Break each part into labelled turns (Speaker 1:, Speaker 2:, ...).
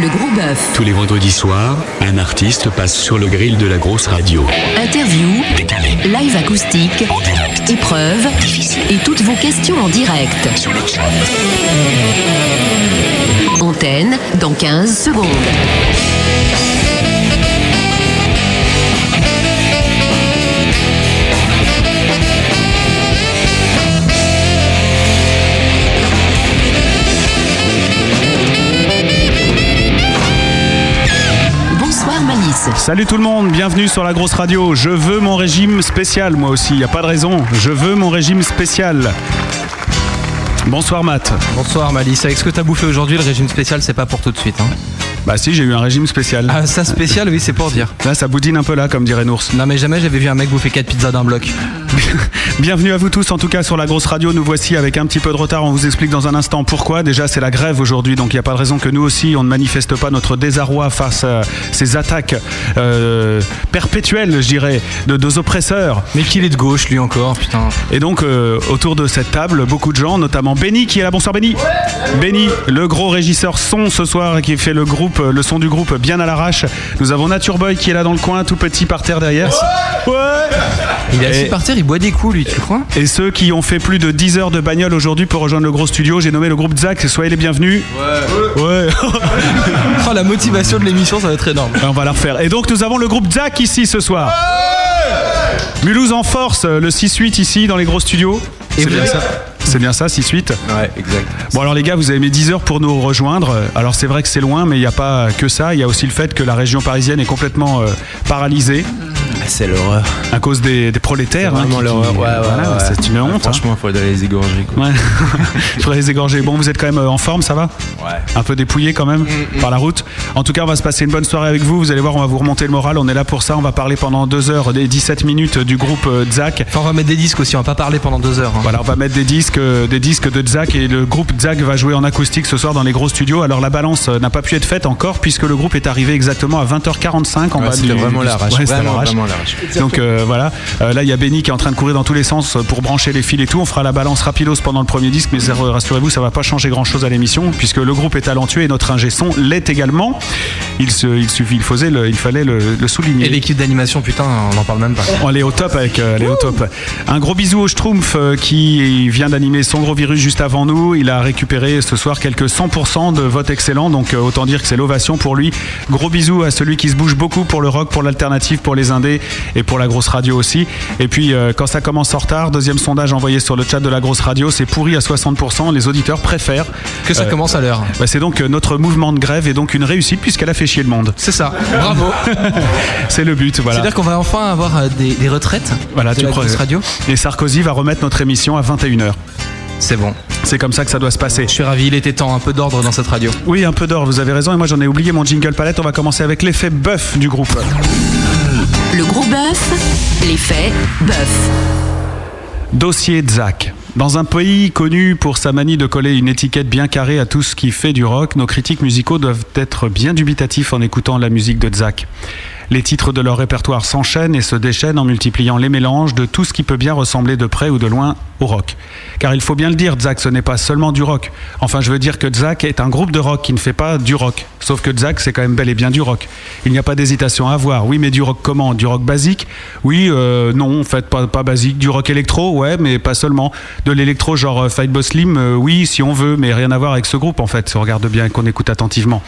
Speaker 1: le gros bœuf.
Speaker 2: Tous les vendredis soirs, un artiste passe sur le grill de la grosse radio.
Speaker 1: Interview,
Speaker 2: Décalé,
Speaker 1: live acoustique,
Speaker 2: en direct,
Speaker 1: épreuve
Speaker 2: difficile,
Speaker 1: et toutes vos questions en direct.
Speaker 2: sur le chat.
Speaker 1: Antenne dans 15 secondes. Bonsoir Malice.
Speaker 3: Salut tout le monde, bienvenue sur la grosse radio. Je veux mon régime spécial, moi aussi, il a pas de raison. Je veux mon régime spécial. Bonsoir Matt.
Speaker 4: Bonsoir Malice, avec ce que t'as bouffé aujourd'hui, le régime spécial c'est pas pour tout de suite. Hein.
Speaker 3: Bah si, j'ai eu un régime spécial.
Speaker 4: Ah ça spécial oui c'est pour dire.
Speaker 3: Là, ça boudine un peu là, comme dirait Nours.
Speaker 4: Non mais jamais j'avais vu un mec bouffer 4 pizzas d'un bloc.
Speaker 3: Bienvenue à vous tous, en tout cas sur la grosse radio, nous voici avec un petit peu de retard, on vous explique dans un instant pourquoi. Déjà c'est la grève aujourd'hui, donc il n'y a pas de raison que nous aussi on ne manifeste pas notre désarroi face à ces attaques euh, perpétuelles, je dirais, de nos oppresseurs.
Speaker 4: Mais qu'il est de gauche lui encore, putain.
Speaker 3: Et donc, euh, autour de cette table, beaucoup de gens, notamment Benny qui est là. Bonsoir Benny. Benny, le gros régisseur son ce soir qui fait le groupe, euh, le son du groupe bien à l'arrache. Nous avons Nature Boy qui est là dans le coin, tout petit par terre derrière. Ouais.
Speaker 4: Il est
Speaker 3: Et-
Speaker 4: assis par terre, il boit des coups lui, tu crois
Speaker 3: Et ceux qui ont fait plus de 10 heures de bagnole aujourd'hui pour rejoindre le gros studio, j'ai nommé le groupe Zach. Soyez les bienvenus. Ouais.
Speaker 4: Oh la motivation de l'émission ça va être énorme.
Speaker 3: Et Ben, on va la refaire. Et donc nous avons le groupe Zach ici ce soir. Mulhouse en force, euh, le 6-8 ici dans les gros studios.
Speaker 4: Et
Speaker 3: C'est
Speaker 4: vous
Speaker 3: bien
Speaker 4: avez-
Speaker 3: ça C'est bien ça, 6-8
Speaker 4: Ouais exact.
Speaker 3: Bon alors les gars, vous avez mis 10 heures pour nous rejoindre. Alors c'est vrai que c'est loin, mais il n'y a pas que ça. Il y a aussi le fait que la région parisienne est complètement euh, paralysée
Speaker 5: Ah, C'est l'horreur.
Speaker 3: à cause des, des prolétaires. hein,
Speaker 5: Vraiment
Speaker 3: qui-
Speaker 5: l'horreur.
Speaker 3: qui-
Speaker 5: Ouais, ouais,
Speaker 3: voilà,
Speaker 5: ouais.
Speaker 3: C'est une
Speaker 5: Ouais,
Speaker 3: honte. hein.
Speaker 5: Franchement, faut aller les égorger. quoi.
Speaker 3: Ouais. Il faudrait les égorger. Bon, vous êtes quand même euh, en forme, ça va
Speaker 5: Ouais.
Speaker 3: Un peu dépouillé quand même par la route. En tout cas, on va se passer une bonne soirée avec vous. Vous allez voir, on va vous remonter le moral. On est là pour ça. On va parler pendant 2 heures des 17 minutes du groupe euh, Zach.
Speaker 4: Enfin on va mettre des disques aussi, on va pas parler pendant deux heures. hein.
Speaker 3: Voilà, on va mettre des disques, euh, des disques de Zach et le groupe Zach va jouer en acoustique ce soir dans les gros studios. Alors la balance euh, n'a pas pu être faite encore puisque le groupe est arrivé exactement à 20h45 en
Speaker 5: Ouais,
Speaker 3: bas
Speaker 5: c'était
Speaker 3: du.
Speaker 5: vraiment
Speaker 3: du-
Speaker 5: l'arrache.
Speaker 3: Ouais, c'était
Speaker 5: Vraiment,
Speaker 3: l'arrache.
Speaker 5: vraiment l'arrache.
Speaker 3: Donc euh, voilà, Euh, là il y a Benny qui est en train de courir dans tous les sens euh, pour brancher les fils et tout. On fera la balance rapidos pendant le premier disque, mais euh, rassurez-vous, ça va pas changer grand-chose à l'émission puisque le groupe est talentueux et notre ingé son l'est également. Il se, il suffit, il faisait, le- il fallait le, le souligner.
Speaker 4: Et l'équipe d'animation putain on en parle même pas.
Speaker 3: On est au top avec euh, elle est au top. Un gros bisou au Schtroumpf euh, qui vient d'animer son gros virus juste avant nous. Il a récupéré ce soir quelques 100% de vote excellent, donc euh, autant dire que c'est l'ovation pour lui. Gros bisou à celui qui se bouge beaucoup pour le rock, pour l'alternative, pour les indés et pour la grosse radio aussi. Et puis euh, quand ça commence en retard, deuxième sondage envoyé sur le chat de la grosse radio, c'est pourri à 60%. Les auditeurs préfèrent.
Speaker 4: Que ça
Speaker 3: Euh,
Speaker 4: commence à l'heure.
Speaker 3: bah, c'est donc euh, notre mouvement de grève est donc une réussite puisqu'elle a fait chier le monde.
Speaker 4: C'est ça, bravo.
Speaker 3: C'est le but, voilà.
Speaker 4: C'est-à-dire qu'on va enfin avoir euh, des, des retraites
Speaker 3: Voilà,
Speaker 4: de
Speaker 3: tu
Speaker 4: la
Speaker 3: crois-
Speaker 4: grosse radio.
Speaker 3: Et Sarkozy va remettre notre émission à 21h.
Speaker 4: C'est bon.
Speaker 3: C'est comme ça que ça doit se passer.
Speaker 4: Je suis ravi, il était temps un peu d'ordre dans cette radio.
Speaker 3: Oui, un peu d'or, vous avez raison. Et moi, j'en ai oublié mon jingle palette. On va commencer avec l'effet bœuf du groupe.
Speaker 1: Le gros bœuf, l'effet bœuf.
Speaker 3: Dossier de Zach. Dans un pays connu pour sa manie de coller une étiquette bien carrée à tout ce qui fait du rock, nos critiques musicaux doivent être bien dubitatifs en écoutant la musique de Zach. Les titres de leur répertoire s'enchaînent et se déchaînent en multipliant les mélanges de tout ce qui peut bien ressembler de près ou de loin au rock. Car il faut bien le dire, Zach, ce n'est pas seulement du rock. Enfin, je veux dire que Zach est un groupe de rock qui ne fait pas du rock. Sauf que Zach, c'est quand même bel et bien du rock. Il n'y a pas d'hésitation à avoir. Oui, mais du rock comment Du rock basique Oui, euh, non, en fait, pas, pas basique. Du rock électro Ouais, mais pas seulement. De l'électro, genre euh, Fight Boss Slim euh, Oui, si on veut, mais rien à voir avec ce groupe, en fait, si on regarde bien et qu'on écoute attentivement.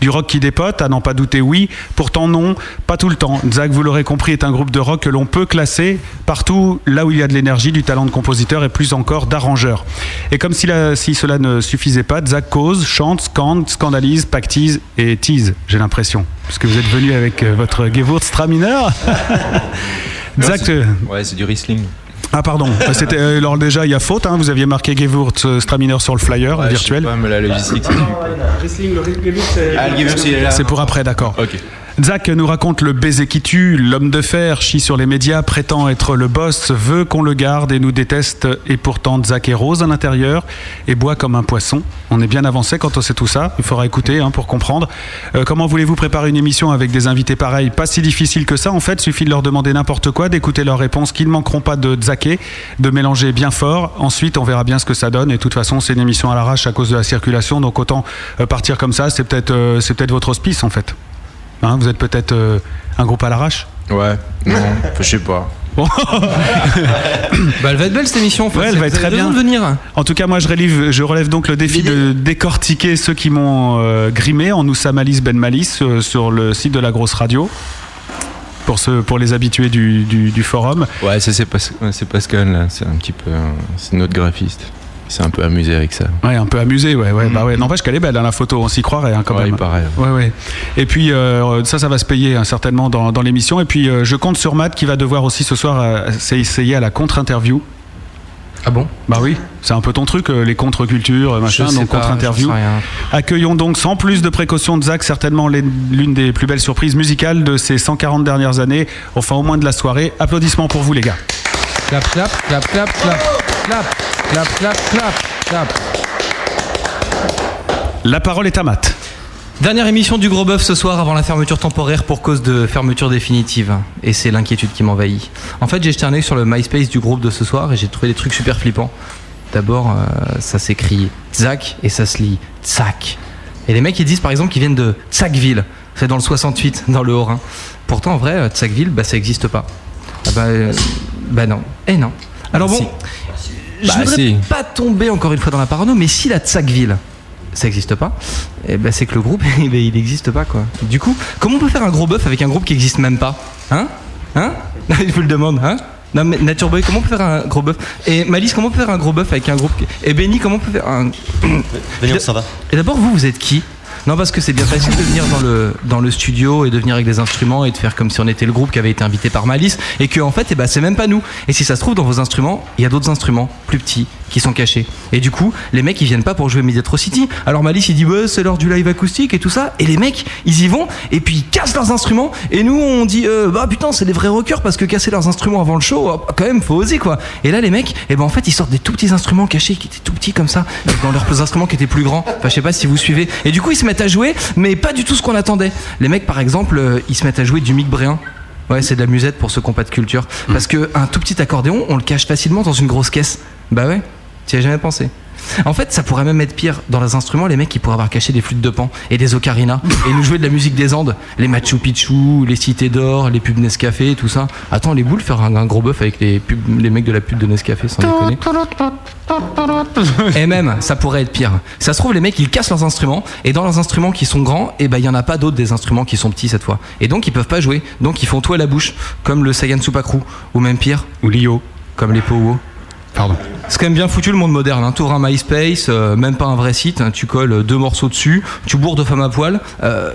Speaker 3: Du rock qui dépote, à n'en pas douter, oui. Pourtant, non, pas tout le temps. Zach, vous l'aurez compris, est un groupe de rock que l'on peut classer partout là où il y a de l'énergie, du talent de compositeur et plus encore d'arrangeur. Et comme si, la- si cela ne suffisait pas, Zach cause, chante, scande, scandalise, pactise et tease, j'ai l'impression. Parce que vous êtes venu avec euh, votre Gewurztraminer. Zach, euh,
Speaker 5: Ouais, c'est du Riesling.
Speaker 3: ah pardon, c'était euh, alors déjà il y a faute, hein, vous aviez marqué Gewurztraminer sur le flyer
Speaker 5: Ouais, je sais
Speaker 3: virtuel.
Speaker 5: pas, mais la logistique. c'est-
Speaker 6: Wrestling, le Rick Davis, c'est.
Speaker 5: Ah, le Gewürz, il est là.
Speaker 3: C'est pour après, d'accord.
Speaker 5: Ok.
Speaker 3: Zach nous raconte le baiser qui tue, l'homme de fer chie sur les médias, prétend être le boss, veut qu'on le garde et nous déteste. Et pourtant, Zach est rose à l'intérieur et boit comme un poisson. On est bien avancé quand on sait tout ça. Il faudra écouter hein, pour comprendre. Euh, comment voulez-vous préparer une émission avec des invités pareils Pas si difficile que ça. En fait, suffit de leur demander n'importe quoi, d'écouter leurs réponses qui ne manqueront pas de zacker, de mélanger bien fort. Ensuite, on verra bien ce que ça donne. Et de toute façon, c'est une émission à l'arrache à cause de la circulation. Donc autant euh, partir comme ça. C'est peut-être euh, c'est peut-être votre hospice en fait. Hein, vous êtes peut-être euh, un groupe à l'arrache
Speaker 5: Ouais, non, je sais pas.
Speaker 4: Bah, elle va être belle cette émission. En fait.
Speaker 3: Ouais, elle
Speaker 4: Vous
Speaker 3: va être
Speaker 4: avez
Speaker 3: très
Speaker 4: besoin
Speaker 3: bien.
Speaker 4: de venir.
Speaker 3: En tout cas, moi, je relève, je relève donc le défi de décortiquer ceux qui m'ont euh, grimé en Oussa Malice Ben Malice euh, sur le site de la grosse radio. Pour, ceux, pour les habitués du, du- du forum.
Speaker 5: Ouais, ça, c'est Pas- ouais, c'est Pascal, là. C'est un petit peu. euh, C'est notre graphiste. Il s'est un peu amusé avec ça.
Speaker 3: Ouais, un peu amusé, ouais, ouais. Bah ouais. N'empêche qu'elle est belle, hein, la photo, on s'y croirait hein, quand
Speaker 5: Mm. Ouais,
Speaker 3: même.
Speaker 5: il paraît.
Speaker 3: Ouais, ouais. Et puis, euh, ça, ça va se payer hein, certainement dans, dans l'émission. Et puis, euh, je compte sur Matt qui va devoir aussi ce soir euh, s'essayer à la contre-interview.
Speaker 4: Ah bon
Speaker 3: Bah oui, c'est un peu ton truc, euh, les contre-cultures, euh, machin, donc contre-interview. Accueillons donc sans plus de précaution de Zach, certainement l'une l'une des plus belles surprises musicales de ces 140 dernières années, enfin au moins de la soirée. Applaudissements pour vous les gars.
Speaker 4: Clap, clap, clap, clap, clap, clap, clap, clap, clap, clap.
Speaker 3: La parole est à Matt.
Speaker 4: Dernière émission du Gros Bœuf ce soir avant la fermeture temporaire pour cause de fermeture définitive. Et c'est l'inquiétude qui m'envahit. En fait, j'ai jeté un œil sur le MySpace du groupe de ce soir et j'ai trouvé des trucs super flippants. D'abord, euh, ça s'écrit Zac et ça se lit Tsac. Et les mecs, ils disent par exemple qu'ils viennent de Tsacville. C'est dans le 68, dans le Haut-Rhin. Pourtant, en vrai, euh, Tsacville, bah, ça n'existe pas. Ah bah, euh, bah non. Eh non. Alors bon, je
Speaker 5: Bah,
Speaker 4: voudrais
Speaker 5: si.
Speaker 4: pas tomber encore une fois dans la parano, mais si la Tsacville, ça n'existe pas, eh ben c'est que le groupe, eh ben, il n'existe pas quoi. Du coup, comment on peut faire un gros bœuf avec un groupe qui n'existe même pas Hein Hein Je vous le demande, hein non mais Nature Boy, comment on peut faire un gros bœuf Et Malice, comment on peut faire un gros bœuf avec un groupe qui- Et Benny, comment on peut faire un...
Speaker 6: Venez, on s'en va.
Speaker 4: Et d'abord, vous, vous êtes qui Non, parce que c'est bien facile de venir dans le, dans le studio et de venir avec des instruments et de faire comme si on était le groupe qui avait été invité par Malice et que, en fait, eh ben, c'est même pas nous. Et si ça se trouve, dans vos instruments, il y a d'autres instruments plus petits qui sont cachés. Et du coup, les mecs, ils viennent pas pour jouer Mediatrocity. Alors Malice, il dit, ouais, c'est l'heure du live acoustique et tout ça. Et les mecs, ils y vont et puis ils cassent leurs instruments. Et nous, on dit, euh, bah putain, c'est des vrais rockers parce que casser leurs instruments avant le show, oh, quand même, faut oser quoi. Et là, les mecs, eh ben, en fait, ils sortent des tout petits instruments cachés qui étaient tout petits comme ça, dans leurs instruments qui étaient plus grands. Enfin, je sais pas si vous suivez. Et du coup, ils se mettent à jouer, mais pas du tout ce qu'on attendait. Les mecs, par exemple, euh, ils se mettent à jouer du mic bréen. Ouais, c'est de la musette pour ceux qui n'ont pas de culture. Parce que un tout petit accordéon, on le cache facilement dans une grosse caisse. Bah ouais, tu as jamais pensé. En fait, ça pourrait même être pire. Dans leurs instruments, les mecs, ils pourraient avoir caché des flûtes de pan et des ocarinas et nous jouer de la musique des Andes. Les Machu Picchu, les Cités d'Or, les pubs Nescafé, tout ça. Attends, les boules, faire un, un gros bœuf avec les, pubs- les mecs de la pub de Nescafé, sans déconner. Et Eh, même, ça pourrait être pire. Ça se trouve, les mecs, ils cassent leurs instruments, et dans leurs instruments qui sont grands, et ben, il y en a pas d'autres des instruments qui sont petits cette fois. Et donc, ils peuvent pas jouer. Donc, ils font tout à la bouche, comme le Sagan Supakru, ou même pire,
Speaker 3: Ou Lio.
Speaker 4: comme les Powo.
Speaker 3: Pardon.
Speaker 4: C'est quand même bien foutu le monde moderne. Hein. T'ouvres un MySpace, euh, même pas un vrai site, hein, tu colles euh, deux morceaux dessus, tu bourres de femmes à poil. euh,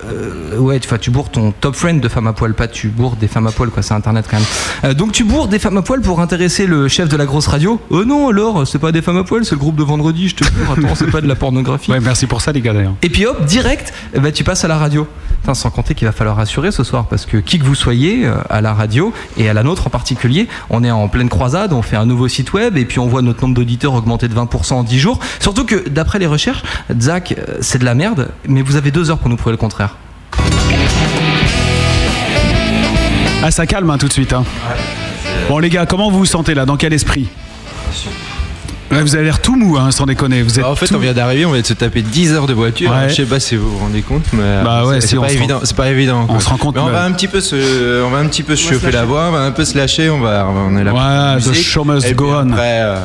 Speaker 4: euh, ouais, enfin, tu bourres ton top friend de femmes à poil, pas tu bourres des femmes à poil, quoi, c'est internet quand même. Euh, donc tu bourres des femmes à poil pour intéresser le chef de la grosse radio. Oh non, alors, c'est pas des femmes à poil, c'est le groupe de vendredi, je te jure, attends, c'est pas de la pornographie.
Speaker 3: Ouais, merci pour ça les gars d'ailleurs.
Speaker 4: Et puis hop, direct, eh ben, tu passes à la radio. Putain, sans compter qu'il va falloir assurer ce soir, parce que qui que vous soyez, euh, à la radio, et à la nôtre en particulier, on est en pleine croisade, on fait un nouveau site web, et puis on voit notre nombre d'auditeurs augmenter de 20% en 10 jours. Surtout que, d'après les recherches, Zach, euh, c'est de la merde, mais vous avez deux heures pour nous prouver le contraire.
Speaker 3: Ah ça calme hein, tout de suite. hein. Bon les gars, comment vous vous sentez là Dans quel esprit Ouais, Vous avez l'air tout mou, hein, sans déconner. Vous êtes
Speaker 5: Bah, en fait,
Speaker 3: tout-
Speaker 5: on vient d'arriver, on vient de se taper 10 heures de voiture. hein,
Speaker 3: Ouais.
Speaker 5: Je sais pas si vous vous rendez compte, mais euh,
Speaker 3: Bah ouais,
Speaker 5: c'est
Speaker 3: si,
Speaker 5: c'est
Speaker 3: on
Speaker 5: pas
Speaker 3: se rend-
Speaker 5: évident. C'est pas évident. quoi.
Speaker 3: on se rend compte, euh,
Speaker 5: Mais on
Speaker 3: mais-
Speaker 5: va un petit peu se, on va un petit peu se chauffer la voix, on va un peu se lâcher, on va, on est là. pour la
Speaker 3: Ouais, the
Speaker 5: musique.
Speaker 3: show must
Speaker 5: Et
Speaker 3: go
Speaker 5: puis
Speaker 3: on.
Speaker 5: Après, euh,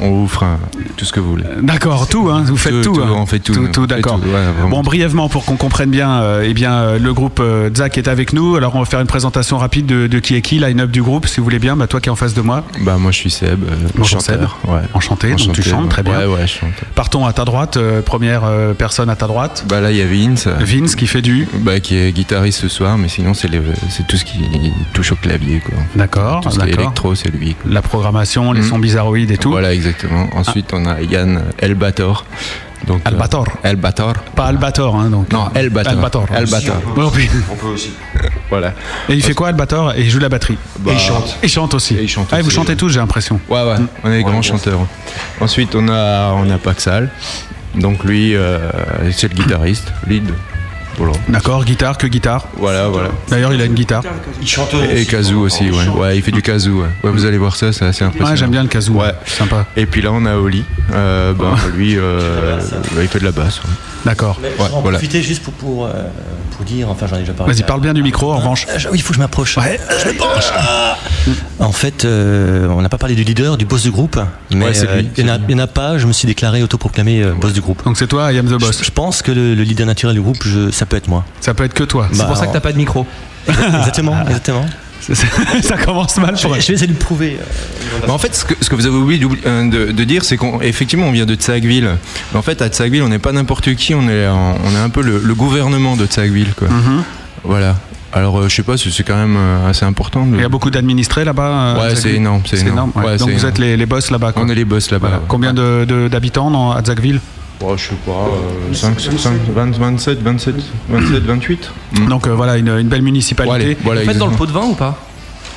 Speaker 5: on vous fera tout ce que vous voulez.
Speaker 3: D'accord, tout, hein, vous faites tout.
Speaker 5: Tout, tout,
Speaker 3: hein.
Speaker 5: on fait tout,
Speaker 3: Tout,
Speaker 5: nous, on fait
Speaker 3: d'accord.
Speaker 5: tout, ouais, vraiment.
Speaker 3: bon, brièvement, pour qu'on comprenne bien, euh, eh bien, euh, le groupe euh, Zach est avec nous. Alors, on va faire une présentation rapide de, de qui est qui, line-up du groupe, si vous voulez bien. Bah, toi qui es en face de moi.
Speaker 5: Bah moi je suis Seb, euh,
Speaker 3: Bonjour,
Speaker 5: chanteur.
Speaker 3: Seb.
Speaker 5: Ouais.
Speaker 3: Enchanté, donc tu chantes,
Speaker 5: ouais.
Speaker 3: très bien.
Speaker 5: Ouais ouais, je chante.
Speaker 3: Partons à ta droite, euh, première euh, personne à ta droite.
Speaker 5: Bah là il y a Vince.
Speaker 3: Vince qui fait du.
Speaker 5: Bah, qui est guitariste ce soir, mais sinon c'est les- c'est tout ce qui touche au clavier quoi.
Speaker 3: D'accord,
Speaker 5: Tout ce qui est
Speaker 3: Ah, d'accord.
Speaker 5: électro, c'est lui. quoi.
Speaker 3: La programmation, les
Speaker 5: Mhm.
Speaker 3: sons bizarroïdes et tout.
Speaker 5: Voilà exactement. Ensuite on a Yann Elbator Donc, euh,
Speaker 3: Albator.
Speaker 5: Albator.
Speaker 3: Pas Albator, hein, donc.
Speaker 5: Non, Albator.
Speaker 3: Albator.
Speaker 5: Albator.
Speaker 3: Bon, puis-
Speaker 6: On peut aussi.
Speaker 5: Voilà.
Speaker 3: Et il fait quoi, Albator Et il joue de la batterie.
Speaker 5: Bah,
Speaker 6: Et il chante.
Speaker 3: Il chante aussi.
Speaker 5: Et il chante
Speaker 3: Ah, vous
Speaker 5: aussi.
Speaker 3: chantez tous, j'ai l'impression. Mm.
Speaker 5: Ouais, ouais, on est des grands chanteurs. Ensuite, on a, on a Paxal. Donc lui, euh, c'est le guitariste, lead. Voilà,
Speaker 3: D'accord, guitare, que guitare.
Speaker 5: voilà. voilà.
Speaker 3: D'ailleurs, il a une guitare.
Speaker 6: Il chante
Speaker 5: Et Kazoo aussi, ouais. Ouais, il fait du Kazoo, ouais. Ouais, vous allez voir ça, c'est assez impressionnant.
Speaker 3: Ouais, j'aime bien le kazoo.
Speaker 5: Ouais.
Speaker 3: Sympa.
Speaker 5: Et puis là, on a Oli. Euh, ben, lui, euh, il fait de la basse. ouais.
Speaker 3: Ah. D'accord.
Speaker 6: Mais je
Speaker 5: Ouais,
Speaker 6: vais en
Speaker 5: voilà.
Speaker 6: profiter juste pour, pour, euh, pour dire, enfin j'en ai déjà parlé.
Speaker 3: Vas-y, parle bien du micro, en revanche.
Speaker 6: Ah, je- Oui, il faut que je m'approche. Je me penche.
Speaker 7: Euh,
Speaker 6: Ah. En fait, euh, on n'a pas parlé du leader, du boss du groupe, mais
Speaker 5: Ouais, c'est
Speaker 6: euh,
Speaker 5: lui,
Speaker 6: il n'y en, a- il y en a pas. Je me suis déclaré autoproclamé euh, boss du groupe.
Speaker 3: Donc c'est toi, I am the boss.
Speaker 6: Je, je pense que le, le leader naturel du groupe, je- ça peut être moi.
Speaker 3: Ça peut être que toi.
Speaker 6: Bah,
Speaker 4: C'est pour ça que t'as pas de micro.
Speaker 6: Exactement, exactement.
Speaker 3: C'est- c'est- ça commence mal
Speaker 6: Je
Speaker 3: pour
Speaker 6: vais,
Speaker 3: elle.
Speaker 6: je vais essayer de le prouver. euh.
Speaker 5: Mais en fait, ce que, ce que vous avez oublié d'oubli- euh, de, de dire, c'est qu'effectivement, on, vient de Tsagville. Mais en fait, à Tsagville, on n'est pas n'importe qui, on est, en- on est un peu le, le gouvernement de Tsagville. Quoi.
Speaker 3: Mm-hmm.
Speaker 5: Voilà. Alors, euh, je sais pas, c'est c'est quand même euh, assez important. de-
Speaker 3: Il y a beaucoup d'administrés là-bas. euh,
Speaker 5: Ouais,
Speaker 3: à
Speaker 5: c'est
Speaker 3: Zagreb.
Speaker 5: énorme, c'est
Speaker 3: C'est énorme.
Speaker 5: énorme.
Speaker 3: ouais.
Speaker 5: Ouais,
Speaker 3: Donc
Speaker 5: c'est
Speaker 3: vous êtes les, les boss là-bas. quoi.
Speaker 5: On est les boss là-bas.
Speaker 3: Voilà.
Speaker 5: ouais.
Speaker 3: Combien de- de- d'habitants dans- à Zagreville
Speaker 5: Oh, Je sais pas, euh, 5, 27, 27, 27, 28 Mm.
Speaker 3: Donc euh, voilà, une, une belle
Speaker 5: Ouais, allez,
Speaker 3: municipalité.
Speaker 5: voilà,
Speaker 4: Vous faites dans le
Speaker 5: exactement.
Speaker 4: pot de vin ou pas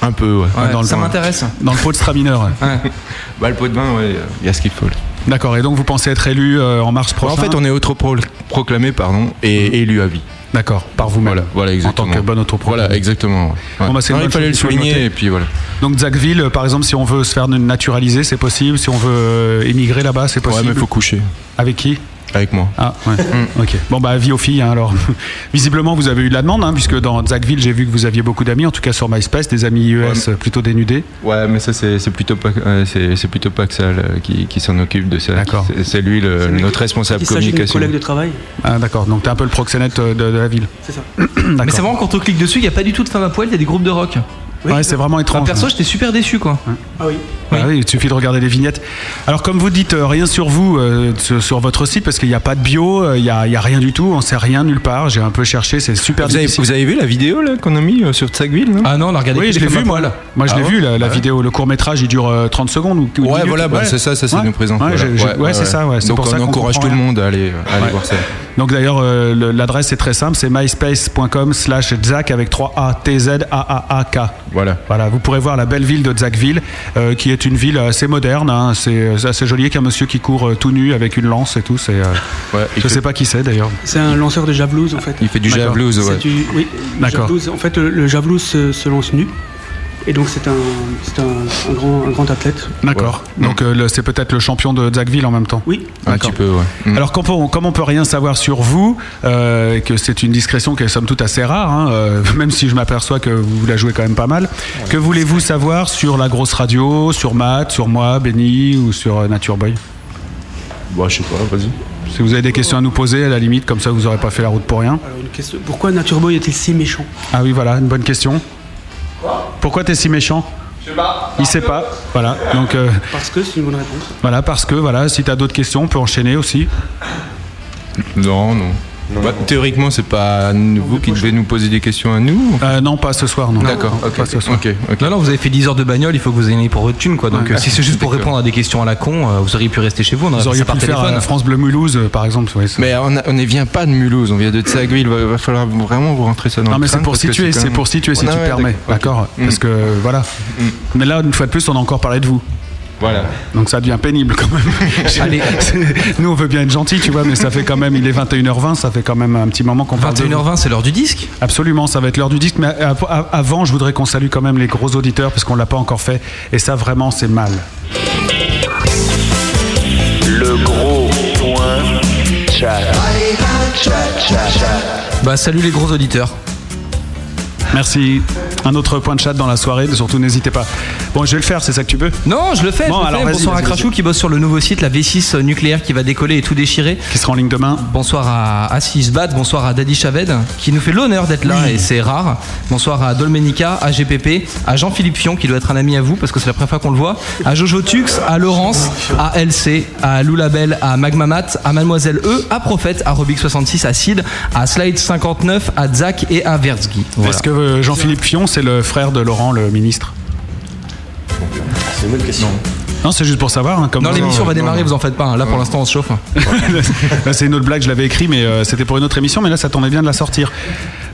Speaker 5: Un peu, ouais.
Speaker 4: Ouais,
Speaker 3: dans le
Speaker 4: Ça
Speaker 3: vin.
Speaker 4: m'intéresse.
Speaker 3: Dans le pot de Stramineur. ouais.
Speaker 4: Ouais.
Speaker 5: Bah, le pot de vin, ouais, il y a ce qu'il faut. là.
Speaker 3: D'accord. Et donc vous pensez être élu euh, en mars
Speaker 5: Bon,
Speaker 3: prochain
Speaker 5: Bah, en fait, on est autoproclamé, pardon, et élu à vie.
Speaker 3: Mm-hmm. D'accord, par vous-même.
Speaker 5: Voilà, voilà,
Speaker 3: En
Speaker 5: exactement.
Speaker 3: tant que bonne autoproclamé.
Speaker 5: Voilà, exactement. ouais. Ouais.
Speaker 3: Bon, bah, c'est
Speaker 5: Non,
Speaker 3: une
Speaker 5: il
Speaker 3: bonne
Speaker 5: fallait le
Speaker 3: chose, il faut le noter.
Speaker 5: souligner, et puis voilà.
Speaker 3: Donc Zagreville, euh, par exemple, si on veut se faire naturaliser, c'est possible. Si on veut euh, émigrer là-bas, c'est
Speaker 5: Ouais,
Speaker 3: possible.
Speaker 5: mais faut Mm. coucher.
Speaker 3: Avec qui
Speaker 5: Avec moi.
Speaker 3: Ah, ouais. ok. Bon, bah, vie aux filles, hein, alors. Visiblement, vous avez eu de la demande, hein, puisque dans Zagreville, j'ai vu que vous aviez beaucoup d'amis, en tout cas sur MySpace, des amis US
Speaker 5: Ouais.
Speaker 3: euh, plutôt dénudés.
Speaker 5: Ouais, mais ça, c'est c'est plutôt pas, euh, c'est c'est plutôt pas que ça là, qui, qui s'en occupe de ça.
Speaker 3: D'accord.
Speaker 5: C'est- C'est lui, le,
Speaker 8: lui
Speaker 5: notre responsable
Speaker 8: Il s'agit de
Speaker 5: communication.
Speaker 8: collègues de travail.
Speaker 3: Ah, d'accord. Donc, t'es un peu le proxénète euh, de, de la ville.
Speaker 8: C'est ça.
Speaker 3: D'accord.
Speaker 4: Mais c'est vraiment quand on clique dessus, il y a pas du tout de femmes à poil, il y a des groupes de rock.
Speaker 8: oui.
Speaker 3: Ouais, c'est vraiment
Speaker 4: Enfin,
Speaker 3: étrange.
Speaker 4: perso, j'étais super déçu quoi.
Speaker 8: Ah oui.
Speaker 3: Ah oui, il suffit de regarder les vignettes. Alors, comme vous dites, euh, rien sur vous, euh, sur sur votre site, parce qu'il n'y a pas de bio, euh, il n'y a, il y a rien du tout, on sait rien nulle part. J'ai un peu cherché, c'est super
Speaker 5: Vous avez,
Speaker 3: difficile.
Speaker 5: vous avez vu la vidéo là qu'on a mis euh, sur Tsagville non
Speaker 4: Ah non, on a regardé.
Speaker 3: Oui,
Speaker 4: que
Speaker 3: je
Speaker 4: des
Speaker 3: l'ai
Speaker 4: femmes
Speaker 3: vu,
Speaker 4: à
Speaker 3: moi.
Speaker 4: poil.
Speaker 3: Moi, je l'ai
Speaker 5: Ah
Speaker 3: vu, la, la vidéo, le court-métrage, il dure euh, 30 secondes ou ou une
Speaker 5: Ouais,
Speaker 3: minute,
Speaker 5: voilà, bah,
Speaker 3: ouais.
Speaker 5: c'est ça, ça c'est
Speaker 3: Ouais.
Speaker 5: nous présent.
Speaker 3: Ouais,
Speaker 5: Voilà.
Speaker 3: je- je-
Speaker 5: Ouais,
Speaker 3: ouais,
Speaker 5: ouais,
Speaker 3: c'est
Speaker 5: ouais.
Speaker 3: ça, ouais. C'est
Speaker 5: Donc
Speaker 3: pour
Speaker 5: on
Speaker 3: ça qu'on
Speaker 5: encourage tout
Speaker 3: comprend
Speaker 5: le monde à aller, à aller
Speaker 3: Ouais.
Speaker 5: voir ça.
Speaker 3: Donc d'ailleurs, euh, le- l'adresse est très simple, c'est myspace.com slash Zach avec 3A, T-Z-A-A-A-K.
Speaker 5: Voilà.
Speaker 3: Voilà, vous pourrez voir la belle ville de Zachville, euh, qui est une ville assez moderne, hein, c'est euh, assez joli, avec un monsieur qui court euh, tout nu avec une lance et tout. c'est, euh,
Speaker 5: Ouais, il
Speaker 3: je
Speaker 5: fait-
Speaker 3: sais pas qui c'est d'ailleurs.
Speaker 8: C'est un lanceur de javelose en fait.
Speaker 5: Il fait du
Speaker 3: D'accord.
Speaker 5: javelose,
Speaker 8: C'est
Speaker 5: ouais.
Speaker 8: du- oui, du
Speaker 3: D'accord.
Speaker 8: javelose. En fait, le, le javelose se, se lance nu. Et donc, c'est un, c'est un, un grand, un grand athlète.
Speaker 3: D'accord.
Speaker 5: Ouais.
Speaker 3: Donc euh, le- c'est peut-être le champion de Zachville en même temps.
Speaker 8: Oui.
Speaker 5: Un
Speaker 3: D'accord.
Speaker 5: petit peu, ouais. Mm.
Speaker 3: Alors comme on, comme on peut rien savoir sur vous, euh, et que c'est une discrétion qui est somme toute assez rare, hein, euh, même si je m'aperçois que vous la jouez quand même pas mal, que voulez-vous savoir sur la grosse radio, sur Matt, sur moi, Benny ou sur euh, Nature Boy
Speaker 5: Bah, je sais pas, vas-y.
Speaker 3: Si vous avez des questions à nous poser, à la limite, comme ça vous n'aurez pas fait la route pour rien.
Speaker 8: Alors, une question. Pourquoi Nature Boy est-il si méchant
Speaker 3: Ah oui, voilà, une bonne question. Pourquoi t'es si méchant Il sait pas. Voilà, donc euh,
Speaker 8: Parce que c'est une bonne réponse.
Speaker 3: voilà, parce que voilà, si t'as d'autres questions, on peut enchaîner aussi.
Speaker 5: Non, non. Bah, Théoriquement, c'est pas nous- vous qui devez nous poser des questions à nous.
Speaker 3: Euh, non, pas ce soir, non.
Speaker 5: D'accord,
Speaker 3: Non,
Speaker 5: ok.
Speaker 3: pas ce soir.
Speaker 5: ok, ok.
Speaker 4: Non, non, vous avez fait 10 heures de bagnole, il faut que vous ayez pour votre thune quoi. Donc euh, si c'est juste pour répondre à des questions à la con, euh, vous auriez pu rester chez vous, on aurait
Speaker 3: Vous
Speaker 4: fait
Speaker 3: auriez
Speaker 4: ça
Speaker 3: pu
Speaker 4: par
Speaker 3: le faire
Speaker 4: téléphone.
Speaker 3: à France Bleu Mulhouse, euh, par exemple. ouais, ça-
Speaker 5: Mais on, a- on ne vient pas de Mulhouse, on vient de Tsagville. Il va, va falloir vraiment vous rentrer ça dans
Speaker 3: Non
Speaker 5: le
Speaker 3: mais c'est
Speaker 5: crâne
Speaker 3: pour
Speaker 5: parce que
Speaker 3: situer,
Speaker 5: quand
Speaker 3: c'est
Speaker 5: même-
Speaker 3: pour situer si
Speaker 5: Ouais,
Speaker 3: tu
Speaker 5: ouais,
Speaker 3: permets, d'accord
Speaker 5: ok. Mm.
Speaker 3: Parce que voilà. Mais là, une fois de plus, on a encore parlé de vous,
Speaker 5: Voilà.
Speaker 3: donc ça devient pénible quand même.
Speaker 4: Allez,
Speaker 3: Nous, on veut bien être gentil, tu vois, mais ça fait quand même, il est 21h20, ça fait quand même un petit moment qu'on parle. de vous.
Speaker 4: 21h20, c'est l'heure du disque.
Speaker 3: Absolument, ça va être l'heure du disque. Mais av- av- avant, je voudrais qu'on salue quand même les gros auditeurs parce qu'on l'a pas encore fait. Et ça, vraiment, c'est mal.
Speaker 9: Le gros point chat.
Speaker 4: Bah salut les gros auditeurs.
Speaker 3: Merci. Un autre point de chat dans la soirée. Surtout, n'hésitez pas. Bon, je vais le faire. C'est ça que tu veux
Speaker 4: Non, je le fais.
Speaker 3: Bon,
Speaker 4: je le
Speaker 3: alors,
Speaker 4: fais.
Speaker 3: vas-y,
Speaker 4: Bonsoir à
Speaker 3: vas-y,
Speaker 4: Crachou
Speaker 3: vas-y.
Speaker 4: qui bosse sur le nouveau site, la V6 nucléaire qui va décoller et tout déchirer.
Speaker 3: Qui sera en ligne demain
Speaker 4: Bonsoir à Assis Bat, bonsoir à Daddy Chaved qui nous fait l'honneur d'être là et c'est rare. Bonsoir à Dolmenica, à GPP, à Jean-Philippe Fion qui doit être un ami à vous parce que c'est la première fois qu'on le voit, à Jojo Tux, à Laurence, à LC, à Loulabel, à Magmamat, à Mademoiselle E, à Prophète, à Robic66, à Sid, à Slide59, à Zach et à Verzgi. Voilà.
Speaker 3: Est-ce que euh, Jean-Philippe Fion, c'est le frère de Laurent, le ministre
Speaker 6: C'est une bonne question.
Speaker 3: Non, c'est juste pour savoir. hein, comme
Speaker 4: Non, l'émission va
Speaker 3: Non,
Speaker 4: démarrer,
Speaker 3: non.
Speaker 4: vous en faites pas. hein. Là, pour l'instant, on se chauffe.
Speaker 3: Là, c'est une autre blague, je l'avais écrit, mais euh, c'était pour une autre émission, mais là, ça tombait bien de la sortir.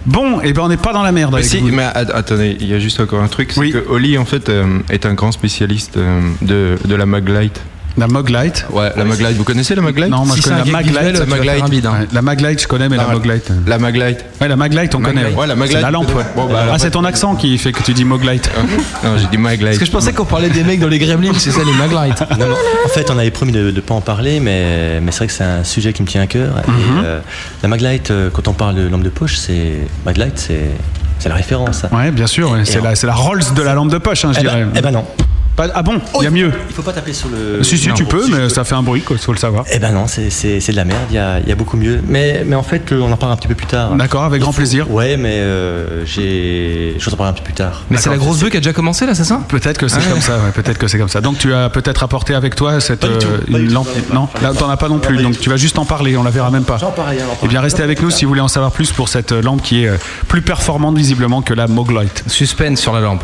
Speaker 3: Bon, et ben on n'est pas dans la merde.
Speaker 5: Mais
Speaker 3: Avec
Speaker 5: si,
Speaker 3: vous.
Speaker 5: mais att- attendez, il y a juste encore un truc, c'est
Speaker 3: Oui.
Speaker 5: que Oli en fait euh, est un grand spécialiste euh, de, de la maglite.
Speaker 3: La Moglite.
Speaker 5: Ouais, la maglite, vous connaissez la maglite
Speaker 3: Non, moi
Speaker 4: Si
Speaker 3: je
Speaker 4: c'est un
Speaker 3: connais la
Speaker 4: gag visuel,
Speaker 3: Maglite.
Speaker 4: tu vas
Speaker 5: Maglite.
Speaker 4: faire un bide, hein.
Speaker 3: Ouais, La Maglite, je connais, mais la
Speaker 5: Non,
Speaker 3: Moglite.
Speaker 5: Ah, La maglite.
Speaker 3: Ouais, la Maglite, on
Speaker 5: Maglite.
Speaker 3: connaît.
Speaker 5: Ouais, la Maglite,
Speaker 3: C'est La lampe, ouais.
Speaker 5: peut-être. Bon, bah, alors,
Speaker 3: ah, c'est
Speaker 5: ouais.
Speaker 3: ton accent qui fait que tu dis Moglite.
Speaker 5: non, j'ai dit maglite.
Speaker 4: Parce que je pensais qu'on parlait des mecs dans les Gremlins, c'est ça les Maglites.
Speaker 6: Non, non, en fait, on avait promis de ne pas en parler, mais, mais c'est vrai que c'est un sujet qui me tient à cœur. Et, euh, la Maglite, euh, quand on parle de lampe de poche, c'est Maglite, c'est c'est la référence.
Speaker 3: Ouais, bien sûr, ouais. c'est
Speaker 6: en-
Speaker 3: la, c'est la Rolls de la lampe de poche, hein, je
Speaker 6: Eh
Speaker 3: dirais.
Speaker 6: ben, eh ben non.
Speaker 3: Pas- ah bon, il y a mieux.
Speaker 6: Il faut pas taper sur le.
Speaker 3: Si, si,
Speaker 6: Euh, Non,
Speaker 3: tu
Speaker 6: bon,
Speaker 3: peux,
Speaker 6: si,
Speaker 3: mais
Speaker 6: je
Speaker 3: ça fait un bruit, il faut le savoir.
Speaker 6: Eh ben non, c'est- c'est c'est de la merde, il y a, il y a beaucoup mieux. Mais, mais en fait, euh, on en parle un petit peu plus tard.
Speaker 3: D'accord, avec grand plaisir.
Speaker 6: Ouais, mais euh, j'ai. Je vous en parle un petit peu plus tard.
Speaker 4: Mais c'est la grosse bœuf qui a déjà commencé là, c'est ça
Speaker 3: Peut-être que
Speaker 6: Ah
Speaker 3: c'est comme ça, ouais, peut-être que c'est comme ça. Donc tu as peut-être apporté avec toi cette
Speaker 6: Pas du tout,
Speaker 3: euh, une
Speaker 6: pas du tout,
Speaker 3: lampe.
Speaker 6: j'en ai pas,
Speaker 3: Non,
Speaker 6: j'en ai
Speaker 3: là
Speaker 6: pas.
Speaker 3: t'en as pas non plus,
Speaker 6: Pas du
Speaker 3: donc
Speaker 6: tout.
Speaker 3: tu vas juste en parler, on la verra même pas.
Speaker 6: J'en parle rien, j'en parle
Speaker 3: Eh bien
Speaker 6: rien.
Speaker 3: restez avec nous si vous voulez en savoir plus pour cette euh, lampe qui est euh, plus performante visiblement que la Moglite.
Speaker 4: Suspense sur la lampe.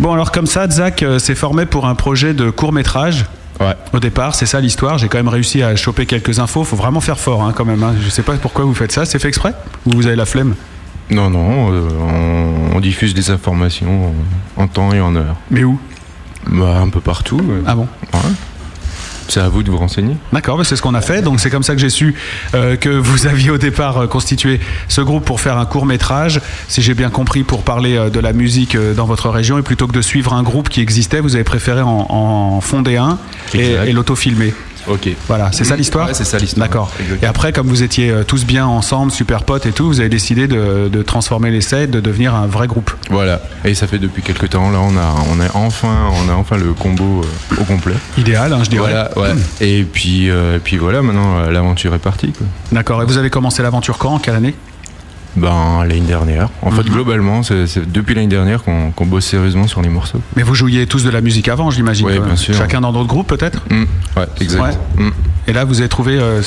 Speaker 3: Bon alors comme ça, Zach euh, s'est formé pour un projet de court métrage.
Speaker 5: Ouais.
Speaker 3: Au départ, c'est ça l'histoire. J'ai quand même réussi à choper quelques infos. Faut vraiment faire fort, hein, quand même. hein. Je sais pas pourquoi vous faites ça. C'est fait exprès Ou vous avez la flemme
Speaker 5: Non, non, euh, on, on diffuse des informations en, en temps et en heure.
Speaker 3: Mais où
Speaker 5: Bah, un peu partout. euh,
Speaker 3: Ah bon
Speaker 5: ouais. C'est à vous de vous renseigner.
Speaker 3: D'accord, bah, c'est ce qu'on a fait. Donc c'est comme ça que j'ai su euh, que vous aviez au départ euh, constitué ce groupe pour faire un court métrage, si j'ai bien compris, pour parler euh, de la musique euh, dans votre région. Et plutôt que de suivre un groupe qui existait, vous avez préféré en, en fonder un et,
Speaker 5: Exact.
Speaker 3: et l'autofilmer.
Speaker 5: Ok.
Speaker 3: Voilà, c'est ça l'histoire
Speaker 5: Ouais, c'est ça l'histoire.
Speaker 3: D'accord.
Speaker 5: Exactement.
Speaker 3: Et après, comme vous étiez euh, tous bien ensemble, super potes et tout, vous avez décidé de, de transformer l'essai, de devenir un vrai groupe.
Speaker 5: Voilà. Et ça fait depuis quelques temps. Là, on a, on a enfin, on a enfin le combo euh, au complet.
Speaker 3: Idéal, hein, je dirais.
Speaker 5: Voilà. Ouais. Et puis, euh, et puis voilà. Maintenant, euh, l'aventure est partie. Quoi.
Speaker 3: D'accord. Et vous avez commencé l'aventure quand En quelle année
Speaker 5: Ben, l'année dernière. En
Speaker 3: Mhm.
Speaker 5: fait, globalement, c'est c'est depuis l'année dernière qu'on qu'on bosse sérieusement sur les morceaux.
Speaker 3: Mais vous jouiez tous de la musique avant, j'imagine.
Speaker 5: Ouais,
Speaker 3: quand même.
Speaker 5: bien sûr.
Speaker 3: Chacun dans d'autres groupes, peut-être
Speaker 5: Mm. Ouais, exact.
Speaker 3: Ouais.
Speaker 5: Mm.
Speaker 3: Et là, vous avez trouvé. euh,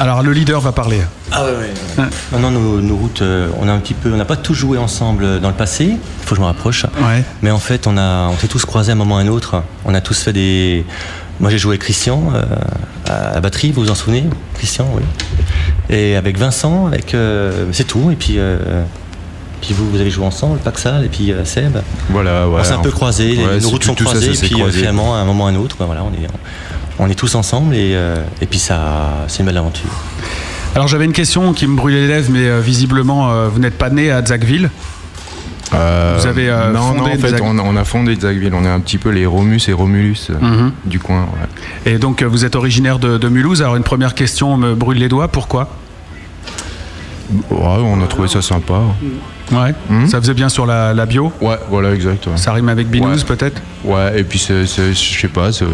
Speaker 3: Alors, le leader va parler.
Speaker 6: Ah ouais, ouais. Maintenant, nos, nos routes, euh, on a un petit peu, on n'a pas tous joué ensemble euh, dans le passé. Il faut que je me rapproche.
Speaker 3: Ouais.
Speaker 6: Mais en fait, on a, on s'est tous croisés à un moment ou à un autre. On a tous fait des. Moi, j'ai joué avec Christian euh, à la batterie. Vous vous en souvenez, Christian, oui. Et avec Vincent, avec, euh, c'est tout. Et puis, euh, puis vous, vous avez joué ensemble, Paxal, et puis euh, Seb.
Speaker 5: Voilà. Ouais,
Speaker 6: on s'est un peu
Speaker 5: en-
Speaker 6: croisés. les-
Speaker 5: ouais,
Speaker 6: nos
Speaker 5: c'est
Speaker 6: routes
Speaker 5: tout-
Speaker 6: sont
Speaker 5: tout ça, ça
Speaker 6: croisées.
Speaker 5: s'est
Speaker 6: et puis, euh,
Speaker 5: croisé.
Speaker 6: finalement, à un moment ou à un autre, ben voilà, on est, on est tous ensemble. Et, euh, et puis, ça, c'est une belle aventure.
Speaker 3: Alors, j'avais une question qui me brûlait les lèvres, mais euh, visiblement, euh, vous n'êtes pas né à Zackville.
Speaker 5: Euh,
Speaker 3: Vous avez, euh,
Speaker 5: non,
Speaker 3: fondé
Speaker 5: non, en fait,
Speaker 3: Zac-
Speaker 5: on, a, on a fondé Zackville. On est un petit peu les Romus et Romulus euh,
Speaker 3: Mhm.
Speaker 5: du coin. ouais.
Speaker 3: Et donc, euh, vous êtes originaire de, de Mulhouse. Alors, une première question me brûle les doigts. Pourquoi
Speaker 5: Ouais, on a trouvé ça sympa.
Speaker 3: Ouais.
Speaker 5: Mhm.
Speaker 3: Ça faisait bien sur la, la bio.
Speaker 5: Ouais, voilà, exact. ouais.
Speaker 3: Ça rime avec binouze,
Speaker 5: Ouais.
Speaker 3: peut-être
Speaker 5: Ouais, et puis c'est- c'est- je sais pas, c'est-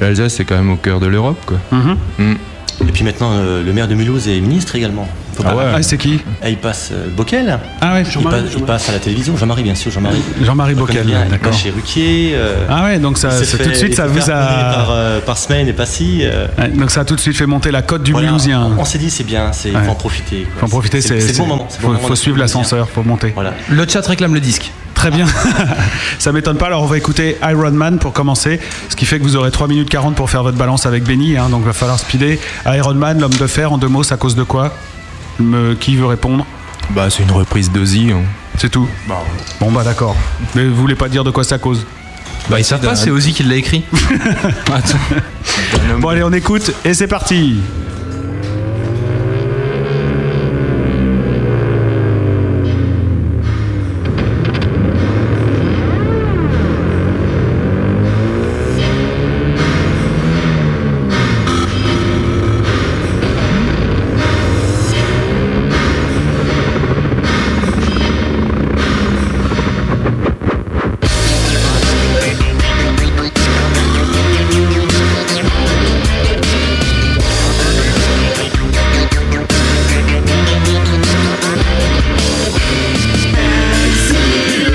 Speaker 5: l'Alsace c'est quand même au cœur de l'Europe quoi.
Speaker 6: Mm-hmm.
Speaker 3: Mhm.
Speaker 5: Mm.
Speaker 6: Et puis maintenant, euh, le maire de Mulhouse est ministre également. Faut pas-
Speaker 5: Ah ouais.
Speaker 3: Ah, c'est qui
Speaker 6: Et il passe euh, Bockel.
Speaker 3: Ah, ouais. Euh,
Speaker 6: Il,
Speaker 8: Jean-Marie,
Speaker 6: passe- il
Speaker 8: Jean-Marie.
Speaker 6: passe à la télévision. Jean-Marie, bien sûr, Jean-Marie.
Speaker 3: Jean-Marie
Speaker 6: On le connaît
Speaker 3: Bockel.
Speaker 6: bien, il
Speaker 3: D'accord.
Speaker 6: passe chez Ruquier. euh,
Speaker 3: Ah, ouais, donc
Speaker 6: il
Speaker 3: ça,
Speaker 6: s'est
Speaker 3: ça-
Speaker 6: fait-
Speaker 3: tout de suite,
Speaker 6: il
Speaker 3: ça
Speaker 6: s'est
Speaker 3: vous
Speaker 6: fait harponner Par,
Speaker 3: a.
Speaker 6: euh, par semaine et pas si. euh,
Speaker 3: Ouais, donc, ça a tout de suite fait monter la cote du
Speaker 6: voilà,
Speaker 3: Mulhousien.
Speaker 6: on on s'est dit, c'est bien, c'est
Speaker 3: Ouais.
Speaker 6: faut en profiter. quoi.
Speaker 3: Faut en profiter, c'est.
Speaker 6: C'est le bon
Speaker 3: c'est-
Speaker 6: moment. c'est le
Speaker 3: Faut,
Speaker 6: bon moment
Speaker 3: faut
Speaker 6: de
Speaker 3: suivre
Speaker 6: Mulhousien.
Speaker 3: l'ascenseur, faut monter.
Speaker 6: Voilà.
Speaker 4: Le chat réclame le disque.
Speaker 3: Très bien. Ça m'étonne pas. Alors, on va écouter Iron Man pour commencer. Ce qui fait que vous aurez 3 minutes 40 pour faire votre balance avec Benny. hein. donc, il va falloir speeder. Iron Man, l'homme de fer, en deux mots, c'est à cause de quoi Me- Qui veut répondre
Speaker 5: Bah c'est une reprise d'Ozzy. hein.
Speaker 3: C'est tout. Bon, bah d'accord. Mais vous voulez pas dire de quoi ça cause
Speaker 4: Bah, ils savent pas, c'est Ozzy qui l'a écrit. Attends.
Speaker 3: Bon, allez, on écoute et c'est parti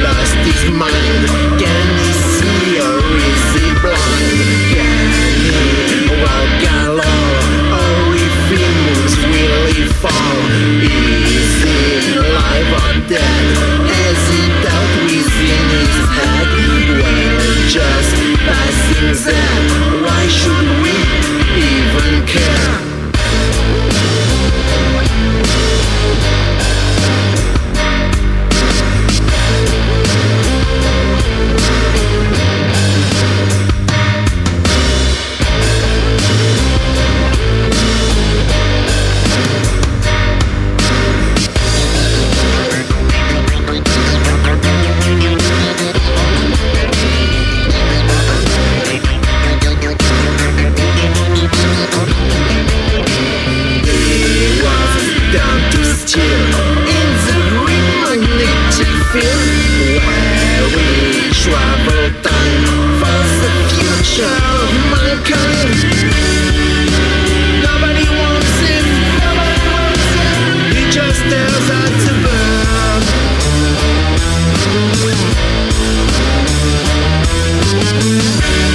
Speaker 10: lost his mind? Can he see or is he blind? Can he walk alone or if he moves will he fall? Is he alive or dead? Has he doubt within his head? Well, just passing that
Speaker 11: field where we travel time for the future of mankind. Nobody wants it, nobody wants it. He just tells us to burn.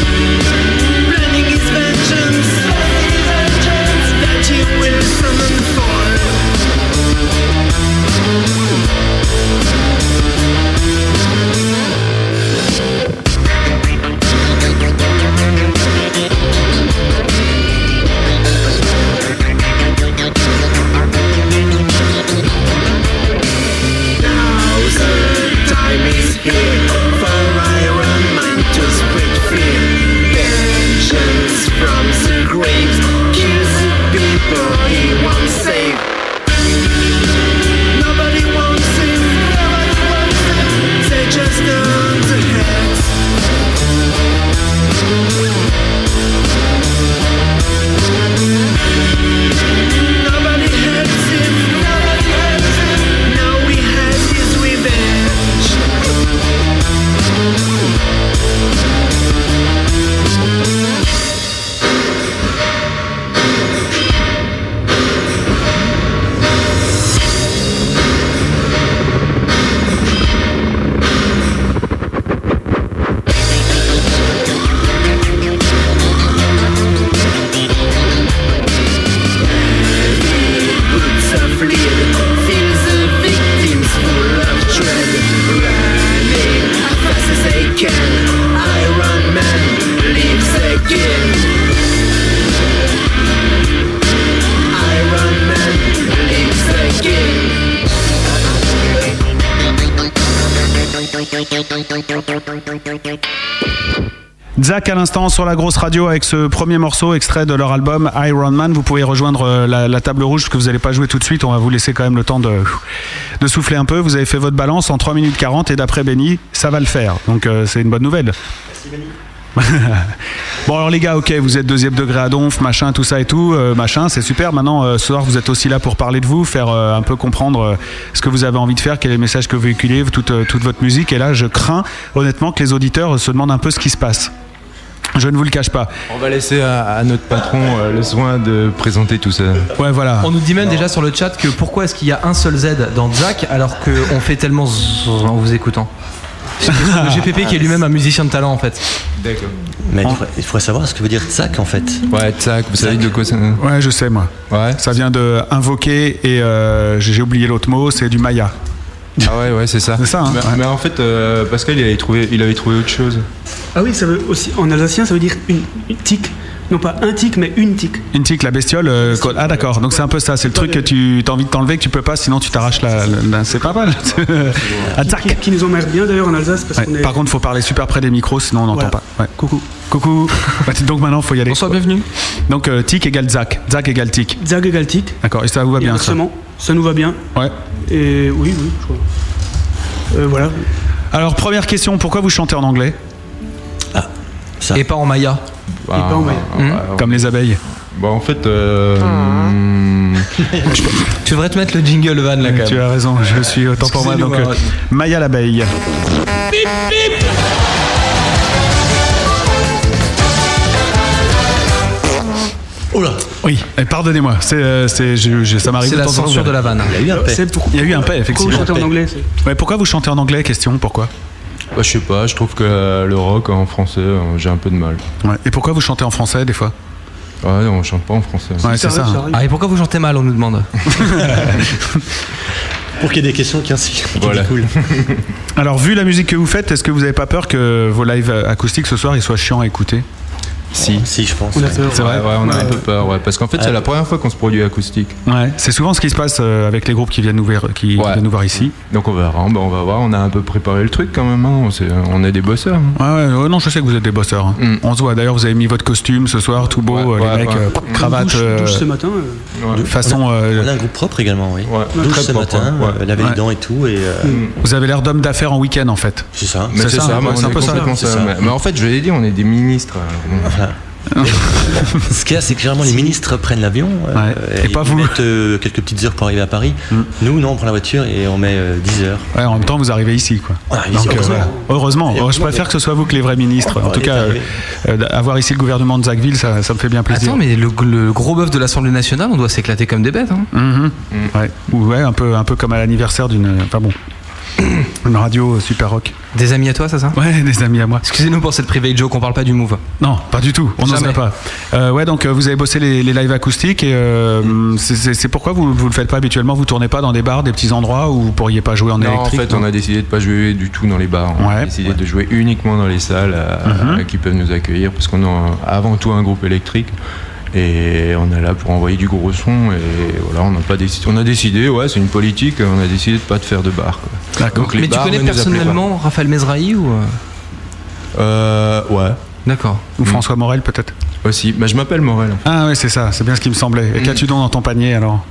Speaker 11: Planning his vengeance, planning his vengeance that he will summon forth. Now the time is here for Iron Man to spread fear. Vengeance from the graves kills the people he once saved. Nobody wants him, nobody wants him. They just turn their heads. Nobody hates him, nobody hates him. Now he has his revenge. boots of lead Fills the victims full of dread Running fast as they can Iron Man lives again Iron Man lives again
Speaker 3: Zach à l'instant sur la grosse radio avec ce premier morceau extrait de leur album Iron Man. Vous pouvez rejoindre euh, la, la table rouge parce que vous n'allez pas jouer tout de suite. On va vous laisser quand même le temps de, de souffler un peu. Vous avez fait votre balance en 3 minutes 40 et d'après Benny, ça va le faire. Donc euh, c'est une bonne nouvelle. bon alors les gars, ok, vous êtes deuxième degré à Donf, machin, tout ça et tout, euh, machin, c'est super. Maintenant, euh, ce soir, vous êtes aussi là pour parler de vous, faire euh, un peu comprendre euh, ce que vous avez envie de faire, quel est le message que vous véhiculez, toute, euh, toute votre musique. Et là, je crains honnêtement que les auditeurs euh, se demandent un peu ce qui se passe. Je ne vous le cache pas.
Speaker 5: On va laisser à, à notre patron euh, le soin de présenter tout ça.
Speaker 3: Ouais, voilà.
Speaker 4: On nous dit même déjà sur le chat que pourquoi est-ce qu'il y a un seul Z dans Zach alors qu'on fait tellement Z en vous écoutant. Le GPP qui est lui-même un musicien de talent en fait.
Speaker 5: D'accord.
Speaker 6: Mais il faudrait- il faudrait savoir ce que veut dire Zach en fait.
Speaker 5: Ouais, Tsak, vous savez de quoi ça.
Speaker 3: Ouais, je sais, moi.
Speaker 5: Ouais.
Speaker 3: Ça vient de invoquer et euh, j'ai j'ai oublié l'autre mot, c'est du maya.
Speaker 5: Ah ouais, ouais, c'est ça.
Speaker 3: C'est ça, hein.
Speaker 5: Mais, mais en fait, euh, Pascal, il avait, trouvé, il avait trouvé autre chose.
Speaker 8: Ah oui, ça veut aussi, en alsacien, ça veut dire une, une tique. Non pas un tic, mais une tique.
Speaker 3: Intik, la bestiole. euh, co- ah d'accord, donc c'est un peu ça, c'est le truc que tu as envie de t'enlever, que tu peux pas, sinon tu t'arraches la... la- c'est pas mal.
Speaker 8: Qui,
Speaker 3: Attaque
Speaker 8: Ah, qui nous emmerde bien d'ailleurs en Alsace parce qu'on
Speaker 3: Ouais,
Speaker 8: est.
Speaker 3: Par contre, faut parler super près des micros, sinon on n'entend
Speaker 8: Voilà.
Speaker 3: pas. Ouais. Coucou. Coucou. Bah, dites donc maintenant, faut y aller.
Speaker 4: Bonsoir, bienvenue.
Speaker 3: Donc euh, tic égale zac, zac égale tic.
Speaker 8: Zag égale tic.
Speaker 3: D'accord, et ça vous va
Speaker 8: Et
Speaker 3: bien ça
Speaker 8: inversement, ça nous va bien.
Speaker 3: Ouais.
Speaker 8: Et oui, oui, je crois. Euh, voilà.
Speaker 3: Alors première question, pourquoi vous chantez en anglais
Speaker 4: Ah, Et pas en Maya.
Speaker 8: Et pas en Maya.
Speaker 4: Hmm.
Speaker 3: comme les abeilles
Speaker 5: Bah, en fait. euh, hmm,
Speaker 4: Tu devrais te mettre le jingle van là quand
Speaker 3: Tu
Speaker 4: même. Euh,
Speaker 3: as raison, je suis autant pour moi donc
Speaker 4: Excusez-nous,
Speaker 3: euh,
Speaker 4: hein.
Speaker 3: Maya l'abeille.
Speaker 6: Oh là
Speaker 3: Oui, et pardonnez-moi, c'est, euh, c'est- je- je- ça m'arrive
Speaker 4: C'est
Speaker 3: de
Speaker 4: la
Speaker 3: temps en
Speaker 4: censure de
Speaker 3: temps.
Speaker 4: la vanne. hein.
Speaker 6: Il y a eu un paix.
Speaker 8: C'est pour.
Speaker 3: Il y a eu un paix,
Speaker 8: Pourquoi vous
Speaker 3: effectivement.
Speaker 8: chantez en anglais c'est-
Speaker 3: Ouais, pourquoi vous chantez en anglais Question, pourquoi
Speaker 5: bah, je sais pas, je trouve que euh, le rock en français, euh, j'ai un peu de mal.
Speaker 3: Ouais. Et pourquoi vous chantez en français des fois
Speaker 5: Ah non, on chante pas en français.
Speaker 3: Ouais, c'est ça.
Speaker 8: arrive,
Speaker 3: hein.
Speaker 8: arrive.
Speaker 4: Ah, et pourquoi vous chantez mal, on nous demande
Speaker 6: Pour qu'il y ait des questions qui ainsi. qui
Speaker 5: Voilà.
Speaker 6: découlent.
Speaker 3: Alors, vu la musique que vous faites, est-ce que vous n'avez pas peur que vos lives euh, acoustiques ce soir ils soient chiants à écouter
Speaker 5: Si.
Speaker 6: Si, je pense.
Speaker 8: On a
Speaker 6: ouais.
Speaker 8: peur.
Speaker 5: C'est vrai, ouais, on a un
Speaker 8: Ouais.
Speaker 5: peu peur, ouais. Parce qu'en fait, c'est la première fois qu'on se produit acoustique.
Speaker 3: Ouais. C'est souvent ce qui se passe euh, avec les groupes qui viennent nous voir, qui
Speaker 5: Ouais.
Speaker 3: viennent nous voir ici.
Speaker 5: Donc on verra, bah, on va voir, on a un peu préparé le truc quand même, hein. on, est, on est des bosseurs. hein.
Speaker 3: Ouais, ouais, ouais, non, je sais que vous êtes des bosseurs. hein.
Speaker 5: Mm.
Speaker 3: On se voit. D'ailleurs, vous avez mis votre costume ce soir, tout beau, euh,
Speaker 5: Ouais,
Speaker 3: les
Speaker 5: ouais,
Speaker 3: mecs,
Speaker 5: ouais.
Speaker 3: euh,
Speaker 5: Mm.
Speaker 3: cravate,
Speaker 8: Douche,
Speaker 3: euh,
Speaker 8: douche ce matin. euh,
Speaker 3: façon. euh,
Speaker 6: On a un groupe propre également, oui.
Speaker 5: Ouais,
Speaker 6: Douche
Speaker 5: très
Speaker 6: ce
Speaker 5: propre,
Speaker 6: matin,
Speaker 5: ouais. Mm.
Speaker 6: euh, laver
Speaker 3: Ouais.
Speaker 6: les dents et tout. Et, euh,
Speaker 3: vous avez l'air d'homme d'affaires en week-end en fait.
Speaker 6: C'est ça.
Speaker 5: Mais
Speaker 3: C'est
Speaker 5: c'est
Speaker 3: ça,
Speaker 5: ça,
Speaker 3: ouais,
Speaker 5: moi,
Speaker 3: c'est
Speaker 5: on
Speaker 3: un
Speaker 5: est
Speaker 3: peu ça,
Speaker 5: complètement
Speaker 6: c'est
Speaker 5: ça.
Speaker 6: ça.
Speaker 5: Mais, mais en fait, je l'ai dit, on est des ministres. euh,
Speaker 6: Voilà. Ce qu'il y a, c'est que généralement les ministres prennent l'avion euh,
Speaker 3: Ouais. Et pas
Speaker 6: ils
Speaker 3: vous.
Speaker 6: mettent euh, quelques petites heures pour arriver à Paris.
Speaker 4: Mm.
Speaker 6: Nous, non, on prend la voiture et on met euh, 10 heures.
Speaker 3: Ouais, en même temps, vous arrivez ici, quoi.
Speaker 6: Ah, ici,
Speaker 3: euh,
Speaker 6: heureusement.
Speaker 3: voilà. heureusement.
Speaker 6: Et
Speaker 3: Oh, je
Speaker 6: heureusement
Speaker 3: préfère que ce soit vous que les vrais ministres. En
Speaker 6: Ouais,
Speaker 3: tout
Speaker 6: il est
Speaker 3: cas, euh,
Speaker 6: arrivé.
Speaker 3: euh, avoir ici le gouvernement de Zachville, ça, ça me fait bien plaisir.
Speaker 4: Attends, mais le, le gros bœuf de l'Assemblée nationale, on doit s'éclater comme des bêtes. hein.
Speaker 3: Mhm.
Speaker 6: Mm.
Speaker 3: Ouais. Ou ouais, un peu, un peu comme à l'anniversaire d'une. euh, Enfin bon. Une radio euh, super rock.
Speaker 4: Des amis à toi, ça, ça
Speaker 3: Ouais, des amis à moi.
Speaker 4: Excusez-nous pour cette private joke, on parle pas du move.
Speaker 3: Non, pas du tout. On
Speaker 4: Jamais.
Speaker 3: n'oserait pas. Euh, ouais, donc euh, vous avez bossé les, les lives acoustiques et euh,
Speaker 4: Mm.
Speaker 3: c'est- c'est c'est pourquoi vous vous le faites pas habituellement. Vous tournez pas dans des bars, des petits endroits où vous pourriez pas jouer en
Speaker 5: Non, en
Speaker 3: électrique.
Speaker 5: fait, on a décidé de pas jouer du tout dans les bars. On
Speaker 3: Ouais. Mhm.
Speaker 5: a décidé de jouer uniquement dans les salles euh, qui peuvent nous accueillir parce qu'on est avant tout un groupe électrique. Et on est là pour envoyer du gros son et voilà, on a pas décidé. On a décidé, ouais, c'est une politique. On a décidé de pas de faire de bar. quoi.
Speaker 3: D'accord.
Speaker 5: Donc, les
Speaker 4: Mais tu
Speaker 5: bars
Speaker 4: connais
Speaker 5: ne Bah, nous appelaient pas.
Speaker 4: personnellement Raphaël Mezrahi ou. euh,
Speaker 5: Euh, ouais,
Speaker 4: D'accord.
Speaker 3: Ou François Morel peut-être.
Speaker 5: aussi. Bah, je m'appelle Morel. Mm.
Speaker 3: Ah ouais, c'est ça. C'est bien ce qui me semblait. Et qu'as-tu donc dans ton panier alors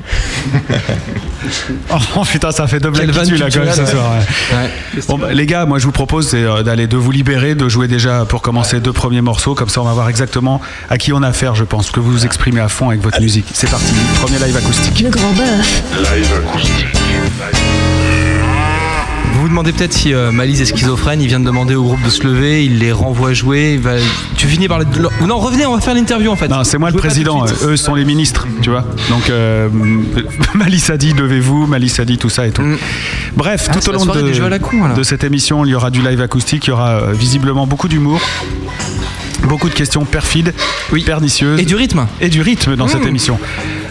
Speaker 3: Oh putain, ça fait deux blagues
Speaker 4: vanne
Speaker 3: qui tuent, là quand même ce
Speaker 4: culturelle,
Speaker 3: soir. ouais.
Speaker 4: Ouais.
Speaker 3: Bon, bah, les gars, moi je vous propose c'est, euh, d'aller de vous libérer, de jouer déjà pour commencer deux premiers morceaux, comme ça on va voir exactement à qui on a affaire, je pense, que vous vous exprimez à fond avec votre musique. C'est parti, premier live acoustique.
Speaker 10: Le grand bœuf.
Speaker 4: Vous vous demandez peut-être si euh, Malice est schizophrène, il vient de demander au groupe de se lever, il les renvoie jouer, il va... tu finis par les... Ou Non, revenez, on va faire l'interview en fait.
Speaker 3: Non, c'est moi
Speaker 4: Je
Speaker 3: le
Speaker 4: veux pas tout de
Speaker 3: président,
Speaker 4: suite.
Speaker 3: euh, eux sont les ministres, tu vois. Donc euh, Malice a dit devez-vous, Malice a dit tout ça et tout.
Speaker 4: Mm.
Speaker 3: Bref,
Speaker 4: Ah,
Speaker 3: tout
Speaker 4: c'est
Speaker 3: au
Speaker 4: la
Speaker 3: long
Speaker 4: soirée
Speaker 3: de,
Speaker 4: des jeux à la con, alors.
Speaker 3: de cette émission, il y aura du live acoustique, il y aura euh, visiblement beaucoup d'humour, beaucoup de questions perfides,
Speaker 4: Oui.
Speaker 3: pernicieuses.
Speaker 4: Et du rythme Mm.
Speaker 3: et du rythme dans cette émission.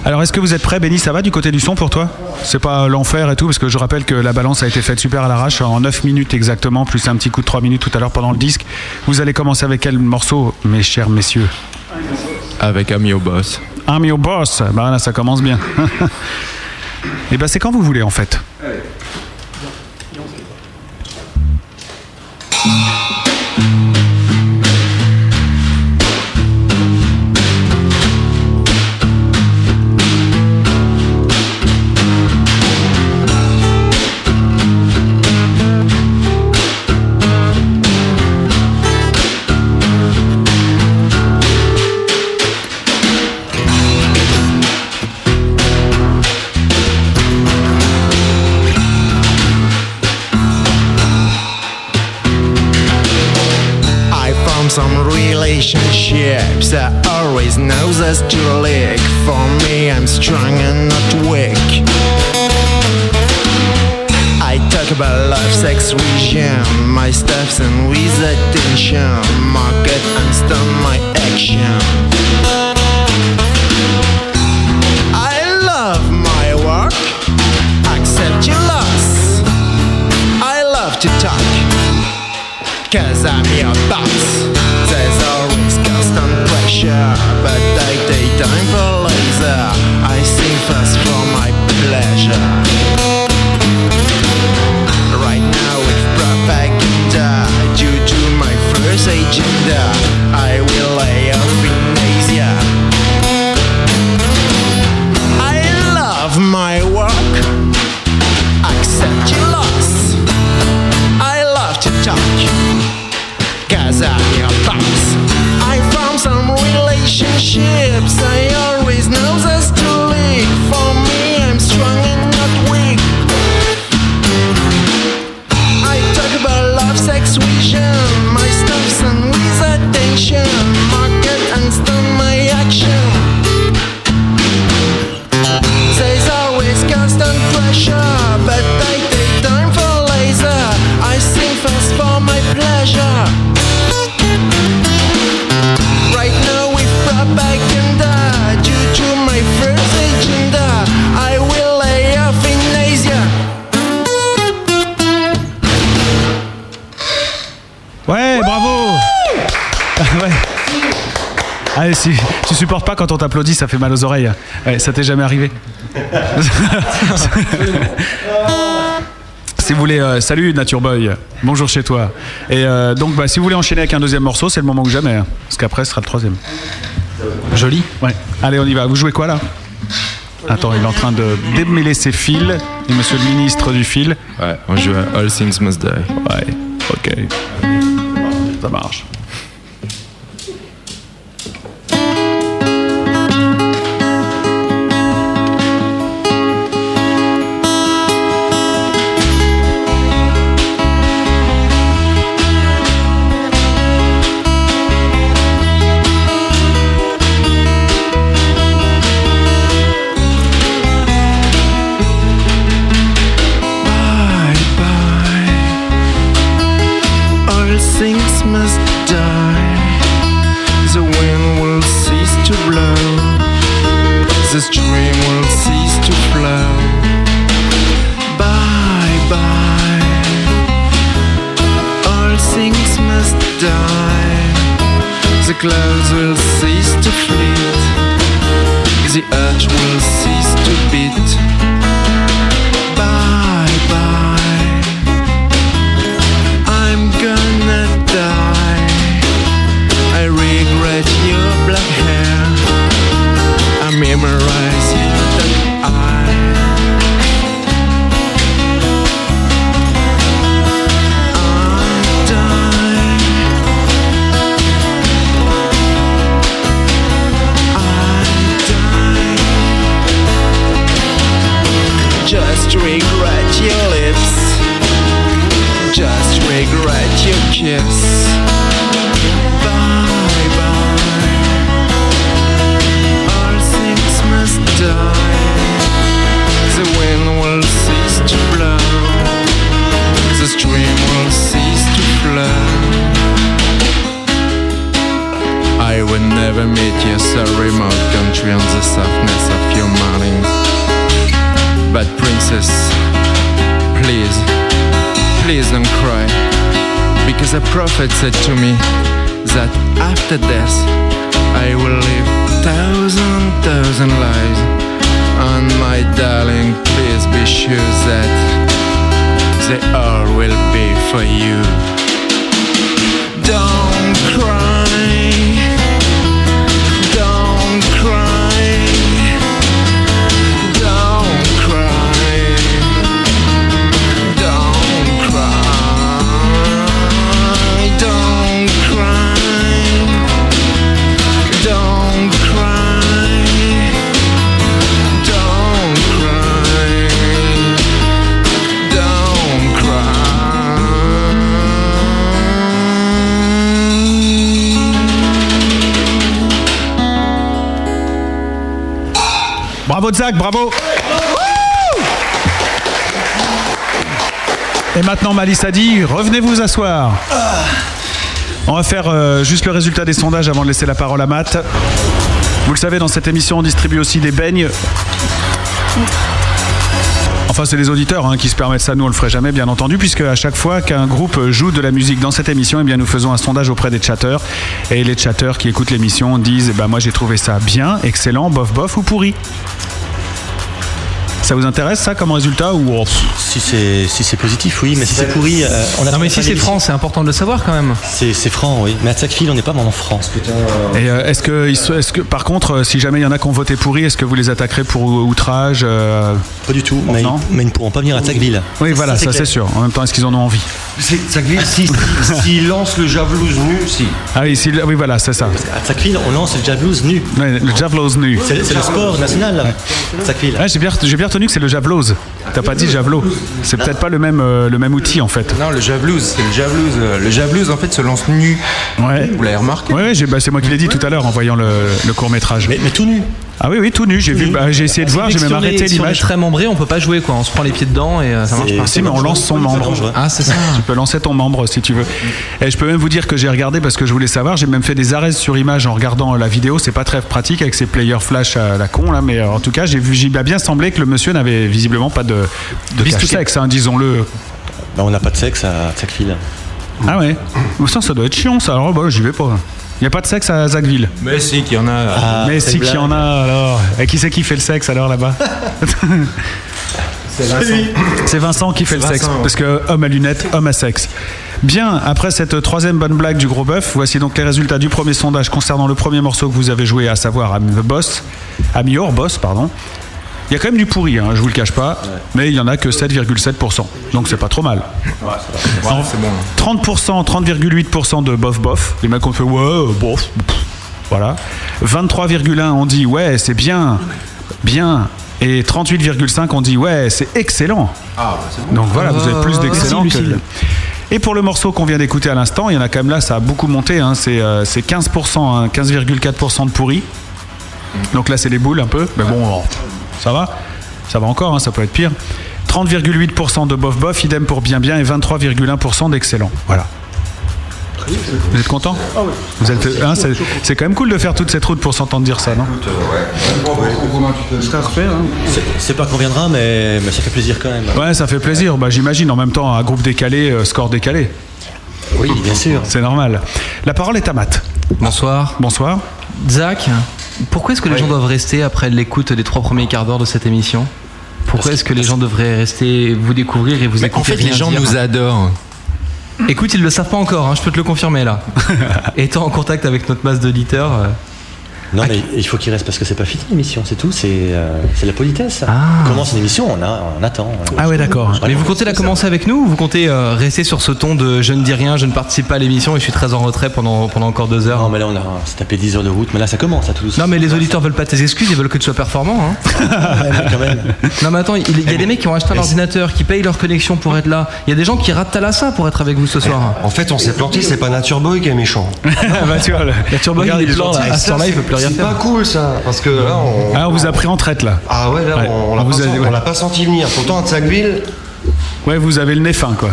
Speaker 3: Alors, est-ce que vous êtes prêts, Benny Ça va du côté du son pour toi C'est pas l'enfer et tout, parce que je rappelle que la balance a été faite super à l'arrache en 9 minutes exactement, plus un petit coup de 3 minutes tout à l'heure pendant le disque. Vous allez commencer avec quel morceau, mes chers messieurs
Speaker 5: Avec Ami au boss.
Speaker 3: I'm your boss Bah là, ça commence bien. et ben, c'est quand vous voulez en fait.
Speaker 11: I found some relationships that always knows us to lick. For me, I'm strong and not weak. I talk about love, sex, religion, my stuffs and with attention. Market and stun my action. I love my work. Accept your loss. I love to talk. Cause I'm your boss There's always constant pressure But I take time for laser I sing fast for my pleasure Right now with propaganda Due to my first agenda I will lay off in Asia I love my work Accept your loss I love to talk Cause I'm your boss. I found some relationships. I always know that's too late. For me, I'm strong and not weak. I talk about love, sex, vision. My stuff's and with attention. Market and stun my action. There's always constant pressure. But I take time for laser. I sing fast for my pleasure. Right now with propaganda Due to my first agenda I will lay off in Asia
Speaker 3: Ouais, bravo Ouais. Allez, si tu supportes pas quand on t'applaudit, ça fait mal aux oreilles. Ouais, ça t'est jamais arrivé. si vous voulez, euh, salut Nature Boy, bonjour chez toi. Et euh, donc, bah, si vous voulez enchaîner avec un deuxième morceau, c'est le moment que jamais, hein, parce qu'après, ce sera le troisième.
Speaker 4: Joli.
Speaker 3: Ouais. Allez, on y va. Vous jouez quoi là Attends, il est en train de démêler ses fils. Et monsieur le ministre du fil.
Speaker 5: Ouais, on joue à All Things Must Die.
Speaker 3: Ouais, ok. Ça marche.
Speaker 11: clouds will cease to flit, the earth will cease to beat. Bye bye, I'm gonna die. I regret your black hair. I memorize your dark eye. Just regret your lips. Just regret your kiss. Bye bye. All things must die. The wind will cease to blow. The stream will cease to flow.
Speaker 5: I will never meet you, so remote country on the softness of your morning. But princess, please, please don't cry, because a prophet said to me that after death I will live thousand, thousand lives. And my darling, please be sure that they all will be for you.
Speaker 11: Don't cry. Don't cry. Don't cry. Don't cry. Don't cry. Don't cry. Don't cry. Don't
Speaker 3: Bravo Zach, bravo Et maintenant Malice a dit, revenez vous asseoir. On va faire euh, juste le résultat des sondages avant de laisser la parole à Matt. Vous le savez, dans cette émission, on distribue aussi des beignes. Enfin, c'est les auditeurs hein, qui se permettent ça. Nous, on le ferait jamais, bien entendu, puisque à chaque fois qu'un groupe joue de la musique dans cette émission, eh bien, nous faisons un sondage auprès des chatteurs. Et les chatteurs qui écoutent l'émission disent eh ben, Moi, j'ai trouvé ça bien, excellent, bof, bof ou pourri. Ça vous intéresse, ça, comme résultat ou... oh, pff.
Speaker 6: Si c'est si c'est positif, oui, mais si c'est pourri, euh, on a
Speaker 4: Non, mais si c'est franc, c'est important de le savoir quand même.
Speaker 6: C'est c'est franc, oui. Mais à Sackfield, on n'est pas vraiment franc.
Speaker 3: Et euh, est-ce que, ils se- est-ce que, par contre, euh, si jamais il y en a qui ont voté pourri, est-ce que vous les attaquerez pour ou- outrage euh,
Speaker 6: Pas du tout, mais,
Speaker 3: non.
Speaker 6: ils, mais ils ne pourront pas venir à Sackville.
Speaker 3: Oui, voilà,
Speaker 6: c'est
Speaker 3: ça c'est
Speaker 6: clair.
Speaker 3: sûr. En même temps, est-ce qu'ils en ont envie
Speaker 7: C'est- Sackville, si- si- s'il lance le javelouse nu, si.
Speaker 3: Ah oui, si- oui, voilà, c'est ça.
Speaker 6: À Sackville, on lance le javelose nu.
Speaker 3: Ouais, le javelose nu.
Speaker 6: C'est c'est le sport national, Sackville.
Speaker 3: Ah, j'ai bien, j'ai bien retenu que c'est le javelose. T'as pas dit javelot. C'est peut-être pas le même, euh, le même outil en fait.
Speaker 5: Non, le javelouse, c'est le javelouse. euh, Le javelouse, en fait, se lance nu.
Speaker 3: Ouais.
Speaker 5: Vous l'avez remarqué
Speaker 3: Ouais, ouais, j'ai- bah, c'est moi qui l'ai dit tout à l'heure en voyant le, court métrage.
Speaker 6: Mais, mais tout nu.
Speaker 3: Ah oui, oui, tout nu. J'ai vu, bah, j'ai essayé de voir, j'ai même arrêté
Speaker 4: Si on est
Speaker 3: l'image.
Speaker 4: très membré, on peut pas jouer quoi. On se prend les pieds dedans et euh, ça marche
Speaker 6: C'est-
Speaker 4: pas.
Speaker 3: Si, mais on lance son membre.
Speaker 6: dangereux.
Speaker 4: Ah, c'est ça.
Speaker 3: Tu peux lancer ton membre si tu veux. Et je peux même vous dire que j'ai regardé parce que je voulais savoir. J'ai même fait des arrêts sur image en regardant euh, la vidéo. C'est pas très pratique avec ces players flash à la con là, mais euh, en tout cas, j'ai vu. J'ai bien semblé que le monsieur n'avait visiblement pas de, de
Speaker 4: Bis
Speaker 3: cache
Speaker 4: tout cas.
Speaker 3: sexe, hein, disons-le.
Speaker 6: Bah, on n'a pas de sexe à Sackville.
Speaker 3: Ah ouais. Bon, Ça, ça doit être chiant. Ça, alors bah, j'y vais pas. Il n'y a pas de sexe à Zachville.
Speaker 5: Mais si, qu'il y en a.
Speaker 6: Ah,
Speaker 3: mais si qu'il y en a alors. Et qui c'est qui fait le sexe alors là-bas C'est Vincent qui fait le sexe, parce que homme à lunettes, homme à sexe. Bien, après cette troisième bonne blague du gros bœuf, voici donc les résultats du premier sondage concernant le premier morceau que vous avez joué, à savoir Am the Boss, Am Your Boss, pardon. Il y a quand même du pourri, hein, je vous le cache pas, mais il y en a que 7,7%, donc c'est pas trop mal. En- 30%, 30,8% de bof bof. Les mecs ont fait ouais, euh, bof. pff, Voilà. 23,1 on dit ouais, c'est bien, bien. Et 38,5 on dit ouais, c'est excellent.
Speaker 5: Ah, bah,
Speaker 3: Donc voilà, vous avez plus d'excellent que. Et pour le morceau qu'on vient d'écouter à l'instant, il y en a quand même là, ça a beaucoup monté. hein, c'est euh, c'est 15%, hein, 15,4% de pourri. Donc là, c'est les boules un peu. Mais bon, oh, ça va. Ça va encore, hein, ça peut être pire. 30,8% de bof-bof, idem pour bien bien et 23,1% d'excellent. Voilà. Vous êtes content Vous êtes, hein, c'est, c'est quand même cool de faire toute cette route pour s'entendre dire ça, non
Speaker 8: C'est à refaire. hein.
Speaker 6: C'est- C'est pas qu'on viendra, mais, mais ça fait plaisir quand même.
Speaker 3: Ouais, ça fait plaisir. Bah, j'imagine en même temps un groupe décalé, euh, score décalé.
Speaker 6: Oui, bien sûr.
Speaker 3: C'est normal. La parole est à Matt.
Speaker 4: Bonsoir.
Speaker 3: Bonsoir.
Speaker 4: Zach, pourquoi est-ce que les gens doivent rester après l'écoute des trois premiers quarts d'heure de cette émission Pourquoi est-ce que les gens devraient rester, vous découvrir et vous
Speaker 5: Mais
Speaker 4: écouter
Speaker 5: en fait,
Speaker 4: rien
Speaker 5: les gens
Speaker 4: dire
Speaker 5: nous adorent.
Speaker 4: Écoute, ils le savent pas encore, hein, je peux te le confirmer là. Étant en contact avec notre masse d'auditeurs. euh,
Speaker 6: Non, mais il faut qu'il reste parce que c'est pas fini l'émission, c'est tout. C'est euh, c'est la politesse. On commence une émission, on, a- on attend. on-
Speaker 4: Ah ouais d'accord.
Speaker 6: Ouais,
Speaker 4: Mais vous comptez la commencer avec nous ou vous comptez euh, rester sur ce ton de je ne dis rien, je ne participe pas à l'émission et je suis très en retrait pendant, pendant encore deux heures
Speaker 6: Non mais là on a s'est tapé 10 heures de route, mais là ça commence à Toulouse.
Speaker 4: Non mais les auditeurs veulent pas tes excuses, ils veulent que tu sois performant. hein. Non mais attends, il il y a des mecs qui ont acheté un ordinateur, qui payent leur connexion pour être là. Il y a des gens qui ratent Talassa pour être avec vous ce soir.
Speaker 7: En fait, on s'est planté, c'est pas Nature Boy qui est méchant.
Speaker 3: bah, tu vois, le-
Speaker 4: La Turbo
Speaker 7: Regarde,
Speaker 4: il
Speaker 7: il
Speaker 4: est
Speaker 7: est
Speaker 4: plan, là,
Speaker 7: gentil.
Speaker 4: à ce temps-là, il peut plus rien
Speaker 7: C'est
Speaker 4: faire.
Speaker 7: pas cool ça, parce que là on.
Speaker 3: Ah, on vous a pris en traite là.
Speaker 7: Ah ouais, là
Speaker 3: Ouais.
Speaker 7: on, on l'a
Speaker 3: On
Speaker 7: pas,
Speaker 3: vous a-
Speaker 7: senti-
Speaker 3: ouais.
Speaker 7: on l'a pas senti venir. Pourtant, à Tsackville, Ah,
Speaker 3: Ouais, vous avez le nez fin, quoi.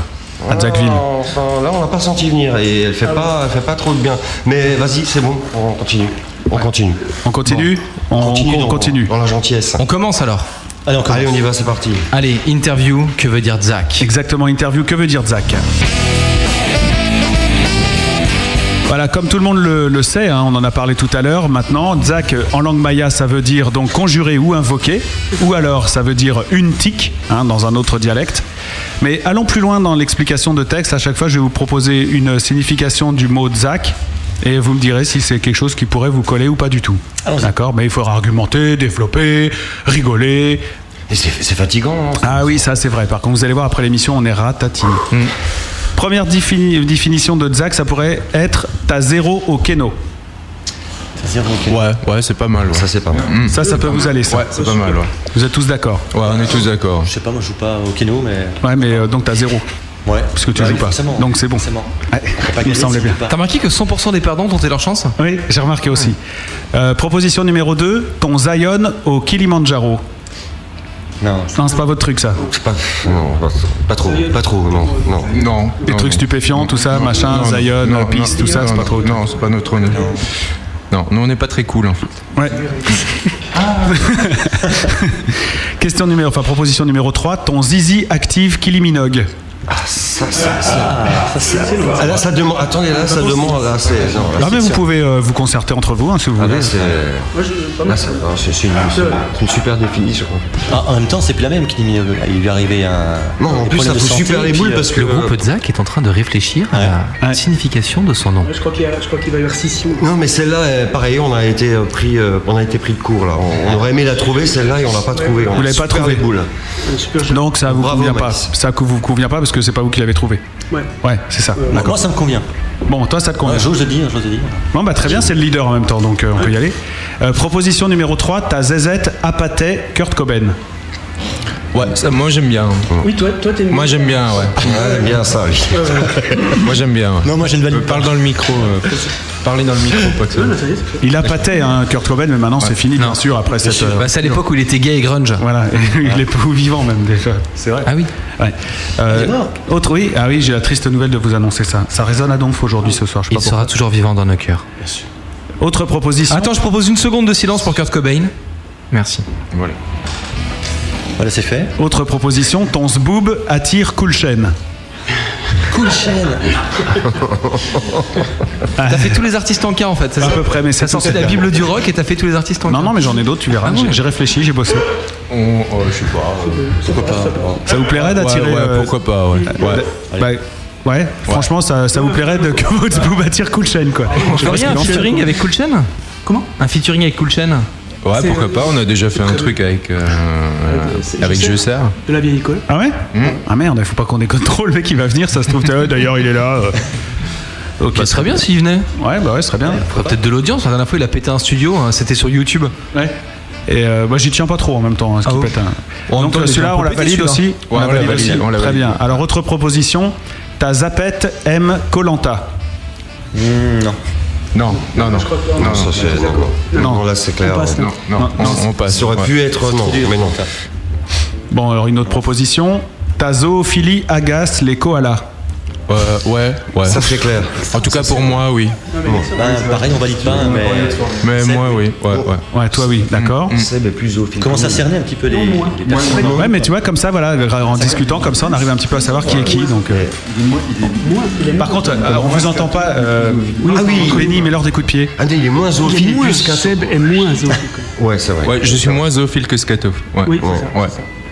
Speaker 3: À Tsackville.
Speaker 7: enfin, là on l'a pas senti venir et elle fait pas, elle fait pas trop de bien. Mais vas-y, c'est bon, on continue. On continue.
Speaker 3: On continue
Speaker 7: On
Speaker 3: on
Speaker 7: dans-
Speaker 3: continue.
Speaker 7: Dans la gentillesse.
Speaker 4: On commence alors.
Speaker 7: Allez, on, y va, c'est parti.
Speaker 4: Allez, interview, que veut dire Zach
Speaker 3: Exactement, interview, que veut dire Zach Voilà, comme tout le monde le, le sait, hein, on en a parlé tout à l'heure. Maintenant, Zach en langue maya, ça veut dire donc conjurer ou invoquer, ou alors ça veut dire une tique hein, dans un autre dialecte. Mais allons plus loin dans l'explication de texte. À chaque fois, je vais vous proposer une signification du mot Zach. Et vous me direz si c'est quelque chose qui pourrait vous coller ou pas du tout. D'accord Mais il faudra argumenter, développer, rigoler.
Speaker 7: c'est fatigant.
Speaker 5: hein,
Speaker 3: ah oui, ça c'est vrai. Par contre, vous allez voir après l'émission, on est ratatine.
Speaker 5: Mm.
Speaker 3: Première défini- définition de Zach, ça pourrait être t'as zéro au keno.
Speaker 5: Ouais, ouais, c'est pas mal. Ça,
Speaker 7: Mm. c'est pas mal.
Speaker 3: Ça, ça peut vous aller, ça.
Speaker 5: Mm. Ouais, c'est pas mal. Ouais.
Speaker 3: Vous êtes tous d'accord
Speaker 5: Ouais, on est tous d'accord.
Speaker 6: Je sais pas, moi je joue pas au keno, mais.
Speaker 3: Ouais, mais euh, donc t'as zéro.
Speaker 6: Ouais.
Speaker 3: Parce que tu
Speaker 6: Bah
Speaker 3: joues
Speaker 6: oui,
Speaker 3: pas.
Speaker 6: forcément.
Speaker 3: Donc c'est bon.
Speaker 6: Forcément.
Speaker 3: Ouais,
Speaker 6: pas
Speaker 3: il me
Speaker 6: gagner
Speaker 3: semblait
Speaker 6: si tu
Speaker 3: bien.
Speaker 6: joues pas.
Speaker 4: T'as remarqué que 100% des perdants tentaient leur chance
Speaker 3: Oui, j'ai remarqué aussi. Euh, proposition numéro 2, ton Zion au Kilimanjaro.
Speaker 7: Non,
Speaker 3: Non, c'est pas votre truc ça.
Speaker 7: c'est pas, non, pas- pas trop, pas trop, non, non.
Speaker 5: Non.
Speaker 3: Des
Speaker 5: non,
Speaker 3: trucs
Speaker 5: non.
Speaker 3: stupéfiants, tout ça, machin,
Speaker 5: non,
Speaker 3: Zion,
Speaker 5: non,
Speaker 3: Peace,
Speaker 5: non,
Speaker 3: tout ça,
Speaker 5: non,
Speaker 3: c'est pas trop.
Speaker 5: Non, c'est pas notre honneur. Non, nous on n'est pas très cool hein. en fait.
Speaker 3: Ouais. Question numéro, enfin proposition numéro 3, ton zizi active Kylie Minogue.
Speaker 7: Ça, ça, ça. Ah, là, ça demande. Attendez, là, ça demande. Là, c'est. Non, là,
Speaker 3: Non mais
Speaker 7: c'est-
Speaker 3: vous
Speaker 7: c'est-
Speaker 3: pouvez euh, vous concerter entre vous hein, si vous
Speaker 7: Ah,
Speaker 3: voulez.
Speaker 7: là, c'est. Là, c'est- non, c'est c'est une, c'est une super définition.
Speaker 6: Ah, en même temps, c'est plus la même qui dit euh, Il lui est arrivé un.
Speaker 7: Non, en
Speaker 6: des
Speaker 7: plus, ça
Speaker 6: problèmes de
Speaker 7: fout
Speaker 6: santé,
Speaker 7: super les
Speaker 6: puis,
Speaker 7: boules
Speaker 6: euh,
Speaker 7: parce que.
Speaker 4: Le groupe Zach est en train de réfléchir à la signification de son nom.
Speaker 8: Je crois qu'il y a- je crois qu'il va y avoir 6 sillons.
Speaker 7: Non, mais celle-là, euh, pareil, on a été euh, pris, euh, on a été pris de court là. On, on aurait aimé la trouver celle-là et on l'a pas trouvée. On
Speaker 3: Vous
Speaker 7: a
Speaker 3: l'avez pas
Speaker 7: super
Speaker 3: trouvée.
Speaker 7: les boules.
Speaker 3: Donc ça vous
Speaker 7: Bravo,
Speaker 3: convient pas.
Speaker 7: Max.
Speaker 3: Ça que vous convient pas parce que c'est pas vous qui l'avez trouvé.
Speaker 8: Ouais.
Speaker 3: Ouais, c'est ça.
Speaker 6: Moi,
Speaker 3: D'accord.
Speaker 6: Euh, ça me convient.
Speaker 3: Bon, toi ça te convient.
Speaker 6: Ouais, J'ose le dire, j'ose le dire.
Speaker 3: Bon bah très bien, c'est le leader en même temps donc euh, on peut y aller. Euh, proposition numéro 3, ta Zezette Apathé Kurt Cobain.
Speaker 5: Ouais, ça, moi j'aime bien.
Speaker 8: Oui, toi, toi, t'es une-
Speaker 5: Moi j'aime bien, ouais.
Speaker 7: Ouais, bien ça. Oui.
Speaker 5: Moi j'aime bien. ouais.
Speaker 6: Non, moi j'ai une
Speaker 5: Euh,
Speaker 6: valide.
Speaker 5: Parle dans le micro. euh, Parlez dans le micro, pas que ça.
Speaker 8: Ça y est, c'est fait.
Speaker 3: Il a pâté hein, Kurt Cobain mais maintenant c'est fini bien sûr après cette euh,
Speaker 4: Bah, c'est à l'époque où il était gay et grunge.
Speaker 3: voilà, il est plus vivant même déjà. C'est vrai.
Speaker 4: Ah oui
Speaker 3: Ouais. Euh, autre oui, ah oui, j'ai la triste nouvelle de vous annoncer ça. Ça résonne à donf aujourd'hui ce soir, je sais
Speaker 4: Il
Speaker 3: pas pourquoi.
Speaker 4: sera toujours vivant dans nos cœurs.
Speaker 3: Autre proposition.
Speaker 4: Attends, je propose une seconde de silence pour Kurt Cobain. Merci.
Speaker 5: Voilà.
Speaker 6: Voilà, c'est fait.
Speaker 3: Autre proposition, ton zboob attire Kulchen.
Speaker 6: Cool chaîne.
Speaker 3: Ah.
Speaker 4: T'as fait tous les artistes en cas en fait, c'est ça
Speaker 3: À peu près, mais
Speaker 4: T'as
Speaker 3: c'est tout,
Speaker 4: sorti
Speaker 3: c'est
Speaker 4: la
Speaker 3: clair.
Speaker 4: Bible du rock et t'as fait tous les artistes en
Speaker 3: Non,
Speaker 4: cas.
Speaker 3: non, mais j'en ai d'autres, tu verras.
Speaker 4: Ah bon
Speaker 3: J'ai- j'ai réfléchi, j'ai bossé.
Speaker 5: On, oh, je sais pas. euh,
Speaker 6: Pourquoi pas hein. bon.
Speaker 3: Ça vous plairait d'attirer.
Speaker 5: ouais, ouais,
Speaker 3: euh,
Speaker 5: pourquoi pas, ouais.
Speaker 3: bah,
Speaker 5: Ouais.
Speaker 3: bah, ouais, franchement, ça, ça vous plairait de, que votre zboob attire Kulchen, quoi.
Speaker 4: On fait rien, un featuring avec Cool Chain
Speaker 8: Comment
Speaker 4: Un featuring avec Cool Chain
Speaker 5: Ouais,
Speaker 8: C'est,
Speaker 5: pourquoi
Speaker 8: euh,
Speaker 5: pas, on a déjà fait un
Speaker 8: très
Speaker 5: truc avec, euh,
Speaker 8: c'est-
Speaker 5: avec
Speaker 8: je sais.
Speaker 5: Je sers.
Speaker 8: De la vieille école.
Speaker 3: Ah ouais
Speaker 5: Mmh.
Speaker 3: Ah merde, il faut pas qu'on déconne trop, le mec il va venir, ça se trouve, t'as- d'ailleurs il est là. euh. Ok.
Speaker 4: Bah, ce serait bien s'il venait.
Speaker 3: Ouais, bah ouais, ce serait bien.
Speaker 4: Faudrait peut-être de l'audience. La dernière fois, il a pété un studio, hein, c'était sur YouTube.
Speaker 3: Ouais. Et euh, moi j'y tiens pas trop en même temps, hein, ce
Speaker 4: Ah
Speaker 3: qui
Speaker 4: bon
Speaker 3: pète. hein.
Speaker 4: En même
Speaker 3: Donc
Speaker 4: temps,
Speaker 3: euh,
Speaker 4: il est un
Speaker 3: celui-là
Speaker 4: peu
Speaker 3: on la
Speaker 4: pété,
Speaker 3: valide
Speaker 4: celui-là.
Speaker 3: aussi.
Speaker 5: on la valide, on la
Speaker 3: Très
Speaker 5: valide.
Speaker 3: bien. Alors autre proposition, ta zapette aime Colanta.
Speaker 6: non.
Speaker 5: Non, non, non.
Speaker 7: Non, ça c'est. Non,
Speaker 3: Non.
Speaker 7: non, là c'est
Speaker 8: On
Speaker 7: clair.
Speaker 8: passe, là.
Speaker 5: Non, non, on, on passe.
Speaker 7: Ça aurait
Speaker 5: ouais.
Speaker 7: pu être non, mais non.
Speaker 3: Bon alors une autre proposition, ta zoophilie agace les koalas.
Speaker 5: Euh, ouais, ouais.
Speaker 7: Ça, c'est clair.
Speaker 5: En tout cas, pour moi, oui.
Speaker 6: pareil, on valide pas, mais.
Speaker 5: Mais moi, oui. Ouais,
Speaker 3: ouais. toi, oui, d'accord.
Speaker 7: Seb est plus au film.
Speaker 6: Commence à cerner un petit peu les. les personnes.
Speaker 3: Ouais, mais tu vois, comme ça, voilà, en discutant comme ça, on arrive un petit peu à savoir qui est qui. Donc, euh. Par contre, euh, on vous entend pas, euh,
Speaker 7: Ah oui.
Speaker 3: Benny, mais l'heure des coups de pied.
Speaker 7: Ah, il est moins au
Speaker 8: Il est
Speaker 7: film
Speaker 8: moins
Speaker 7: plus qu'un
Speaker 8: Seb est moins zoophile. quoi.
Speaker 7: Ouais, c'est vrai.
Speaker 5: Ouais, je suis moins zoophile que Scato. Ouais.
Speaker 8: Oui, c'est
Speaker 5: ouais.
Speaker 8: ça,
Speaker 5: ouais.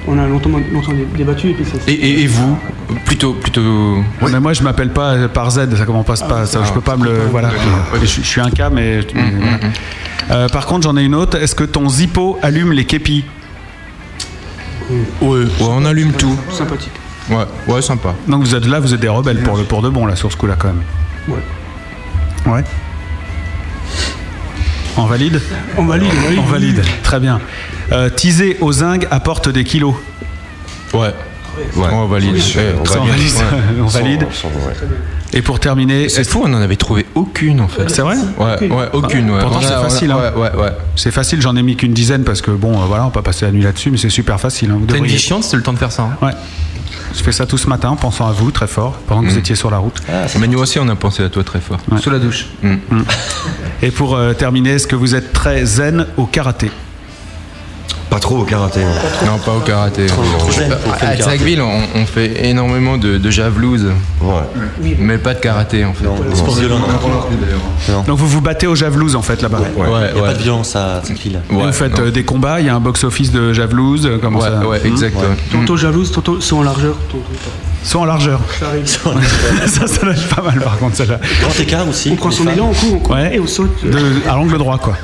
Speaker 8: On a longtemps, longtemps dé- débattu et puis ça.
Speaker 5: Et, et- et vous Plutôt. plutôt...
Speaker 3: Mais moi, je m'appelle pas euh, par Z, ça commence passe pas. Ça, je peux pas me le. Voilà.
Speaker 5: Ah,
Speaker 3: Je, je suis un cas, mais.
Speaker 5: Mm,
Speaker 3: mais voilà. Euh, par contre, j'en ai une autre. Est-ce que ton Zippo allume les képis
Speaker 5: Ouais, ouais, on allume tout.
Speaker 8: Sympathique.
Speaker 5: Ouais, ouais, sympa.
Speaker 3: Donc vous êtes là, vous êtes des rebelles pour le pour de bon là sur ce coup-là quand même.
Speaker 8: Ouais.
Speaker 3: Ouais. On valide
Speaker 8: On valide, on valide.
Speaker 3: On valide. Très bien. Euh, teaser aux zingues apporte des kilos.
Speaker 5: Ouais. Ouais, on valide. Eh, on
Speaker 3: Ça, on
Speaker 5: valide.
Speaker 3: valide. on valide.
Speaker 7: Sans- sans- ouais.
Speaker 3: Et pour terminer,
Speaker 5: C'est fou, on en avait trouvé aucune en fait.
Speaker 3: c'est vrai
Speaker 5: Ouais, ouais, aucune. Ouais.
Speaker 3: Pourtant,
Speaker 5: On a-
Speaker 3: c'est
Speaker 5: on a-
Speaker 3: facile, hein.
Speaker 5: Ouais, ouais, ouais.
Speaker 3: C'est facile, j'en ai mis qu'une dizaine parce que bon, euh, voilà, on va pas passer la nuit là-dessus, mais c'est super facile. hein, vous
Speaker 4: T'as une
Speaker 3: devriez-
Speaker 4: vie chiante, c'est le temps de faire ça. hein.
Speaker 3: Ouais. Je fais ça tout ce matin en pensant à vous très fort pendant que
Speaker 5: Mm.
Speaker 3: vous étiez sur la route.
Speaker 5: Mais nous aussi, on a pensé à toi très fort.
Speaker 4: Sous la douche.
Speaker 3: Et pour euh, terminer, est-ce que vous êtes très zen au karaté
Speaker 7: Pas trop au karaté. hein.
Speaker 5: Non, pas au karaté.
Speaker 6: zen
Speaker 5: Euh,
Speaker 6: pour faire
Speaker 5: À
Speaker 6: le karaté.
Speaker 5: Tzacville, on, on fait énormément de, de javelouses,
Speaker 7: Ouais.
Speaker 5: mais pas de karaté en fait.
Speaker 6: Non, non, c'est violent.
Speaker 3: Donc vous vous battez aux javelouses en fait là-bas.
Speaker 5: Ouais,
Speaker 6: Il n'y a
Speaker 5: ouais.
Speaker 6: pas de violence à cette ville.
Speaker 3: Et
Speaker 5: Ouais,
Speaker 3: vous faites
Speaker 5: non.
Speaker 3: euh, des combats, il y a un box-office de javelouses, euh, comment
Speaker 5: Ouais,
Speaker 3: ça
Speaker 5: ouais, exact. ouais.
Speaker 8: Tantôt jalouse, tantôt saut en largeur. Tantôt.
Speaker 3: Soit en largeur.
Speaker 8: Ça arrive.
Speaker 3: ça, ça lâche pas mal par contre, celle-là.
Speaker 6: Grand écart aussi.
Speaker 8: On prend
Speaker 6: les
Speaker 8: son
Speaker 6: femmes.
Speaker 8: élan, on court, on court
Speaker 3: Ouais.
Speaker 8: et on saute.
Speaker 3: De- à l'angle droit, quoi.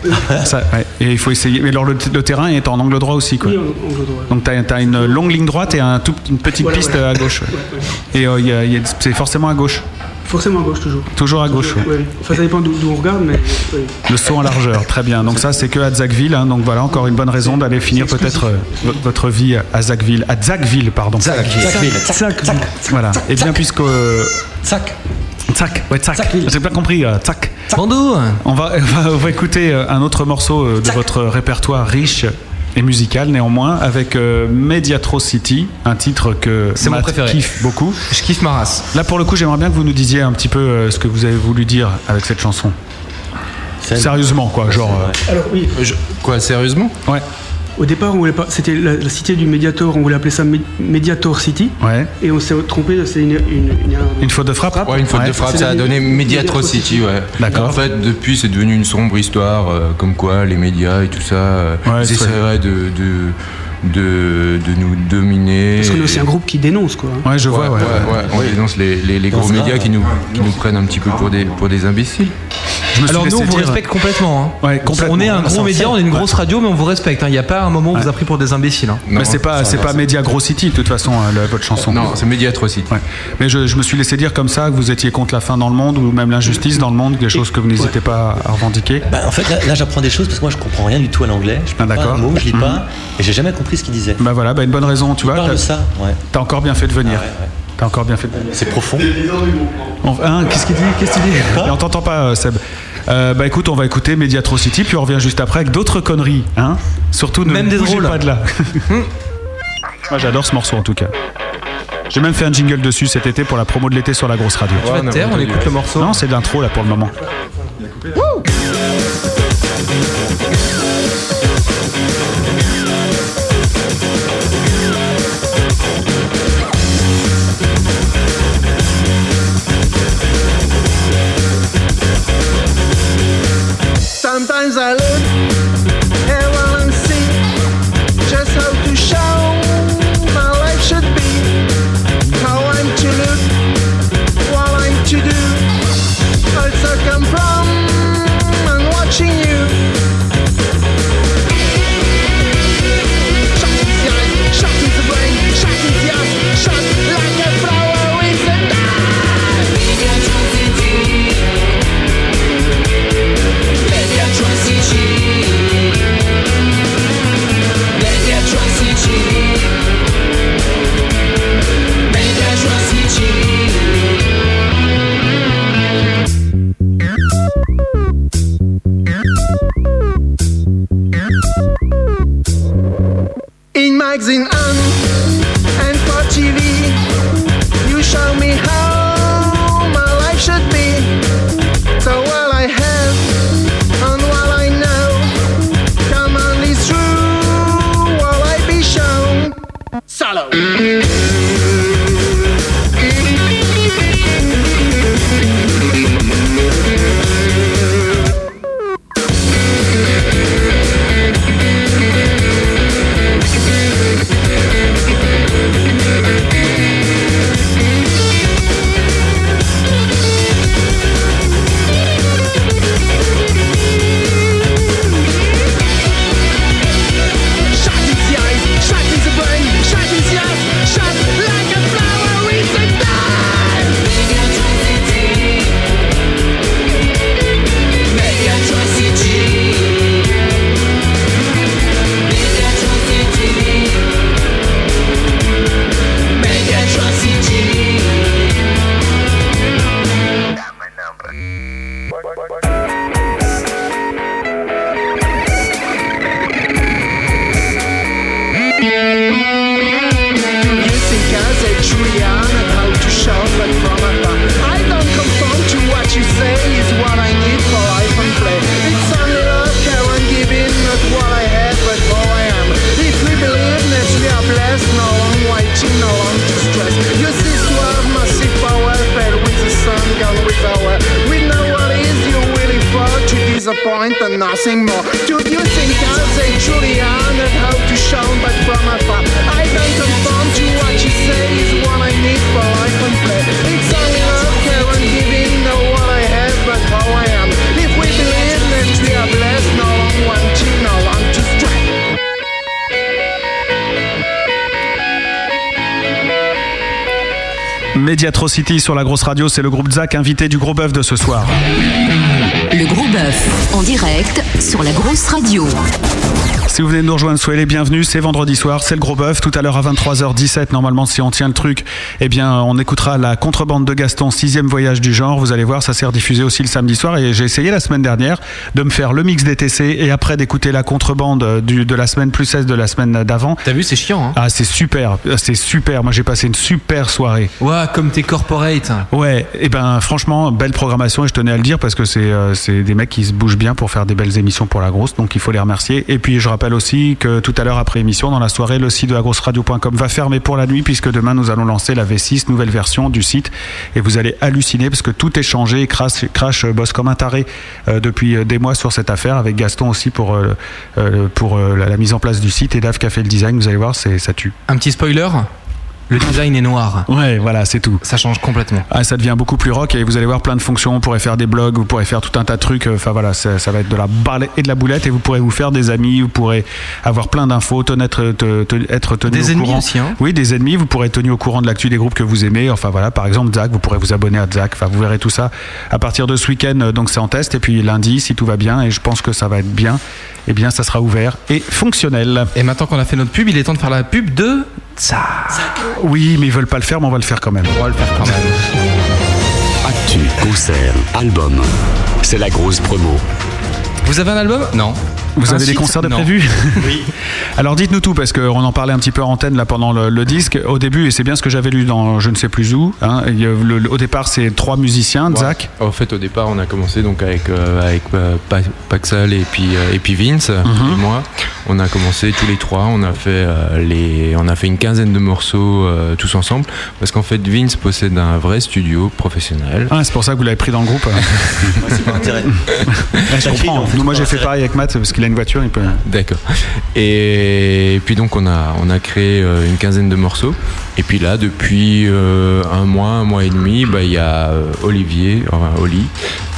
Speaker 3: Ça, ouais. Et il faut essayer. Mais alors, le, le terrain est en angle droit aussi, quoi.
Speaker 8: Oui, on- on le droit.
Speaker 3: Donc, tu as, une longue ligne droite et un tout- une petite
Speaker 8: Voilà,
Speaker 3: piste
Speaker 8: voilà.
Speaker 3: à gauche. ouais.
Speaker 8: Ouais, ouais.
Speaker 3: Et euh, il y a- il y a- c'est forcément à gauche.
Speaker 8: Forcément à gauche toujours.
Speaker 3: Toujours à gauche. ouais.
Speaker 8: Ouais. Enfin, ça dépend d'où d'où on regarde, mais ouais.
Speaker 3: Le saut en largeur, très bien. Donc ça, c'est que à Zacville. hein. Donc voilà, encore une bonne raison d'aller finir peut-être euh, vo- votre vie à Zacville. À Zacville, pardon. Voilà. Et bien puisque... euh, Tzac. Ouais, tzac. J'ai bien compris. euh, Tzac.
Speaker 4: Bando
Speaker 3: On va, on va- on va écouter euh, un autre morceau euh, de votre répertoire riche et musical néanmoins avec euh, Mediatrocity, un titre que
Speaker 4: C'est mon
Speaker 3: Matt
Speaker 4: préféré.
Speaker 3: kiffe beaucoup.
Speaker 4: Je kiffe ma race.
Speaker 3: Là pour le coup j'aimerais bien que vous nous disiez un petit peu euh, ce que vous avez voulu dire avec cette chanson.
Speaker 6: C'est-
Speaker 3: Sérieusement quoi, genre...
Speaker 8: Alors oui,
Speaker 5: Euh, Je- Quoi, sérieusement
Speaker 3: euh, ouais,
Speaker 8: au départ, on voulait pas. C'était la, la cité du Mediator. On voulait appeler ça Mé- Mediator City.
Speaker 3: ouais.
Speaker 8: Et on s'est trompé. C'est une, une, une-
Speaker 3: Une faute de frappe
Speaker 5: Ouais, une faute de frappe,
Speaker 8: c'est
Speaker 5: ça a
Speaker 8: la-
Speaker 5: donné Mediatrocity, ouais.
Speaker 3: D'accord.
Speaker 5: En fait, depuis, c'est devenu une sombre histoire, euh, comme quoi les médias et tout ça, euh,
Speaker 3: Ouais,
Speaker 5: ils
Speaker 3: c'est-
Speaker 5: essaieraient de, de, de, de nous dominer.
Speaker 8: Parce qu'on est
Speaker 5: Et-
Speaker 8: aussi un groupe qui dénonce quoi. hein.
Speaker 3: Ouais, je vois, ouais. ouais.
Speaker 5: on dénonce les, les- les gros
Speaker 6: Dans ce
Speaker 5: médias
Speaker 6: cas,
Speaker 5: qui nous, qui nous prennent un petit peu pour des, pour des imbéciles.
Speaker 3: Je me suis
Speaker 4: Alors nous,
Speaker 3: laissé
Speaker 4: on vous
Speaker 3: dire-
Speaker 4: respecte complètement. hein.
Speaker 3: Ouais, complètement.
Speaker 4: On est un
Speaker 3: Ah, ça,
Speaker 4: gros
Speaker 3: on
Speaker 4: média,
Speaker 3: sait.
Speaker 4: on est une grosse radio, mais on vous respecte. hein. Il n'y a pas un moment où on vous a pris pour des imbéciles. hein.
Speaker 3: Mais c'est pas, c'est pas Media Gros City, de toute façon, hein, le- votre chanson.
Speaker 5: Non, c'est Mediatrocity.
Speaker 3: Ouais. Mais je, je me suis laissé dire comme ça que vous étiez contre la faim dans le monde ou même l'injustice dans le monde, des choses que vous n'hésitez pas à revendiquer.
Speaker 6: Bah, en fait, là, là, j'apprends des choses parce que moi, je comprends rien du tout à l'anglais. Je
Speaker 3: Ah,
Speaker 6: parle pas
Speaker 3: d'accord.
Speaker 6: un mot, je lis pas, et j'ai jamais compris ce qu'il disait.
Speaker 3: Bah voilà, bah une bonne raison, tu
Speaker 6: On
Speaker 3: vois.
Speaker 6: parle de
Speaker 3: T'as,
Speaker 6: ça, ouais.
Speaker 3: t'as encore bien fait de venir.
Speaker 6: Ah ouais, ouais.
Speaker 3: T'as encore bien fait de venir.
Speaker 6: C'est profond.
Speaker 3: On- hein, qu'est-ce qu'il dit Qu'est-ce qu'il dit
Speaker 4: Hein
Speaker 3: Et On t'entend pas, euh, Seb. Euh, bah écoute, on va écouter Mediatrocity, puis on revient juste après avec d'autres conneries. Hein Surtout ne
Speaker 4: Même des
Speaker 3: bougez
Speaker 4: drôles.
Speaker 3: pas de là. Moi j'adore ce morceau en tout cas. J'ai même fait un jingle dessus cet été pour la promo de l'été sur la grosse radio.
Speaker 4: Tu vas te taire, on écoute le morceau.
Speaker 3: Non, c'est de l'intro là pour le moment.
Speaker 10: Sometimes I look around and see just how to show my life should be, how I'm to look, what I'm to do. Also come from nothing more. Do you think that they truly are not how to shine but from afar? I don't conform to what you say is what I need for life and play. It's only love, care and giving, know what I have but how I am. If we believe that we are blessed, no long wanting, no long to strive.
Speaker 3: Mediatrocity sur la grosse radio, c'est le groupe Zach invité du gros bœuf de ce soir.
Speaker 1: Le gros bœuf en direct sur la grosse radio.
Speaker 3: Si vous venez de nous rejoindre, soyez les bienvenus. C'est vendredi soir, c'est le gros bœuf. Tout à l'heure à 23h17, normalement, si on tient le truc, eh bien, on écoutera la contrebande de Gaston, sixième voyage du genre. Vous allez voir, ça s'est rediffusé aussi le samedi soir. Et j'ai essayé la semaine dernière de me faire le mix DTC et après d'écouter la contrebande du- de la semaine plus 16 de la semaine d'avant.
Speaker 4: T'as vu, c'est chiant. Hein
Speaker 3: Ah, c'est super, c'est super. Moi, j'ai passé une super soirée.
Speaker 4: Ouais, comme t'es corporate.
Speaker 3: Ouais, et ben franchement, belle programmation et je tenais à le dire parce que c'est euh, c'est des mecs qui se bougent bien pour faire des belles émissions pour la grosse, donc il faut les remercier. Et puis je rappelle aussi que tout à l'heure après émission, dans la soirée, le site de la grosse radio.com va fermer pour la nuit puisque demain nous allons lancer la V6, nouvelle version du site et vous allez halluciner parce que tout est changé. Crash, Crash bosse comme un taré euh, depuis euh, des mois sur cette affaire avec Gaston aussi pour, euh, euh, pour euh, la, la mise en place du site et Dave qui a fait le design. Vous allez voir, c'est ça tue.
Speaker 4: Un petit spoiler le design est noir.
Speaker 3: Ouais, voilà, c'est tout.
Speaker 4: Ça change complètement.
Speaker 3: Ah, ça devient beaucoup plus rock et vous allez voir plein de fonctions. Vous pourrez faire des blogs, vous pourrez faire tout un tas de trucs. Euh, Enfin voilà, ça, ça va être de la balle et de la boulette et vous pourrez vous faire des amis, vous pourrez avoir plein d'infos, tenêtre- te- te- être tenu
Speaker 4: Des
Speaker 3: au
Speaker 4: ennemis
Speaker 3: courant.
Speaker 4: aussi, hein.
Speaker 3: Oui, des ennemis. Vous pourrez être tenu au courant de l'actu des groupes que vous aimez. Enfin voilà, par exemple Zach, vous pourrez vous abonner à Zach. Enfin vous verrez tout ça à partir de ce week-end. euh, Donc c'est en test et puis lundi, si tout va bien et je pense que ça va être bien, eh bien ça sera ouvert et fonctionnel.
Speaker 4: Et maintenant qu'on a fait notre pub, il est temps de faire la pub de ça.
Speaker 3: Oui, mais ils veulent pas le faire, mais on va le faire quand même.
Speaker 4: On va le faire quand même.
Speaker 2: Actu, concert, album. C'est la grosse promo.
Speaker 4: Vous avez un album Non.
Speaker 3: Vous
Speaker 4: Un
Speaker 3: avez des
Speaker 4: site
Speaker 3: concerts de
Speaker 4: Non.
Speaker 3: prévus Oui. Alors dites-nous tout, parce qu'on en parlait un petit peu en antenne là, pendant le, le disque. Au début, et c'est bien ce que j'avais lu dans je ne sais plus où, hein, il y a le- le- au départ, c'est trois musiciens, Zach.
Speaker 5: En fait, au départ, on a commencé donc avec, euh, avec euh, Pa- Paxal et puis, euh, et puis Vince et moi. On a commencé tous les trois. On a fait, euh, les, on a fait une quinzaine de morceaux euh, tous ensemble parce qu'en fait, Vince possède un vrai studio professionnel.
Speaker 3: Ah, c'est pour ça que vous l'avez pris dans le groupe. Ouais, je comprends. Nous, moi, j'ai fait pareil avec Matt, parce qu'il a une voiture, il peut.
Speaker 5: D'accord. Et puis donc on a, on a créé euh, une quinzaine de morceaux. Et puis là, depuis euh, un mois, un mois et demi, bah, il y a euh, Olivier, enfin Oli,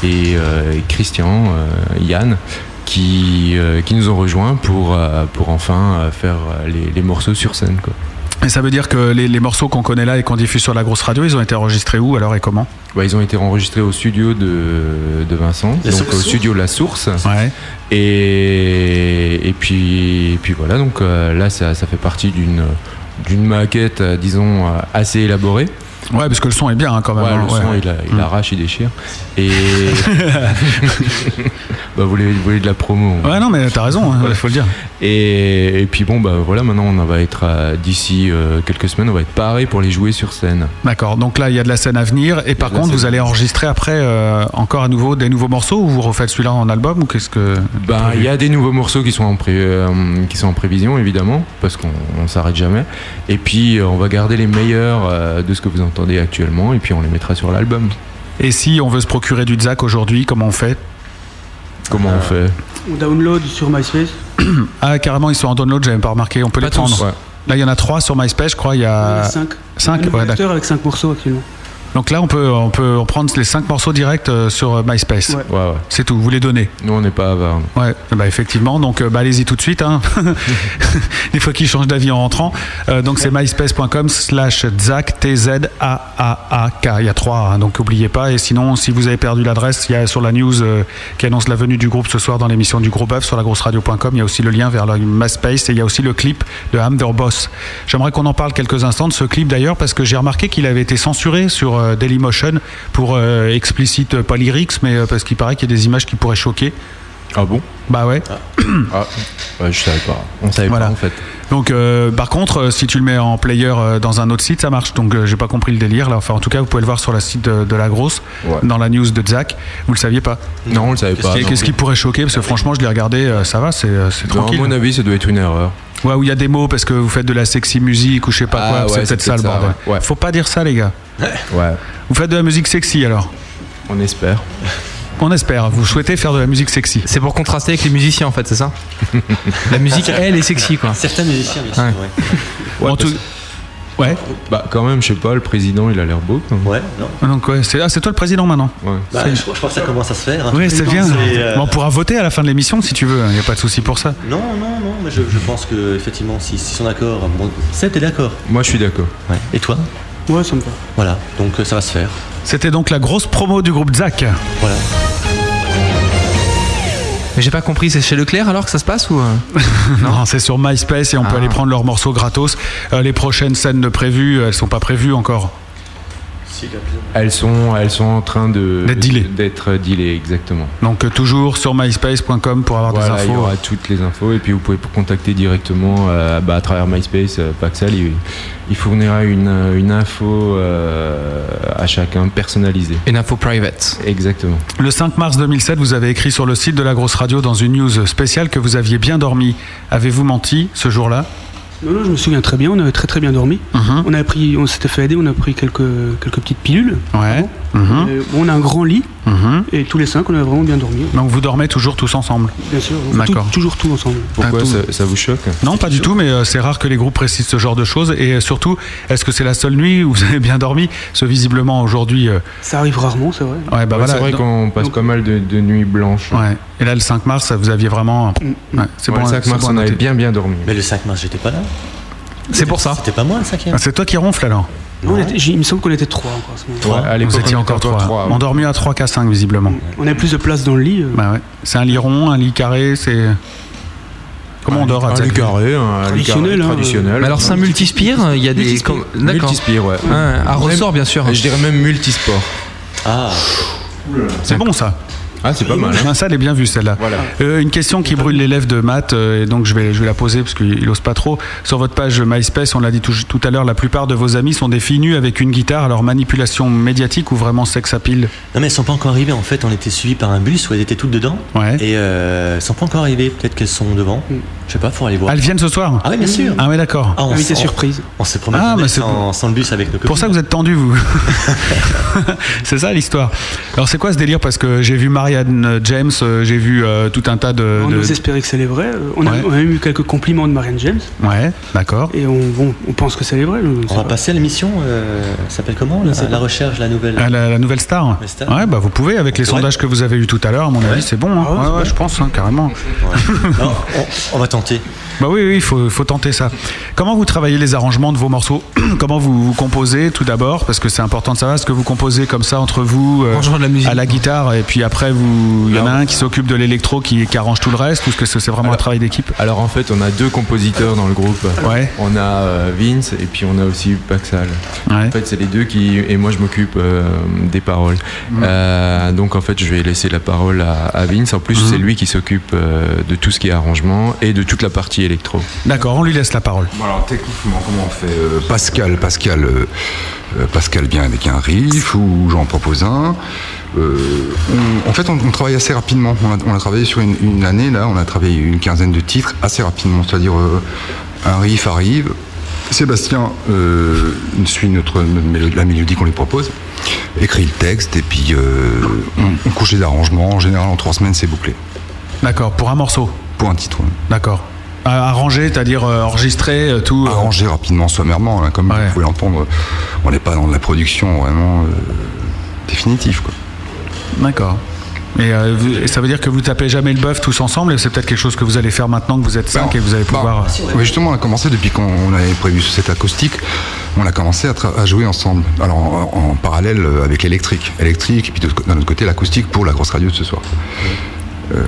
Speaker 5: et, euh, et Christian, euh, Yann, qui, euh, qui nous ont rejoints pour, euh, pour enfin euh, faire euh, les, les morceaux sur scène. Quoi.
Speaker 3: Et ça veut dire que les, les morceaux qu'on connaît là et qu'on diffuse sur la grosse radio, ils ont été enregistrés où alors et comment
Speaker 5: Bah, ils ont été enregistrés au studio de, de Vincent,
Speaker 3: La
Speaker 5: donc
Speaker 3: Source.
Speaker 5: au studio La Source. Et, et puis, et puis voilà, donc euh, là ça, ça fait partie d'une d'une maquette, euh, disons, euh, assez élaborée.
Speaker 3: Ouais, parce que le son est bien hein, quand même.
Speaker 5: Ouais,
Speaker 3: hein,
Speaker 5: le
Speaker 3: ouais.
Speaker 5: son, il, a- il
Speaker 3: Mm.
Speaker 5: arrache, il déchire. Et bah, vous, voulez, vous voulez de la promo hein.
Speaker 3: Ouais, non, mais t'as raison, il
Speaker 5: Voilà.
Speaker 3: faut le dire.
Speaker 5: Et, et puis bon, bah voilà, maintenant on va être à- d'ici euh, quelques semaines, on va être paré pour les jouer sur scène.
Speaker 3: D'accord, donc là il y a de la scène à venir et par
Speaker 5: de la
Speaker 3: contre vous
Speaker 5: scène.
Speaker 3: allez enregistrer après euh, encore à nouveau des nouveaux morceaux ou vous refaites celui-là en album ou qu'est-ce que...
Speaker 5: Ben, il y a des nouveaux morceaux qui sont en, pré- euh, qui sont en prévision, évidemment, parce qu'on on s'arrête jamais. Et puis, euh, on va garder les meilleurs euh, de ce que vous entendez actuellement, et puis on les mettra sur l'album.
Speaker 3: Et si on veut se procurer du Zach aujourd'hui, comment on fait
Speaker 5: Comment on fait
Speaker 8: On download sur MySpace.
Speaker 3: Ah carrément ils sont en download, j'avais pas remarqué, on peut les
Speaker 8: Pas tous.
Speaker 3: prendre.
Speaker 8: Ouais.
Speaker 3: Là il y en a trois sur MySpace je crois, il y a...
Speaker 8: Il y en a cinq.
Speaker 3: 5
Speaker 8: Un acteur avec 5 morceaux actuellement.
Speaker 3: Donc là on peut, on peut en prendre les cinq morceaux directs euh, sur euh, MySpace.
Speaker 8: Ouais.
Speaker 3: C'est tout, vous les donnez.
Speaker 5: Nous, on n'est pas avares.
Speaker 3: Ouais, bah effectivement, donc euh, bah, allez-y tout de suite. Hein. Des fois qu'ils changent d'avis en rentrant. Euh, donc c'est myspace.com slash Zac, T-Z-A-A-A-K. Il y a trois, hein, donc n'oubliez pas. Et sinon, si vous avez perdu l'adresse, il y a sur la news euh, qui annonce la venue du groupe ce soir dans l'émission du gros bœuf sur la grosse radio.com. Il y a aussi le lien vers la MySpace et il y a aussi le clip de Hamder Boss. J'aimerais qu'on en parle quelques instants de ce clip d'ailleurs parce que j'ai remarqué qu'il avait été censuré sur euh, Dailymotion pour euh, explicite, euh, pas lyrics, mais euh, parce qu'il paraît qu'il y a des images qui pourraient choquer.
Speaker 5: Ah bon
Speaker 3: Bah ouais.
Speaker 5: Ah, ouais, je savais pas. On savait
Speaker 3: Voilà.
Speaker 5: pas, en fait.
Speaker 3: Donc, euh, par contre, euh, si tu le mets en player euh, dans un autre site, ça marche. Donc, euh, j'ai pas compris le délire. Là. Enfin, en tout cas, vous pouvez le voir sur la site de, de la grosse, dans la news de Zach. Vous le saviez pas
Speaker 5: Non, on le savait pas.
Speaker 3: Qu'est-ce qui-
Speaker 5: non.
Speaker 3: Qu'est-ce qui pourrait choquer Parce que franchement, je l'ai regardé, euh, ça va, c'est euh, c'est
Speaker 5: Non, à
Speaker 3: tranquille.
Speaker 5: mon avis, ça doit être une erreur.
Speaker 3: Ouais, où il y a des mots parce que vous faites de la sexy musique ou je sais pas
Speaker 5: Ah,
Speaker 3: quoi.
Speaker 5: ouais,
Speaker 3: c'est peut-être ça, le bordel. Faut pas dire ça, les gars.
Speaker 5: Ouais.
Speaker 3: Vous faites de la musique sexy alors
Speaker 5: On espère.
Speaker 3: On espère. Vous souhaitez faire de la musique sexy.
Speaker 4: C'est pour contraster avec les musiciens en fait, c'est ça La musique, elle, est sexy quoi.
Speaker 6: Certains musiciens, bien sûr.
Speaker 4: Ouais.
Speaker 3: En tout- Ouais.
Speaker 5: Bah quand même, je sais pas, le président il a l'air beau.
Speaker 6: Ouais, non.
Speaker 3: Donc ouais, c'est ah, c'est toi le président maintenant.
Speaker 6: Bah,
Speaker 3: C'est-
Speaker 6: je, crois- je crois que ça commence à se faire. hein.
Speaker 3: Oui, c'est bien.
Speaker 6: C'est, euh,
Speaker 3: Bon, on pourra voter à la fin de l'émission si tu veux. Il n'y a pas de souci pour ça.
Speaker 6: Non, non, non, mais je, je pense que effectivement, s'ils si, sont d'accord, bon, Seb, t'es d'accord
Speaker 5: Moi, je suis d'accord.
Speaker 6: Et toi
Speaker 8: Ouais, ça me va.
Speaker 6: Voilà, donc euh, ça va se faire.
Speaker 3: C'était donc la grosse promo du groupe Zach.
Speaker 6: Voilà.
Speaker 4: Mais j'ai pas compris, c'est chez Leclerc alors que ça se passe ou euh Ah.
Speaker 3: Non, c'est sur MySpace et on peut aller prendre leurs morceaux gratos. Euh, les prochaines scènes de prévues, elles sont pas prévues encore.
Speaker 5: Elles sont, elles sont en train de
Speaker 3: D'être dealées.
Speaker 5: d'être dealées, exactement.
Speaker 3: Donc euh, toujours sur myspace.com pour avoir
Speaker 5: Voilà,
Speaker 3: des
Speaker 5: il y
Speaker 3: infos.
Speaker 5: aura toutes les infos et puis vous pouvez contacter directement euh, bah, à travers MySpace euh, Paxel. Il, il fournira une, euh, une info euh, à chacun personnalisée.
Speaker 4: Une info private.
Speaker 5: Exactement.
Speaker 3: Le 5 mars 2007, vous avez écrit sur le site de la grosse radio dans une news spéciale que vous aviez bien dormi. Avez-vous menti ce jour-là
Speaker 8: Non, non, je me souviens très bien, on avait très très bien dormi.
Speaker 3: Mhm.
Speaker 8: On a pris, on s'était fait aider, on a pris quelques, quelques petites pilules.
Speaker 3: Ouais.
Speaker 8: Euh, bon, on a un grand lit
Speaker 3: Mhm.
Speaker 8: et tous les cinq, on a vraiment bien dormi.
Speaker 3: Donc vous dormez toujours tous ensemble
Speaker 8: Bien sûr, on fait
Speaker 3: D'accord.
Speaker 8: tout- toujours tout ensemble.
Speaker 5: Pourquoi
Speaker 3: Ah, tout.
Speaker 5: ça, ça vous choque
Speaker 3: Non, pas du tout, mais euh, c'est rare que les groupes précisent ce genre de choses. Et euh, surtout, est-ce que c'est la seule nuit où vous avez bien dormi Ce visiblement aujourd'hui. euh,
Speaker 8: Ça arrive rarement, c'est vrai.
Speaker 3: Ouais, bah
Speaker 5: Ouais,
Speaker 3: voilà.
Speaker 5: c'est vrai
Speaker 3: Non.
Speaker 5: qu'on passe pas mal de, de nuits blanches.
Speaker 3: Ouais. Et là, le 5 mars, vous aviez vraiment.
Speaker 8: Mm,
Speaker 3: Ouais, c'est
Speaker 5: Ouais,
Speaker 3: bon.
Speaker 5: le 5
Speaker 3: c'est
Speaker 5: mars,
Speaker 3: bon à
Speaker 5: on avait
Speaker 3: noter.
Speaker 5: bien bien dormi.
Speaker 6: Mais le 5 mars, j'étais pas là.
Speaker 4: C'est pour ça.
Speaker 6: C'était pas moi le 5
Speaker 3: Ah, c'est toi qui ronfle alors
Speaker 8: Non, on était- j'ai- il me semble qu'on était trois encore à ce moment-là.
Speaker 5: Ouais, à l'époque,
Speaker 3: Vous
Speaker 5: on était
Speaker 3: étiez encore
Speaker 5: encore
Speaker 3: 3.
Speaker 5: trois, ouais.
Speaker 3: On dormait à 3 qu'à 5 visiblement.
Speaker 8: On a plus de place dans le lit. euh,
Speaker 3: Bah ouais. C'est un lit rond, un lit carré, c'est. Comment on dort à
Speaker 5: Un lit
Speaker 3: Zagreb
Speaker 5: carré, un lit
Speaker 8: Traditionnel,
Speaker 5: carré
Speaker 8: hein.
Speaker 5: traditionnel.
Speaker 4: Mais alors c'est un multispire, il y a des.
Speaker 5: Multispire.
Speaker 4: comme- D'accord.
Speaker 5: Multispire, ouais.
Speaker 4: Ouais, à ressort bien sûr.
Speaker 5: Je dirais même multisport.
Speaker 6: Ah,
Speaker 3: C'est bon ça.
Speaker 5: Ah, c'est pas mal. hein.
Speaker 3: Ah, ça, elle est bien vue celle-là.
Speaker 5: Voilà.
Speaker 3: Euh, une question qui brûle les lèvres de Matt, euh, et donc je vais, je vais la poser parce qu'il n'ose pas trop. Sur votre page MySpace, on l'a dit tout, tout à l'heure, la plupart de vos amis sont des filles nues avec une guitare, alors manipulation médiatique ou vraiment sex appeal
Speaker 6: Non mais elles sont pas encore arrivées en fait, on était suivis par un bus où elles étaient toutes dedans.
Speaker 3: Ouais.
Speaker 6: Et euh, elles sont pas encore arrivées, peut-être qu'elles sont devant. Je sais pas, faut aller voir.
Speaker 3: Ah, Elles viennent ce soir
Speaker 6: Ah oui bien sûr.
Speaker 3: Ah, ouais, d'accord.
Speaker 6: Ah, on
Speaker 8: Invité
Speaker 6: s'en-
Speaker 8: surprise.
Speaker 6: On s'est promis
Speaker 3: Ah,
Speaker 6: de
Speaker 3: mais
Speaker 6: mettre
Speaker 3: c'est
Speaker 6: sans, sans le bus avec nos copines.
Speaker 3: Pour ça que vous êtes tendu, vous. c'est ça l'histoire. Alors, c'est quoi ce délire Parce que j'ai vu Marianne James, euh, j'ai vu euh, tout un tas de.
Speaker 8: On
Speaker 3: de-
Speaker 8: nous espérait que c'est les vrais. Euh, On a,
Speaker 3: Ouais.
Speaker 8: on a même eu quelques compliments de Marianne James
Speaker 3: Ouais, d'accord.
Speaker 8: et on, bon, on pense que c'est les vrais. nous, on sait
Speaker 6: On va
Speaker 8: pas.
Speaker 6: passer à l'émission, euh, ça s'appelle comment la, la recherche, la nouvelle
Speaker 3: Ah, La, la nouvelle star
Speaker 6: La star.
Speaker 3: Ouais, bah vous pouvez, avec les
Speaker 6: Ouais.
Speaker 3: sondages que vous avez eu tout à l'heure, à mon avis, c'est bon. hein.
Speaker 8: Ah ouais,
Speaker 3: ouais,
Speaker 8: c'est
Speaker 3: ouais, je pense, hein, carrément.
Speaker 6: Non, on, on va tenter.
Speaker 3: Bah oui, oui, il faut, faut tenter ça. Comment vous travaillez les arrangements de vos morceaux Comment vous, vous composez tout d'abord Parce que c'est important de savoir ce que vous composez comme ça entre vous euh,
Speaker 4: Arrangement de la musique.
Speaker 3: à la guitare et puis après vous, il y en a un qui s'occupe de l'électro qui, qui arrange tout le reste ou est-ce que c'est c'est vraiment un
Speaker 5: Alors-
Speaker 3: travail d'équipe
Speaker 5: Alors en fait, on a deux compositeurs dans le groupe.
Speaker 3: Ouais.
Speaker 5: On a euh, Vince et puis on a aussi Paxal.
Speaker 3: Ouais.
Speaker 5: En fait, c'est les deux qui et moi je m'occupe euh, des paroles.
Speaker 3: Mm.
Speaker 5: Euh, donc en fait, je vais laisser la parole à, à Vince. En
Speaker 3: Mm.
Speaker 5: plus, c'est lui qui s'occupe euh, de tout ce qui est arrangement et de toute la partie électro.
Speaker 3: D'accord, on lui laisse la parole.
Speaker 12: Bon, alors techniquement, comment on fait Euh, Pascal, Pascal, euh, euh, Pascal vient avec un riff ou j'en propose un. Euh, on- en fait, on, on travaille assez rapidement. On a, on a travaillé sur une, une année là, on a travaillé une quinzaine de titres assez rapidement. C'est-à-dire euh, un riff arrive, Sébastien euh, suit notre, notre mélo- la mélodie qu'on lui propose, écrit le texte et puis euh, on, on couche les arrangements. En général, en trois semaines, c'est bouclé
Speaker 3: D'accord, pour un morceau.
Speaker 12: pour un titre. ouais.
Speaker 3: D'accord. À- Arranger, c'est-à-dire euh, enregistrer euh, tout. euh,
Speaker 12: arrangé rapidement, sommairement, hein, comme
Speaker 3: Ouais.
Speaker 12: vous pouvez l'entendre. On n'est pas dans de la production vraiment euh, définitive. Quoi.
Speaker 3: D'accord. Et, euh, vous- et ça veut dire que vous tapez jamais le bœuf tous ensemble et c'est peut-être quelque chose que vous allez faire maintenant que vous êtes cinq
Speaker 12: Bah,
Speaker 3: et vous allez
Speaker 12: bah,
Speaker 3: pouvoir. euh,
Speaker 12: ouais, justement, on a commencé depuis qu'on on avait prévu cette acoustique, on a commencé à, tra- à jouer ensemble, alors en, en parallèle euh, avec l'électrique. Électrique, et puis de- d'un autre côté, l'acoustique pour la grosse radio de ce soir. Euh,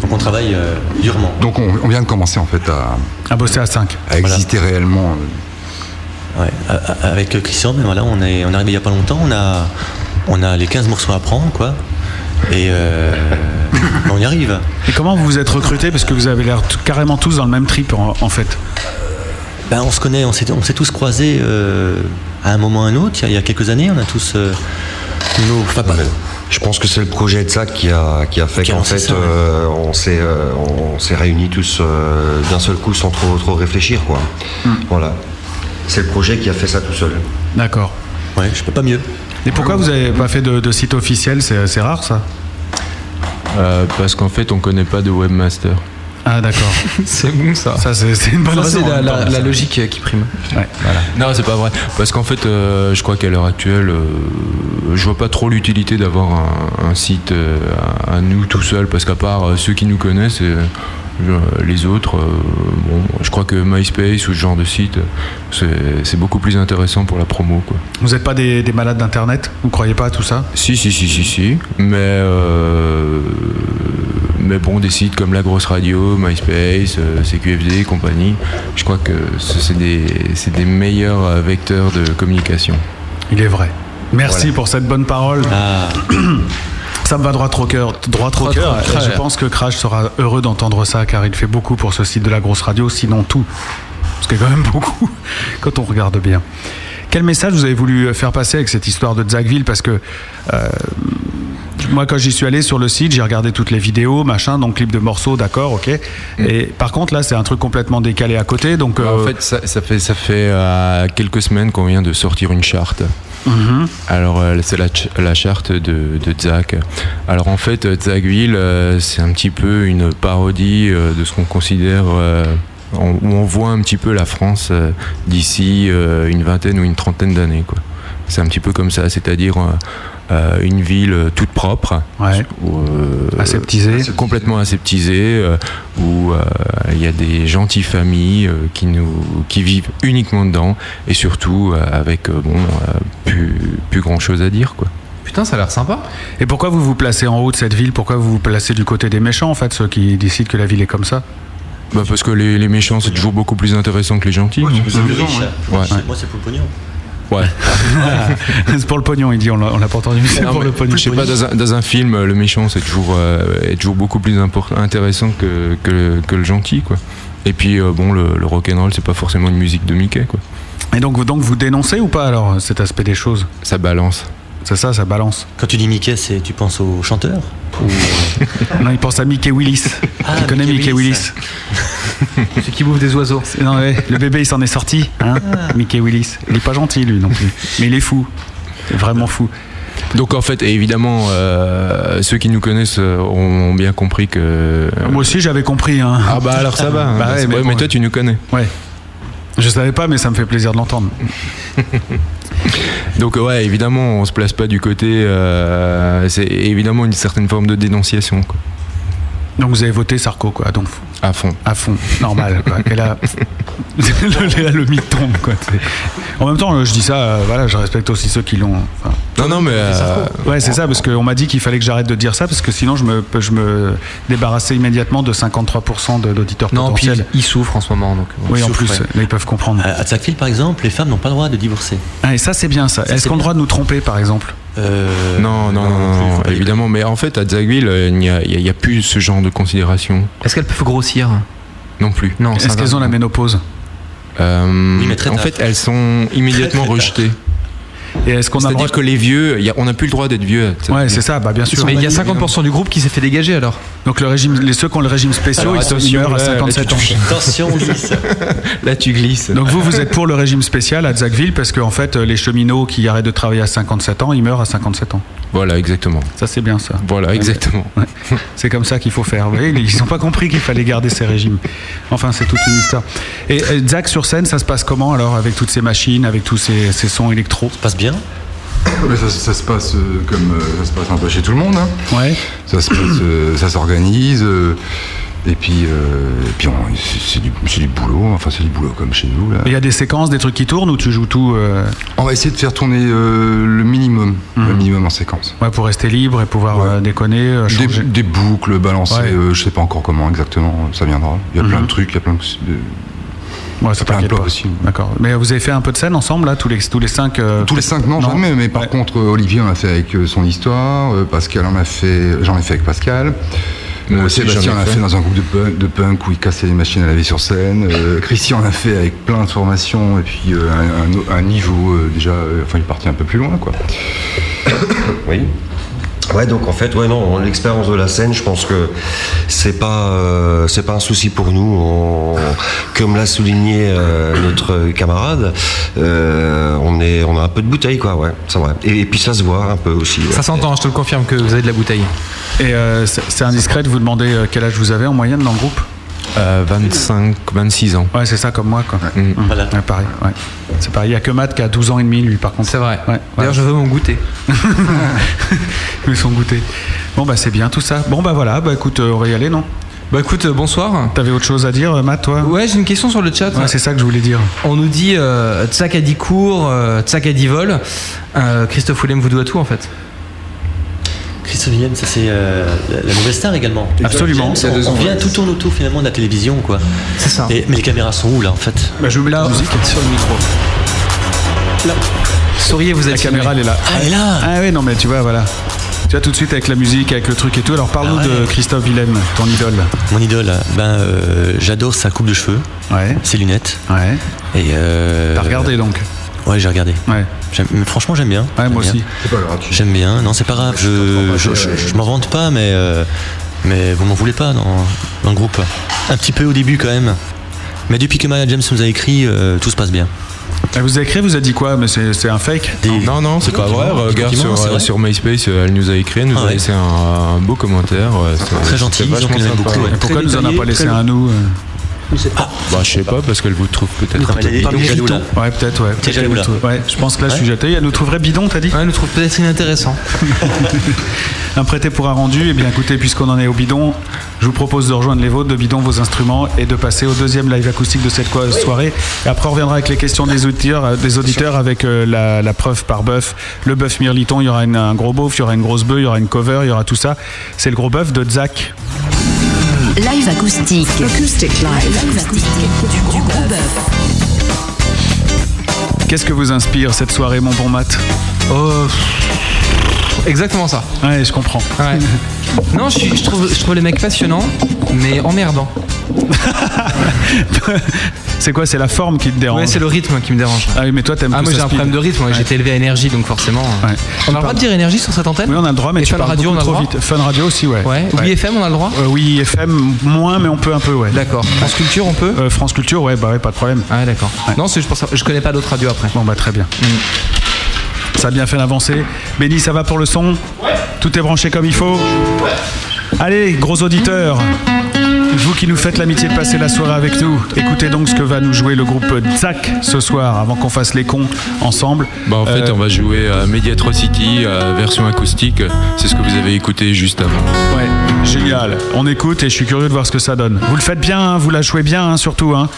Speaker 6: Donc on travaille euh, durement.
Speaker 12: Donc on, on vient de commencer en fait à,
Speaker 3: à bosser à 5.
Speaker 12: à exister réellement.
Speaker 13: euh.
Speaker 6: Ouais, a- a- avec Christian, mais voilà, on est, on est arrivé il y a pas longtemps, on a, on a les 15 morceaux à prendre, quoi. Et euh, mais on y arrive.
Speaker 3: Et comment vous vous êtes recruté Parce que vous avez l'air t- carrément tous dans le même trip en, en fait.
Speaker 6: Ben, on se connaît, on s'est, on s'est tous croisés euh, à un moment ou à un autre, il y a, il y a quelques années, on a tous euh, nos enfin, pas-
Speaker 13: Je pense que c'est le projet de ça qui a, qui a fait
Speaker 6: Qui a
Speaker 13: qu'en
Speaker 6: lancé
Speaker 13: fait,
Speaker 6: ça, ouais.
Speaker 13: euh, on s'est euh, on s'est réunis tous euh, d'un seul coup sans trop, trop réfléchir. Quoi. Voilà. C'est le projet qui a fait ça tout seul.
Speaker 3: D'accord.
Speaker 6: Ouais, je peux pas mieux.
Speaker 3: Et pourquoi vous n'avez pas fait de, de site officiel C'est c'est rare ça
Speaker 5: Euh, parce qu'en fait, on connaît pas de webmaster.
Speaker 3: Ah d'accord.
Speaker 5: c'est bon ça.
Speaker 3: Ça c'est c'est une bonne
Speaker 5: Ça, c'est
Speaker 3: raison,
Speaker 5: la-
Speaker 3: en même
Speaker 5: la-
Speaker 3: temps,
Speaker 5: la
Speaker 3: ça.
Speaker 5: logique,
Speaker 4: qui prime.
Speaker 3: Ouais.
Speaker 5: Non, c'est pas vrai. Parce qu'en fait, euh, je crois qu'à l'heure actuelle, euh, je vois pas trop l'utilité d'avoir un, un site euh, à, à nous tout seul, parce qu'à part euh, ceux qui nous connaissent, euh, je- les autres, euh, bon, je crois que MySpace ou ce genre de site, euh, c'est c'est beaucoup plus intéressant pour la promo, quoi.
Speaker 3: Vous n'êtes pas des, des malades d'Internet Vous ne croyez pas à tout ça
Speaker 5: Si, si, si, si, si. Mais, euh, mais bon, des sites comme La Grosse Radio, MySpace, euh, CQFD et compagnie, je crois que ce- c'est des, c'est des meilleurs euh, vecteurs de communication.
Speaker 3: Il est vrai. Merci
Speaker 5: Voilà.
Speaker 3: pour cette bonne parole. Ça me va droit au cœur. Droit au
Speaker 5: Droit
Speaker 3: cœur.
Speaker 5: au cœur.
Speaker 3: Et Je pense que Crash sera heureux d'entendre ça car il fait beaucoup pour ce site de la grosse radio, sinon tout. Ce qui est quand même beaucoup quand on regarde bien. Quel message vous avez voulu faire passer avec cette histoire de Zagville Parce que euh, moi, quand j'y suis allé sur le site, j'ai regardé toutes les vidéos, machin, donc clip de morceaux, d'accord, ok. Et par contre, là, c'est un truc complètement décalé à côté, donc. euh,
Speaker 5: Bah, En fait, ça, ça fait, ça fait euh, quelques semaines qu'on vient de sortir une charte.
Speaker 3: Mhm.
Speaker 5: Alors, euh, c'est la, ch- la charte de, de Zach. Alors, en fait, euh, Zachville, euh, c'est un petit peu une parodie euh, de ce qu'on considère. euh, on- où on voit un petit peu la France euh, d'ici euh, une vingtaine ou une trentaine d'années. quoi. C'est un petit peu comme ça, c'est-à-dire euh, euh, une ville euh, toute propre, où, euh,
Speaker 3: Aseptisée.
Speaker 5: complètement aseptisée, euh, où euh, il y a des gentilles familles euh, qui, nous, qui vivent uniquement dedans, et surtout euh, avec euh, bon, euh, plus, plus grand-chose à dire. quoi.
Speaker 4: Putain, ça a l'air sympa.
Speaker 3: Et pourquoi vous vous placez en haut de cette ville Pourquoi vous vous placez du côté des méchants, en fait, ceux qui décident que la ville est comme ça
Speaker 5: Bah, parce que les, les méchants, c'est toujours beaucoup plus intéressant que les gentils. non Ouais.
Speaker 6: Moi, c'est pour le pognon.
Speaker 5: Ouais.
Speaker 3: c'est pour le pognon, il dit, on l'a on l'a pas entendu, c'est
Speaker 5: Non,
Speaker 3: pour
Speaker 5: mais
Speaker 3: le pognon.
Speaker 5: Je sais pas, dans un, dans un film, le méchant, c'est toujours, euh, est toujours beaucoup plus import- intéressant que, que, que le gentil, quoi. Et puis, euh, bon, le, le rock'n'roll, c'est pas forcément une musique de Mickey, quoi.
Speaker 3: Et donc, vous- donc vous dénoncez ou pas alors euh, cet aspect des choses
Speaker 5: Ça balance.
Speaker 3: C'est ça, ça balance.
Speaker 6: Quand tu dis Mickey, c'est tu penses au chanteur Ah,
Speaker 3: non, il pense à Mickey Willis. tu connais Mickey, Willis,
Speaker 4: C'est qui bouffe des oiseaux.
Speaker 3: Non, ouais, le bébé, il s'en est sorti, hein,
Speaker 6: Ah.
Speaker 3: Mickey Willis. Il est pas gentil, lui, non plus. Mais il est fou. Il est Vraiment fou.
Speaker 5: Donc, en fait, évidemment, euh, ceux qui nous connaissent euh, ont, ont bien compris que.
Speaker 3: Euh, Moi aussi, j'avais compris. hein.
Speaker 5: Ah, bah alors ça va.
Speaker 3: Bah ouais,
Speaker 5: Ouais,
Speaker 3: mais
Speaker 5: mais,
Speaker 3: bon,
Speaker 5: toi, tu nous connais.
Speaker 3: Ouais. Je savais pas, mais ça me fait plaisir de l'entendre.
Speaker 5: Donc euh, ouais, évidemment, on se place pas du côté. euh, c'est évidemment une certaine forme de dénonciation. Quoi. Ah,
Speaker 3: Donc vous avez voté Sarko, quoi. Donc
Speaker 5: à fond.
Speaker 3: À fond, normal. Quoi. Et là, le, là, le mythe tombe, quoi. C'est- En même temps, je dis ça, euh, voilà, je respecte aussi ceux qui l'ont. enfin.
Speaker 5: Non, non, mais euh,
Speaker 3: Ouais, c'est ça, parce qu'on m'a dit qu'il fallait que j'arrête de dire ça, parce que sinon je me, je me débarrassais immédiatement de 53% de- d'auditeurs
Speaker 4: Non, puis
Speaker 3: potentiels.
Speaker 4: ils souffrent en ce moment.
Speaker 5: euh,
Speaker 4: Donc,
Speaker 3: Oui, en plus, là, ils peuvent comprendre.
Speaker 6: À Sackville, par exemple, les femmes n'ont pas le droit de divorcer.
Speaker 3: Ah, et ça, c'est bien ça.
Speaker 6: Ça,
Speaker 3: Est-ce
Speaker 6: c'est
Speaker 3: qu'on a le
Speaker 6: bien.
Speaker 3: droit de nous tromper, par exemple Euh,
Speaker 5: non, non, non, non, non, évidemment. Mais en fait, à Zagville, euh, il n'y a, il y a- il y a plus ce genre de considération
Speaker 4: Est-ce qu'elles peuvent grossir
Speaker 5: non plus.
Speaker 4: Non, ça
Speaker 3: Est-ce
Speaker 4: va.
Speaker 3: qu'elles ont la ménopause
Speaker 5: Euh,
Speaker 3: Oui, mais très
Speaker 5: en
Speaker 3: tard.
Speaker 5: fait, elles sont immédiatement rejetées.
Speaker 3: Et est-ce qu'on a le droit
Speaker 5: C'est-à-dire que les vieux, il y a- on n'a plus le droit d'être vieux.
Speaker 3: Ouais, c'est ça, bah, bien sûr.
Speaker 4: Mais il y a 50% du groupe qui s'est fait dégager alors.
Speaker 3: Donc le régime, les ceux qui ont le régime spécial,
Speaker 4: Alors,
Speaker 3: ils sont ils
Speaker 4: attention,
Speaker 3: meurent à
Speaker 4: là,
Speaker 3: 57 ans.
Speaker 6: Attention, on glisse.
Speaker 5: Là, tu glisses.
Speaker 3: Donc vous, vous êtes pour le régime spécial à Zackville parce qu'en fait, les cheminots qui arrêtent de travailler à 57 ans, ils meurent à 57 ans.
Speaker 5: Voilà, exactement.
Speaker 3: Ça, c'est bien ça.
Speaker 5: Voilà, exactement.
Speaker 3: Ouais. C'est comme ça qu'il faut faire. Vous voyez, ils n'ont pas compris qu'il fallait garder ces régimes. Enfin, c'est toute une histoire. Et euh, Zach sur scène, ça se passe comment alors avec toutes ces machines, avec tous ces, ces sons électro Ça se
Speaker 6: passe bien
Speaker 12: Mais ça, ça se passe euh, comme euh, ça se passe un peu chez tout le monde. hein.
Speaker 3: Ouais.
Speaker 12: Ça se passe, euh, ça s'organise. euh, et puis, euh, et puis on- c'est c'est du, c'est du boulot. Enfin, c'est du boulot comme chez nous. Là.
Speaker 3: Il y a des séquences, des trucs qui tournent ou tu joues tout euh, Mhm.
Speaker 12: On va essayer de faire tourner euh, le minimum, le minimum en séquence.
Speaker 3: ouais, pour rester libre et pouvoir euh, déconner, euh,
Speaker 12: Des,
Speaker 3: changer
Speaker 12: des boucles balancées,
Speaker 3: Ouais. Mhm.
Speaker 12: euh, je sais pas encore comment exactement, ça viendra. Il y a plein de trucs, il y a plein de, de-
Speaker 3: Ouais, ça
Speaker 12: plein de
Speaker 3: t'inquiète
Speaker 12: plans
Speaker 3: pas.
Speaker 12: possibles.
Speaker 3: D'accord. Mais vous avez fait un peu de scène ensemble là, tous les tous les cinq. euh,
Speaker 12: Tous les cinq, non, jamais. Mais par contre, euh, Olivier en a fait avec euh, son histoire. euh, Pascal en a fait. J'en ai fait avec Pascal.
Speaker 5: Moi
Speaker 12: Euh,
Speaker 5: aussi,
Speaker 12: Sébastien
Speaker 5: j'en ai
Speaker 12: en a
Speaker 5: fait.
Speaker 12: fait dans un groupe de punk, de punk où il cassait les machines à laver sur scène. Euh, Christian en a fait avec plein de formations et puis euh, un- un, un niveau euh, déjà. euh, enfin, il est parti un peu plus loin, quoi. oui.
Speaker 13: Ouais, donc en fait, ouais, non, l'expérience de la scène, je pense que c'est pas, euh, c'est pas un souci pour nous. On- comme l'a souligné euh, notre camarade, euh, on est, on a un peu de bouteille, quoi, ouais, c'est vrai. Et, et puis ça se voit un peu aussi. ouais.
Speaker 4: Ça s'entend, je te le confirme que vous avez de la bouteille.
Speaker 3: Et euh, c'est c'est indiscret de vous demander euh, quel âge vous avez en moyenne dans le groupe
Speaker 4: Euh,
Speaker 5: 25, 26 ans.
Speaker 3: Ouais, c'est ça, comme moi, quoi. Mmh. Ouais, pareil, ouais. C'est pareil. Il n'y a que Matt qui a 12 ans et demi, lui, par contre. C'est
Speaker 4: vrai.
Speaker 3: D'ailleurs,
Speaker 4: je veux mon goûter.
Speaker 3: Ils sont goûter. Bon, bah, c'est bien tout ça. Bon, bah, voilà. Bah, écoute, euh, on va y aller, non
Speaker 4: Bah, écoute, bonsoir.
Speaker 3: T'avais autre chose à dire, euh, Matt, toi
Speaker 4: Ouais, j'ai une question sur le chat.
Speaker 3: Ouais, c'est ça que je voulais dire.
Speaker 4: On nous dit euh, Tsak a dit court, euh, Tsak a dit vol. Euh, Christophe Willem vous doit tout en fait.
Speaker 6: Christophe Willem, ça c'est euh, la la nouvelle star également.
Speaker 3: Absolument.
Speaker 6: On, on vient tout tourne autour finalement de la télévision quoi.
Speaker 4: C'est ça.
Speaker 6: mais les caméras sont où là en fait
Speaker 3: Je mets la musique
Speaker 6: sur le micro.
Speaker 4: Souriez, vous
Speaker 3: êtes La caméra, elle est là. Ah,
Speaker 6: elle est là
Speaker 3: Ah, oui, non, mais tu vois, voilà. Tu vois, tout de suite avec la musique, avec le truc et tout. Alors, parle-nous de Christophe Willem, ton idole.
Speaker 6: Mon idole, ben euh, j'adore sa coupe de cheveux, ses lunettes. Et euh,
Speaker 3: T'as regardé, donc
Speaker 6: Ouais, j'ai regardé.
Speaker 3: Ouais.
Speaker 6: franchement, j'aime bien.
Speaker 3: Ouais, moi
Speaker 6: J'aime
Speaker 3: aussi.
Speaker 6: bien. J'aime bien. Non, c'est pas grave. Je, je, je- je m'en vante pas, mais euh, mais vous m'en voulez pas dans, dans le groupe. Un petit peu au début quand même. Mais depuis que Maya James nous a écrit, euh, tout se passe bien.
Speaker 3: Elle vous a écrit, vous a dit quoi Mais c'est c'est un fake
Speaker 5: Non, non, c'est pas vrai. Regarde sur, euh, sur MySpace, euh, elle nous a écrit, elle nous
Speaker 3: Ah
Speaker 5: a
Speaker 3: ouais.
Speaker 5: laissé un, un beau commentaire. euh, ouais, c'est-
Speaker 3: Très
Speaker 5: c'est
Speaker 3: gentil,
Speaker 5: vachement
Speaker 3: donc elle aime
Speaker 5: sympa.
Speaker 3: beaucoup, ouais. Et pourquoi Très nous en a détaillé, pas laissé très un, nous, euh
Speaker 5: Bah, je sais pas, parce qu'elle vous trouve peut-être un peu bidon.
Speaker 3: Ouais, peut-être, ouais. Peut-être
Speaker 5: T'es jaloux,
Speaker 3: qu'elle nous
Speaker 5: là.
Speaker 3: trouve- ouais, Je pense que là, je suis
Speaker 5: Ouais.
Speaker 3: jeté. Elle nous trouverait bidon, t'as dit
Speaker 4: Ouais, elle nous trouve peut-être inintéressant.
Speaker 3: un prêté pour un rendu. Eh bien, écoutez, puisqu'on en est au bidon, je vous propose de rejoindre les vôtres, de bidon vos instruments et de passer au deuxième live acoustique de cette co- soirée. Et après, on reviendra avec les questions des auditeurs, euh, des auditeurs avec euh, la, la preuve par bœuf, le bœuf mirliton. Il y aura une- un gros beauf, il y aura une grosse bœuf, il y aura une cover, il y aura tout ça. C'est le gros bœuf de Zach.
Speaker 1: Live acoustique. Acoustic live. du gros bœuf.
Speaker 3: Qu'est-ce que vous inspire cette soirée, mon bon Matt
Speaker 4: Oh, exactement ça.
Speaker 3: Ouais, je comprends.
Speaker 4: Non, je, suis- je trouve, je trouve les mecs passionnants, mais emmerdants.
Speaker 3: C'est quoi C'est la forme qui te dérange
Speaker 4: Ouais, c'est le rythme qui me dérange.
Speaker 3: Ah oui, mais toi, t'aimes
Speaker 4: Ah,
Speaker 3: plus
Speaker 4: moi
Speaker 3: ça
Speaker 4: j'ai un
Speaker 3: speed.
Speaker 4: problème de rythme, ouais,
Speaker 3: Ouais.
Speaker 4: j'ai été élevé à énergie donc forcément. euh. On a le droit de dire énergie sur cette antenne
Speaker 3: Oui, on a le droit, Ah, mais
Speaker 4: Et
Speaker 3: tu
Speaker 4: Fun
Speaker 3: parles
Speaker 4: Radio,
Speaker 3: beaucoup
Speaker 4: on a le
Speaker 3: trop
Speaker 4: droit
Speaker 3: vite. Fun Radio aussi, ouais.
Speaker 4: Ouais. Ou IFM, on a le droit
Speaker 3: Euh, Oui, IFM, moins, mais on peut un peu, ouais.
Speaker 4: D'accord. France Culture, on peut
Speaker 3: France Culture, ouais, bah ouais, pas de problème.
Speaker 4: Ah, d'accord. Non, c'est juste pour ça. Je connais pas d'autres radios après. Mm.
Speaker 3: Bon, bah très bien. Ça a bien fait d'avancer. Benny, ça va pour le son Ouais. Tout est branché comme il faut Allez, gros auditeurs, vous qui nous faites l'amitié de passer la soirée avec nous, écoutez donc ce que va nous jouer le groupe Zac ce soir, avant qu'on fasse les cons ensemble.
Speaker 5: Bah, en fait,
Speaker 3: Euh,
Speaker 5: on va jouer à Mediatrocity, euh, version acoustique. C'est ce que vous avez écouté juste avant.
Speaker 3: Ouais, génial. On écoute et je suis curieux de voir ce que ça donne. Vous le faites bien, hein, vous la jouez bien hein, surtout. Hein.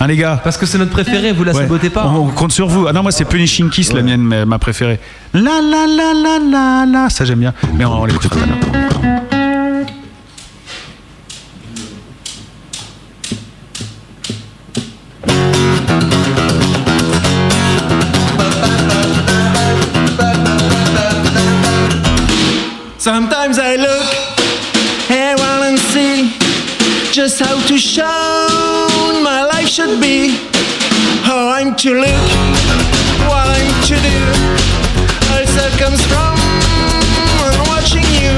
Speaker 3: Hein, les gars
Speaker 4: Parce que c'est notre préférée, vous la
Speaker 3: sabotez pas. On, on compte sur vous. Ah non, moi c'est Punishing Kiss la mienne, mais ma préférée. La la la la la la, ça j'aime bien. Mais on, on l'écoutera pas
Speaker 11: Ah.
Speaker 3: maintenant.
Speaker 11: Sometimes I look and want and see just how to shine my life should be. How I'm to look, what I'm to do. All that comes from watching you.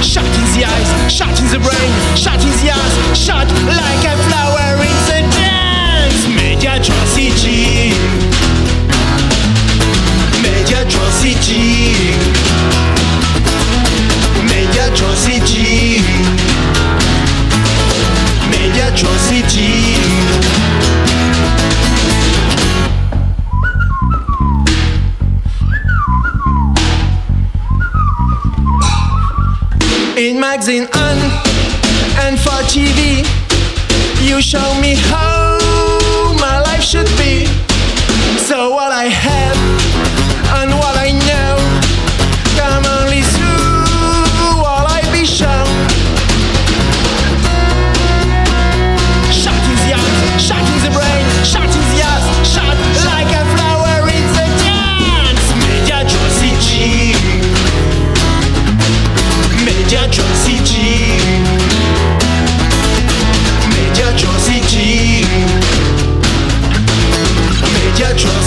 Speaker 11: Shot in the eyes, shot in the brain, shot in the eyes, shot like a flower in the dance. Mediatrocity. Mediatrocity Mediatrocity Mediatrocity In magazine and and for TV You show me how my life should be So what I have and what I know Come only through what I be shown Shot in the eyes, shot in the brain, shot in the eyes Shot like a flower in the dance Mediatrocity Mediatrocity Mediatrocity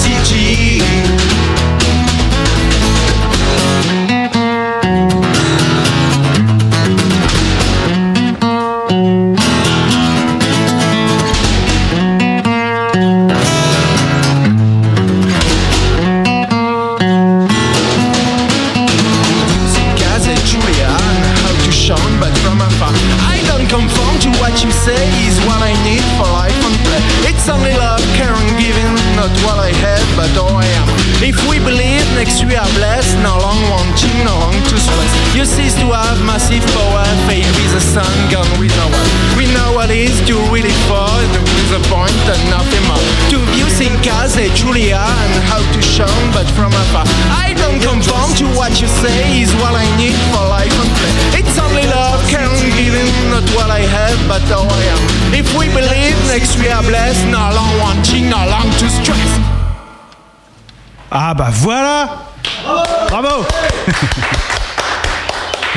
Speaker 11: yes, we are blessed, no long wanting, no long to stress. You cease to have massive power, fate with the sun, gone with no one. We know what is to really for, the with a point and nothing more. To view things as they truly are and how to shine, but from afar. I don't conform to what you say is what I need for life and play. It's only love can give in, not what I have, but how I am. If we believe next we are blessed, no long wanting, no long to stress.
Speaker 3: Ah bah voilà Bravo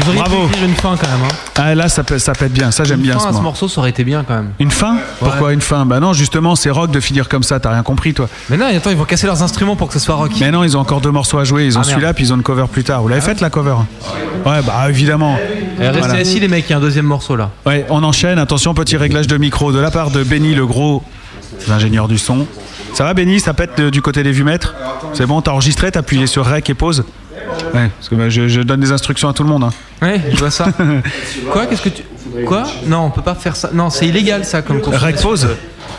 Speaker 4: auriez pu
Speaker 3: Bravo
Speaker 4: écrire
Speaker 3: une fin quand même. Ah là ça pète, ça pète bien, ça j'aime bien ce
Speaker 4: Enfin, à hein. ce
Speaker 3: moment.
Speaker 4: morceau, ça aurait été bien quand même.
Speaker 3: Une fin Pourquoi une fin Bah non justement c'est rock de finir comme ça, t'as rien compris toi.
Speaker 4: Mais non, attends, ils vont casser leurs instruments pour que ce soit rock.
Speaker 3: Mais non ils ont encore deux morceaux à jouer, ils ont
Speaker 4: Ah, merde. Ah
Speaker 3: celui-là puis ils ont une cover plus tard. Vous l'avez faite la cover Ouais bah évidemment.
Speaker 4: Eh, Restez
Speaker 3: Voilà.
Speaker 4: assis les mecs, il y a un deuxième morceau là.
Speaker 3: Ouais, on enchaîne. Attention, petit réglage de micro de la part de Benny le gros, l'ingénieur du son. Ça va, Benny Ça pète de- du côté des vumètres C'est bon, t'as enregistré, t'as appuyé sur rec et pause Ouais, parce que bah, je, je donne des instructions à tout le monde. hein.
Speaker 4: Ouais, je vois ça. Quoi Qu'est-ce que tu. Quoi Non, on peut pas faire ça. Non, c'est illégal ça comme consommation.
Speaker 3: Rec pause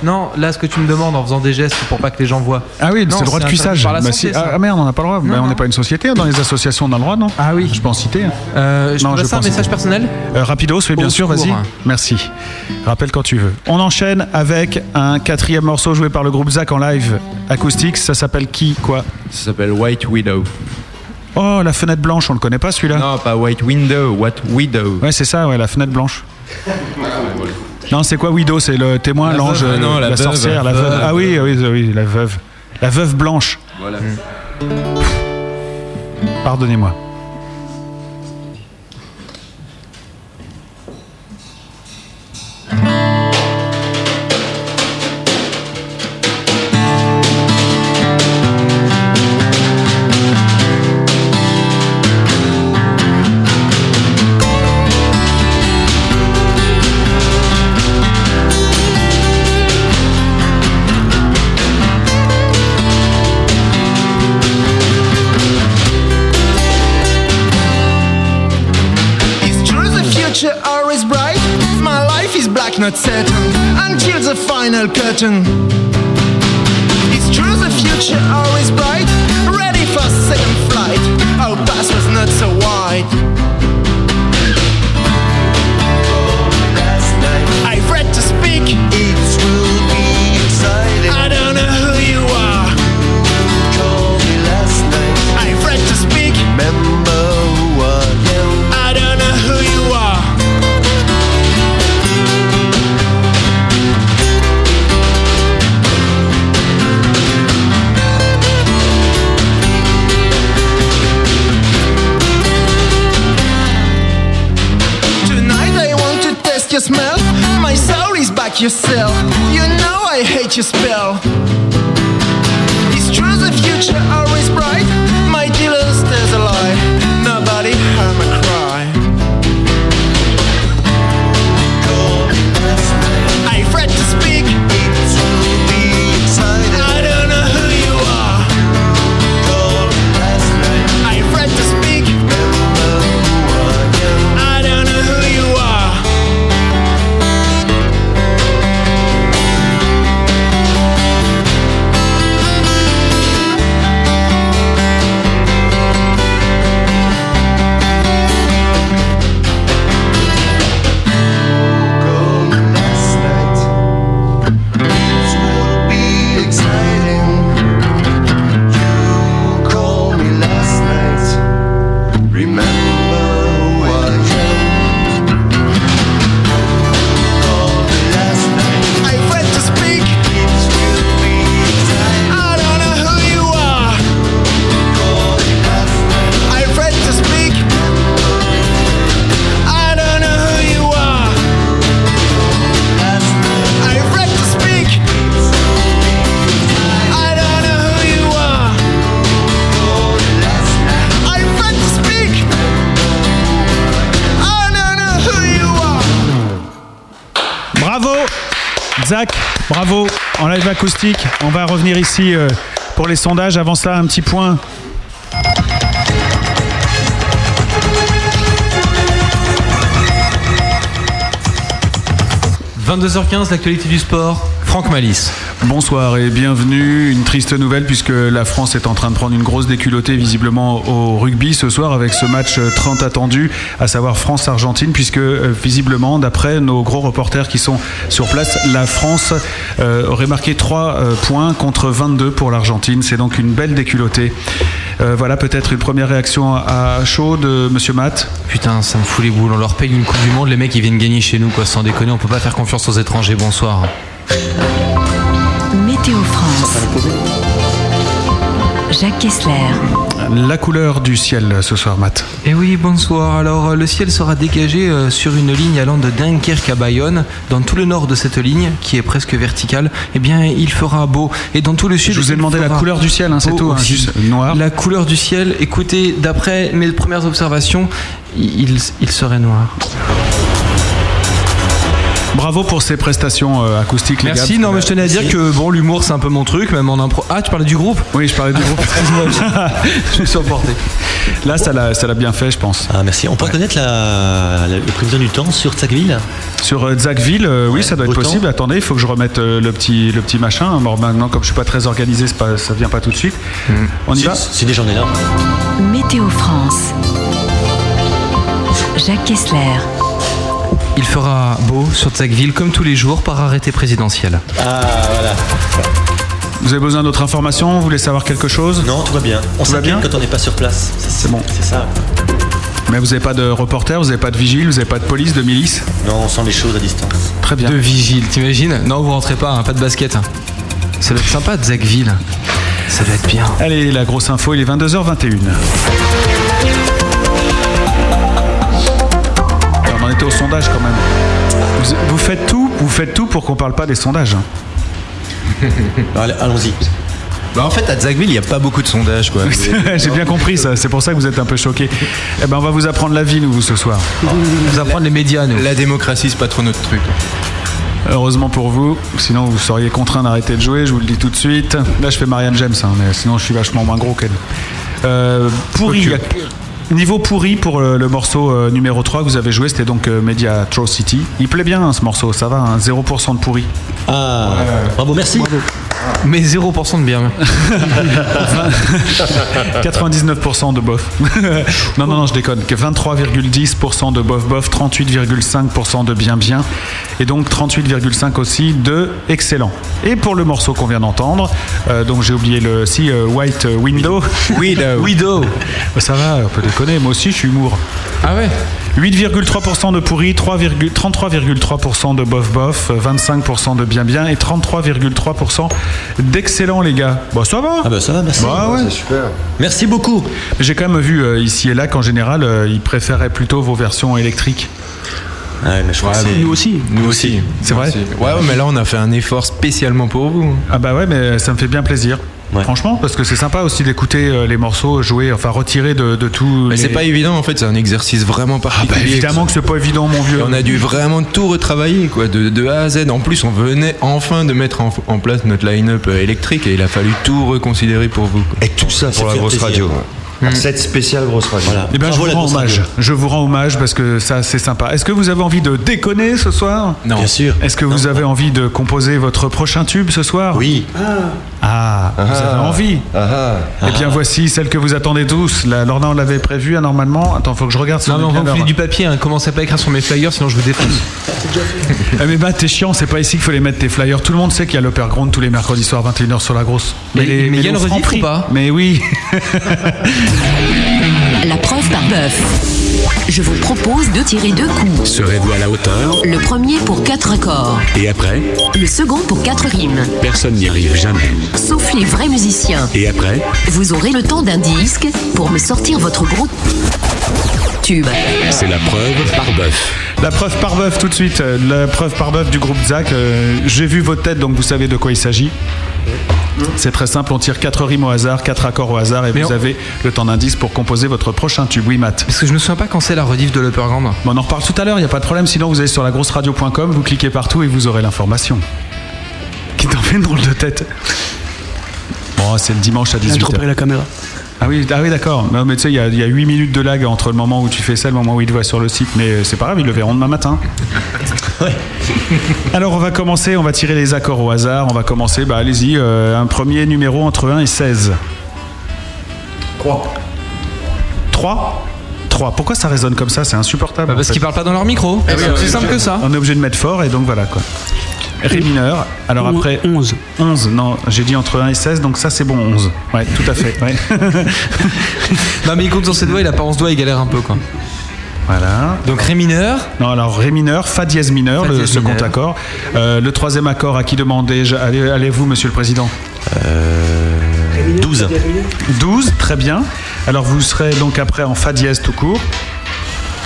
Speaker 4: Non, là ce que tu me demandes en faisant des gestes c'est pour pas que les gens voient.
Speaker 3: Ah oui, c'est le droit de cuissage.
Speaker 4: Par la
Speaker 3: Bah,
Speaker 4: santé,
Speaker 3: si-
Speaker 4: ça.
Speaker 3: ah, ah merde, on n'a pas le droit. Bah, on n'est pas une société. hein, Dans les associations, on a le droit, non Ah oui. Je peux en citer.
Speaker 4: Euh, je peux passer un message personnel
Speaker 3: Euh, Rapidos, oui, bien
Speaker 4: Au
Speaker 3: sûr,
Speaker 4: secours.
Speaker 3: vas-y. Merci. Rappelle quand tu veux. On enchaîne avec un quatrième morceau joué par le groupe Zach en live acoustique. Ça s'appelle qui, quoi
Speaker 5: Ça s'appelle White Widow.
Speaker 3: Oh, la fenêtre blanche, on le connaît pas celui-là
Speaker 5: Non, pas White Window, What Widow.
Speaker 3: Ouais, c'est ça, ouais, la fenêtre blanche. Non, c'est quoi Widow C'est le témoin,
Speaker 5: La
Speaker 3: l'ange,
Speaker 5: veuve, Ah
Speaker 3: le-
Speaker 5: non,
Speaker 3: la,
Speaker 5: la veuve,
Speaker 3: sorcière, la
Speaker 5: la
Speaker 3: veuve.
Speaker 5: veuve.
Speaker 3: Ah oui, oui, oui, la veuve. La veuve blanche.
Speaker 5: Voilà.
Speaker 6: Hmm.
Speaker 3: Pardonnez-moi.
Speaker 11: It's true the future always bright. My life is black, not certain, until the final curtain. It's true the future always bright. Ready for second flight. Our past was not so wide. I've read to speak. It will be exciting. I don't know who you are. Called me last night. I've read to speak. Remember who I am. I don't know who you are. Tonight I want to test your smell. My soul is back yourself. You know I hate your spell. It's true the future always bright. My dealer stays alive. Nobody heard my cry. I've read to speak. I don't know who you are. I've read to speak. I don't know who you are. I've read to speak. I don't know who you are. I've read to speak. I don't know who you are. I've read to speak. I don't know who you are.
Speaker 3: Bravo Zach, bravo en live acoustique. On va revenir ici euh, pour les sondages. Avant cela, un petit point.
Speaker 4: Voilà. 22h15, l'actualité du sport.
Speaker 5: Franck Malice.
Speaker 3: Bonsoir et bienvenue. Une triste nouvelle puisque la France est en train de prendre une grosse déculottée visiblement au rugby ce soir avec ce match euh, 30 attendu, à savoir France-Argentine, puisque euh, visiblement, d'après nos gros reporters qui sont sur place, la France euh, aurait marqué 3 euh, points contre 22 pour l'Argentine. C'est donc une belle déculottée. Euh, voilà peut-être une première réaction à chaud de Monsieur Matt.
Speaker 4: Putain, ça me fout les boules. On leur paye une Coupe du Monde, les mecs ils viennent gagner chez nous, quoi. Sans déconner, on peut pas faire confiance aux étrangers. Bonsoir.
Speaker 1: Météo France. Jacques Kessler.
Speaker 3: La couleur du ciel ce soir, Matt.
Speaker 4: Et Eh oui, bonsoir. Alors, euh, le ciel sera dégagé euh, sur une ligne allant de Dunkerque à Bayonne. Dans tout le nord de cette ligne, qui est presque verticale, eh bien, il fera beau. Et dans tout le sud.
Speaker 3: Je vous ai demandé la couleur du ciel, hein, c'est tout, hein, juste
Speaker 4: noir. La couleur du ciel, écoutez, d'après mes premières observations, il, il serait noir.
Speaker 3: Bravo pour ces prestations euh, acoustiques. les gars,
Speaker 4: Merci,
Speaker 3: parce
Speaker 4: non mais je tenais à dire que bon l'humour c'est un peu mon truc, même en impro. Ah tu parlais du groupe Ah,
Speaker 3: Oui je parlais du groupe.
Speaker 4: je me suis emporté.
Speaker 3: Là ça l'a ça l'a bien fait je pense.
Speaker 6: Ah merci. On peut connaître la, la- le prévision du temps sur Tsackville
Speaker 3: Sur euh, Zackville, euh, oui, ça doit être
Speaker 6: autant.
Speaker 3: possible. Attendez, il faut que je remette euh, le petit, le petit machin. Bon, maintenant, comme je suis pas très organisé, c'est pas- ça vient pas tout de suite.
Speaker 6: Hmm.
Speaker 3: On y va
Speaker 6: C'est des journées là.
Speaker 1: Météo France. Jacques Kessler.
Speaker 4: Il fera beau sur Tsackville comme tous les jours par arrêté présidentiel.
Speaker 6: Ah voilà.
Speaker 3: Vous avez besoin d'autres informations Vous voulez savoir quelque chose
Speaker 6: Non, tout va bien. On
Speaker 3: va bien
Speaker 6: s'inquiète quand on n'est pas sur place. C'est bon. C'est ça.
Speaker 3: Mais vous n'avez pas de reporter, vous n'avez pas de vigile, vous n'avez pas de police, de milice
Speaker 6: Non, on sent les choses à distance.
Speaker 3: Très bien.
Speaker 4: De vigile, t'imagines Non, vous rentrez pas, hein, pas de basket. Ça doit être sympa de Zagville. Ça doit être bien.
Speaker 3: Allez, la grosse info, il est 22h21. Alors, on en était au sondage quand même. Vous, vous faites tout, vous faites tout pour qu'on parle pas des sondages. hein.
Speaker 6: Allons-y.
Speaker 5: Bah en fait, à Zackville, il n'y a pas beaucoup de sondages. quoi.
Speaker 3: J'ai bien compris ça, c'est pour ça que vous êtes un peu choqués. Eh ben, on va vous apprendre la vie, nous, ce soir.
Speaker 4: Vous apprendre les médias, nous.
Speaker 5: La démocratie, c'est pas trop notre truc.
Speaker 3: Heureusement pour vous, sinon vous seriez contraint d'arrêter de jouer, je vous le dis tout de suite. Là, je fais Marianne James, hein, mais sinon je suis vachement moins gros qu'elle. Euh, pourri. Niveau pourri pour le, le morceau euh, numéro 3 que vous avez joué, c'était donc euh, Media Atrocity. Il plaît bien hein, ce morceau, ça va, hein, 0% de pourri.
Speaker 6: Ah, bravo, merci.
Speaker 4: Mais 0% de bien.
Speaker 3: 99% de bof. non, non, non, je déconne. Que 23,10% de bof bof, 38,5% de bien bien, et donc 38,5% aussi de excellent. Et pour le morceau qu'on vient d'entendre, euh, donc j'ai oublié le si euh, White Window.
Speaker 5: Widow.
Speaker 3: Widow. Ça va, on peut déconner. Moi aussi, je suis humour.
Speaker 4: Ah ouais
Speaker 3: 8,3% de pourri, 3, 33,3% de bof bof, 25% de bien bien et 33,3% d'excellent les gars. Bah ça va
Speaker 6: Ah bah ça va, merci.
Speaker 3: Bah ouais.
Speaker 6: super. Merci beaucoup.
Speaker 3: J'ai quand même vu euh, ici et là qu'en général, euh, ils préféraient plutôt vos versions électriques.
Speaker 6: Ouais, mais je crois que c'est-
Speaker 3: aussi.
Speaker 5: Nous aussi.
Speaker 3: C'est vrai
Speaker 5: Ouais, ouais, mais là, on a fait un effort spécialement pour vous.
Speaker 3: Ah bah ouais, mais ça me fait bien plaisir. Franchement, parce que c'est sympa aussi d'écouter euh, les morceaux joués, enfin retirés de, de tout.
Speaker 5: Mais
Speaker 3: les-
Speaker 5: c'est pas évident, en fait, c'est un exercice vraiment
Speaker 6: Ah, bah,
Speaker 5: particulier.
Speaker 3: Ah bah, évidemment que c'est pas évident, mon vieux.
Speaker 5: Et on a dû vraiment tout retravailler, quoi, de, de A à Z. En plus, on venait enfin de mettre en, en place notre line-up euh, électrique et il a fallu tout reconsidérer pour vous. Hmm.
Speaker 13: Et tout ça
Speaker 5: pour la grosse radio.
Speaker 13: Cette spéciale grosse radio.
Speaker 3: Eh ben, je vous rends hommage. Je vous rends hommage parce que ça, c'est sympa. Est-ce que vous avez envie de déconner ce soir
Speaker 5: Non.
Speaker 6: Bien sûr.
Speaker 3: Est-ce que vous avez envie de composer votre prochain tube ce soir
Speaker 6: Oui.
Speaker 3: Ah, vous
Speaker 6: Ah.
Speaker 3: avez envie
Speaker 13: Ah,
Speaker 3: Eh bien, voici celle que vous attendez tous. La Lorna, on l'avait prévue hein, normalement. Attends, faut que je regarde si
Speaker 4: Non, mais
Speaker 3: on
Speaker 4: on
Speaker 3: est
Speaker 4: va
Speaker 3: bien
Speaker 4: remplir
Speaker 3: vers-
Speaker 4: du papier, hein. commencez pas à écrire sur mes flyers, sinon je vous défonce.
Speaker 3: Eh, mais bah, t'es chiant, c'est pas ici qu'il faut les mettre tes flyers. Tout le monde sait qu'il y a l'Opéra Grande tous les mercredis soirs 21h sur la grosse.
Speaker 4: Mais- mais il y a
Speaker 3: le
Speaker 4: une rediff
Speaker 3: Franprix.
Speaker 4: ou pas
Speaker 3: Mais oui.
Speaker 1: La preuve par bœuf. Je vous propose de tirer deux coups.
Speaker 2: Serez-vous à la hauteur
Speaker 1: Le premier pour quatre accords.
Speaker 2: Et après
Speaker 1: Le second pour quatre rimes.
Speaker 2: Personne n'y arrive jamais.
Speaker 1: Sauf les vrais musiciens.
Speaker 2: Et après
Speaker 1: Vous aurez le temps d'un disque pour me sortir votre gros tube.
Speaker 2: C'est la preuve par bœuf.
Speaker 3: La preuve par bœuf tout de suite, euh, la preuve par bœuf du groupe Zach. Euh, J'ai vu votre tête, donc vous savez de quoi il s'agit. C'est très simple, on tire 4 rimes au hasard, 4 accords au hasard et
Speaker 4: Mais
Speaker 3: vous
Speaker 4: on-
Speaker 3: avez le temps d'indice pour composer votre prochain tube. Oui, Matt.
Speaker 4: Parce que je me souviens pas quand c'est la rediff de l'Upper Grand.
Speaker 3: Bon, on en reparle tout à l'heure, il n'y a pas de problème. Sinon, vous allez sur lagrosseradio.com, vous cliquez partout et vous aurez l'information. Qui t'en fait une drôle de tête Bon, Oh, c'est le dimanche à
Speaker 8: J'ai
Speaker 3: 18h.
Speaker 8: attrapé la caméra.
Speaker 3: Ah oui, ah oui d'accord. Non, mais tu sais, il y, a- il y a 8 minutes de lag entre le moment où tu fais ça et le moment où il te voit sur le site, mais c'est pas grave, ils le verront demain matin. Alors on va commencer, on va tirer les accords au hasard. On va commencer, bah allez-y, euh, un premier numéro entre 1 et 16. 3. 3 3. Pourquoi ça résonne comme ça C'est insupportable.
Speaker 4: Bah, parce qu'ils parlent pas dans leur micro. Eh oui, C'est oui, simple oui. que ça.
Speaker 3: On est obligé de mettre fort et donc voilà quoi. Ré mineur. Alors
Speaker 8: Ou-
Speaker 3: après 11. 11. Non, j'ai dit entre 1 et 16 donc ça c'est bon 11. Ouais, tout à fait. ouais.
Speaker 4: Non, mais il compte sur ses doigts, il a pas 11 doigts, il galère un peu quoi.
Speaker 3: Voilà.
Speaker 4: Donc Ré mineur.
Speaker 3: Non, alors Ré mineur, Fa dièse mineur,
Speaker 4: Fa
Speaker 3: le
Speaker 4: dièse
Speaker 3: second
Speaker 4: mineur.
Speaker 3: accord. Euh, le troisième accord, à qui demandez-je Allez- Allez-vous, monsieur le président
Speaker 6: Euh.
Speaker 3: 12. 12, très bien. Alors vous serez donc après en Fa dièse tout court.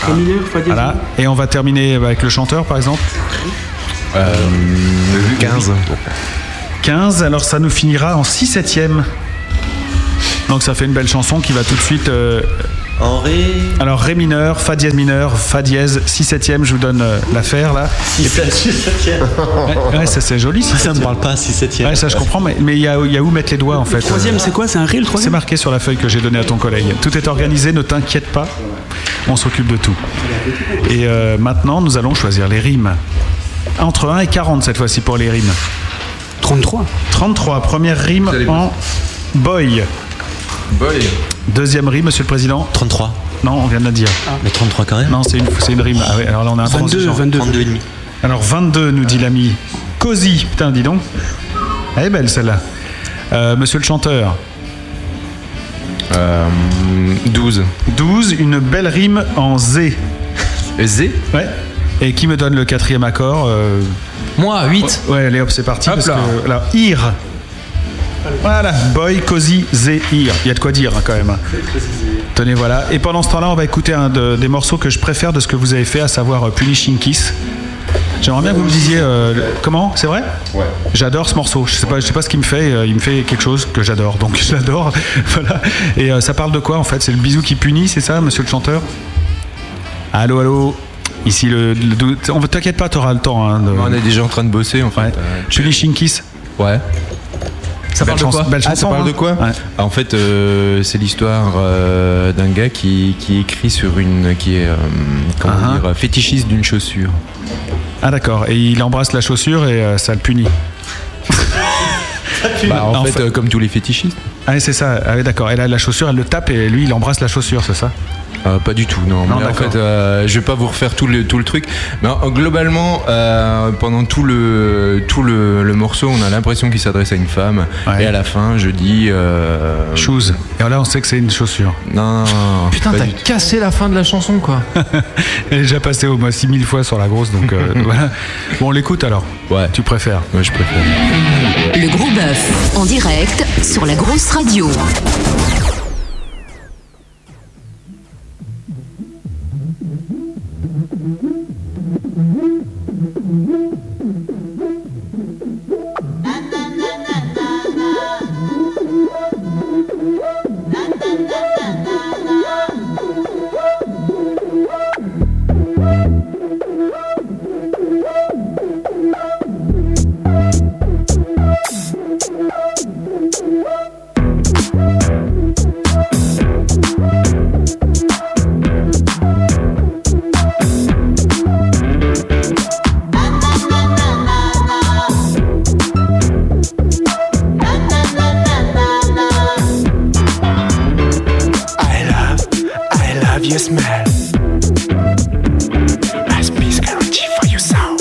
Speaker 8: Ré mineur, Fa dièse
Speaker 3: Voilà. Et on va terminer avec le chanteur, par exemple
Speaker 5: Euh,
Speaker 3: 15. 15, alors ça nous finira en 6 septième. Donc ça fait une belle chanson qui va tout de suite. euh, Alors Ré mineur, Fa dièse mineur, Fa dièse, 6 septième, je vous donne euh, l'affaire là. Et puis- Ouais, ouais, ça c'est joli. Ça me parle
Speaker 6: pas 6 septième.
Speaker 3: Ouais, ça je comprends, mais mais il y, a- il y a où mettre les doigts en fait. euh,
Speaker 8: troisième, c'est quoi C'est un ré le troisième
Speaker 3: C'est marqué sur la feuille que j'ai donnée à ton collègue. Tout est organisé, ne t'inquiète pas, on s'occupe de tout. Et euh, maintenant, nous allons choisir les rimes. Entre 1 et 40 cette fois-ci pour les rimes. 33. 33, première rime en boy.
Speaker 5: Boy.
Speaker 3: Deuxième rime, monsieur le président
Speaker 6: 33.
Speaker 3: Non, on vient de la dire.
Speaker 6: Mais 33 quand même
Speaker 3: Non, c'est une, c'est une rime. Ah ouais, alors là, on a un
Speaker 6: 22,
Speaker 3: transigeant.
Speaker 6: 22. 32 et demi.
Speaker 3: Alors 22, nous dit l'ami. Cosy, putain, dis donc. Elle est belle celle-là. Euh, monsieur le chanteur
Speaker 5: Euh, 12.
Speaker 3: 12, une belle rime en Z.
Speaker 5: Z
Speaker 3: Ouais. Et qui me donne le quatrième accord euh,
Speaker 4: Moi, 8.
Speaker 3: Ouais, allez hop, c'est parti.
Speaker 4: Hop
Speaker 3: parce
Speaker 4: là.
Speaker 3: que- alors, IR. Voilà, boy, cozy, Z, IR. Il y a de quoi dire hein, quand même. Tenez, voilà. Et pendant ce temps-là, on va écouter un de- des morceaux que je préfère de ce que vous avez fait, à savoir euh, Punishing Kiss. J'aimerais bien que vous me disiez euh, le- comment, c'est vrai Ouais. J'adore ce morceau. Je sais pas, je sais pas ce qu'il me fait. euh, il me fait quelque chose que j'adore, donc je l'adore. voilà. Et euh, ça parle de quoi en fait C'est le bisou qui punit, c'est ça, monsieur le chanteur Allô, allô. Ici le, le dou- on t'inquiète pas, t'auras le temps. hein, de-
Speaker 5: On est déjà en train de bosser en fait. Euh,
Speaker 3: Punishing Kiss.
Speaker 5: Ouais.
Speaker 3: Ça
Speaker 5: Belle
Speaker 3: parle de
Speaker 5: chanson-
Speaker 3: quoi
Speaker 5: belle
Speaker 3: Ah,
Speaker 5: chanson,
Speaker 3: ça
Speaker 5: parle
Speaker 3: hein
Speaker 5: de quoi Ah, En fait, euh, c'est l'histoire euh, d'un gars qui, qui écrit sur une. qui est. euh, comment dire fétichiste d'une chaussure.
Speaker 3: Ah d'accord, et il embrasse la chaussure et euh, ça le punit.
Speaker 5: Bah, en,
Speaker 3: En
Speaker 5: fait,
Speaker 3: fait-
Speaker 5: euh, comme tous les fétichistes
Speaker 3: Ah oui, c'est ça, ah, oui, d'accord. Et là la chaussure elle le tape et lui il embrasse la chaussure, c'est ça
Speaker 5: Euh, Pas du tout,
Speaker 3: Non,
Speaker 5: non. Mais en
Speaker 3: d'accord.
Speaker 5: fait, euh, je vais pas vous refaire tout le, tout le truc. Mais euh, globalement, euh, pendant tout le, tout le, le morceau, on a l'impression qu'il s'adresse à une femme. Et à la fin, je dis. Euh,
Speaker 3: Shoes. Et là on sait que c'est une chaussure.
Speaker 5: Non, non, non,
Speaker 4: Putain,
Speaker 5: pas
Speaker 4: t'as
Speaker 5: du tout.
Speaker 4: cassé la fin de la chanson quoi.
Speaker 3: Elle est déjà passée au moins 6000 fois sur la grosse, donc euh, voilà. Bon on l'écoute alors
Speaker 5: Ouais.
Speaker 3: Tu préfères
Speaker 5: Ouais, je préfère.
Speaker 1: Le gros bœuf en direct sur la grosse radio.
Speaker 11: I love, I love your smell. My space guarantee for your soul.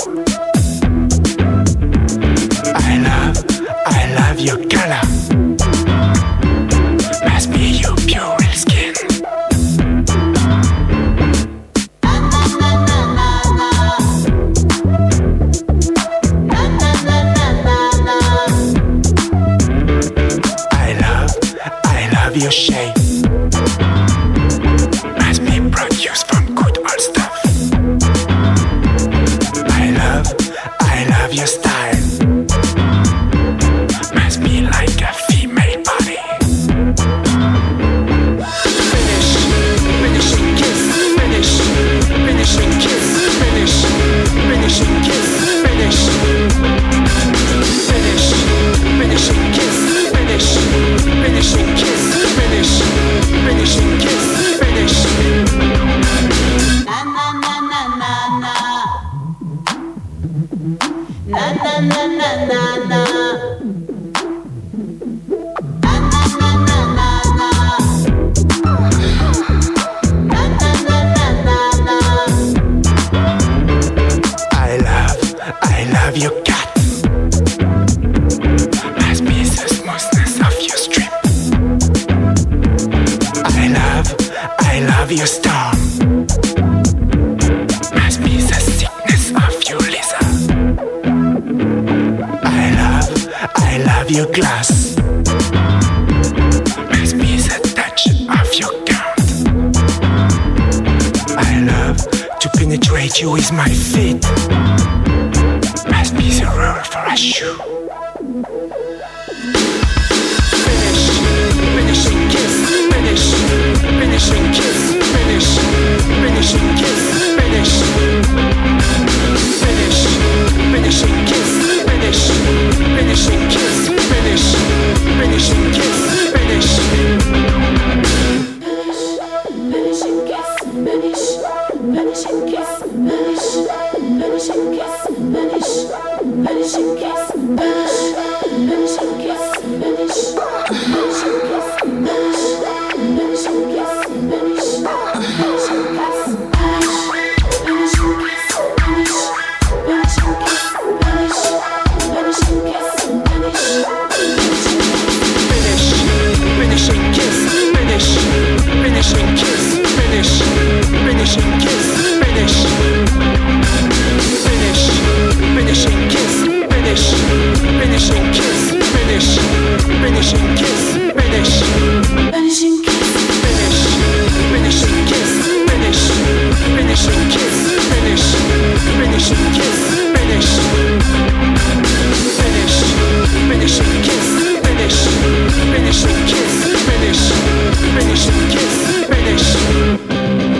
Speaker 11: I love, I love your color. Must be your pure skin. I love, I love your shape. Must be produced from good old stuff. I love, I love your style. Must be like a female body. Finish, finishing kiss, finish, finishing kiss, finish, finishing kiss, finish. Finish, finishing kiss, finish, finishing kiss, finish, finishing kiss, finish. be a star. Must be the sickness of you, Lisa. I love, I love your glass. Must be the touch of your gown. I love to penetrate you with my feet. Must be the rule for a shoe. Finishing kiss, finish, finishing kiss, finish, finishing kiss, finish, finish, finishing kiss, finish, finishing kiss, finish, finishing kiss, finish. Finishing kiss, finish, finishing kiss, finish, finishing kiss, finish, finish, finishing kiss, finish, finishing kiss, finish, finishing kiss, finish, finishing kiss, finish, finishing kiss, finish, finishing kiss, finish, finishing kiss, finish, finish, finishing kiss, finish, finishing kiss, finish, finishing kiss, finish.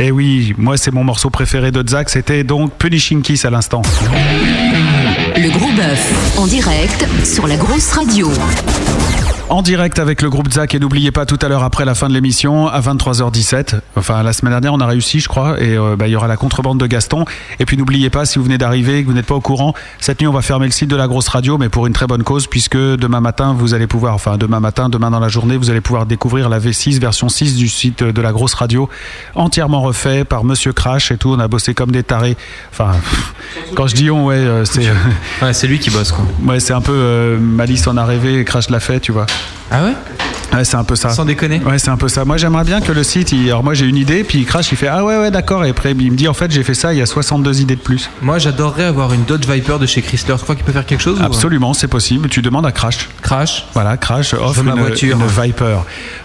Speaker 3: Et Eh oui, moi c'est mon morceau préféré de Zach, c'était donc Punishing Kiss à l'instant.
Speaker 1: Le gros bœuf en direct sur la grosse radio.
Speaker 3: En direct avec le groupe Zach et n'oubliez pas tout à l'heure après la fin de l'émission à 23h17. Enfin la semaine dernière on a réussi je crois et euh, bah, il y aura la contrebande de Gaston. Et puis n'oubliez pas si vous venez d'arriver et que vous n'êtes pas au courant, cette nuit on va fermer le site de la grosse radio mais pour une très bonne cause puisque demain matin vous allez pouvoir, enfin demain matin, demain dans la journée vous allez pouvoir découvrir la V6 version 6 du site de la grosse radio entièrement refait par Monsieur Crash et tout. On a bossé comme des tarés. Enfin quand je dis on ouais euh, c'est...
Speaker 4: Ouais, c'est lui qui bosse quoi.
Speaker 3: Ouais, c'est un peu euh, Malice en a rêvé et Crash l'a fait, tu vois.
Speaker 4: Ah ouais
Speaker 3: Ouais, c'est un peu ça.
Speaker 4: Sans déconner
Speaker 3: Ouais, c'est un peu ça. Moi, j'aimerais bien que le site. il- Alors, moi, j'ai une idée, puis Crash, il fait Ah ouais, ouais, d'accord. Et après, il me dit En fait, j'ai fait ça, il y a 62 idées de plus.
Speaker 4: Moi, j'adorerais avoir une Dodge Viper de chez Chrysler. Tu crois qu'il peut faire quelque chose ou-
Speaker 3: Absolument, c'est possible. Tu demandes à Crash.
Speaker 4: Crash
Speaker 3: Voilà, Crash offre
Speaker 4: veux ma
Speaker 3: une,
Speaker 4: voiture.
Speaker 3: une Viper.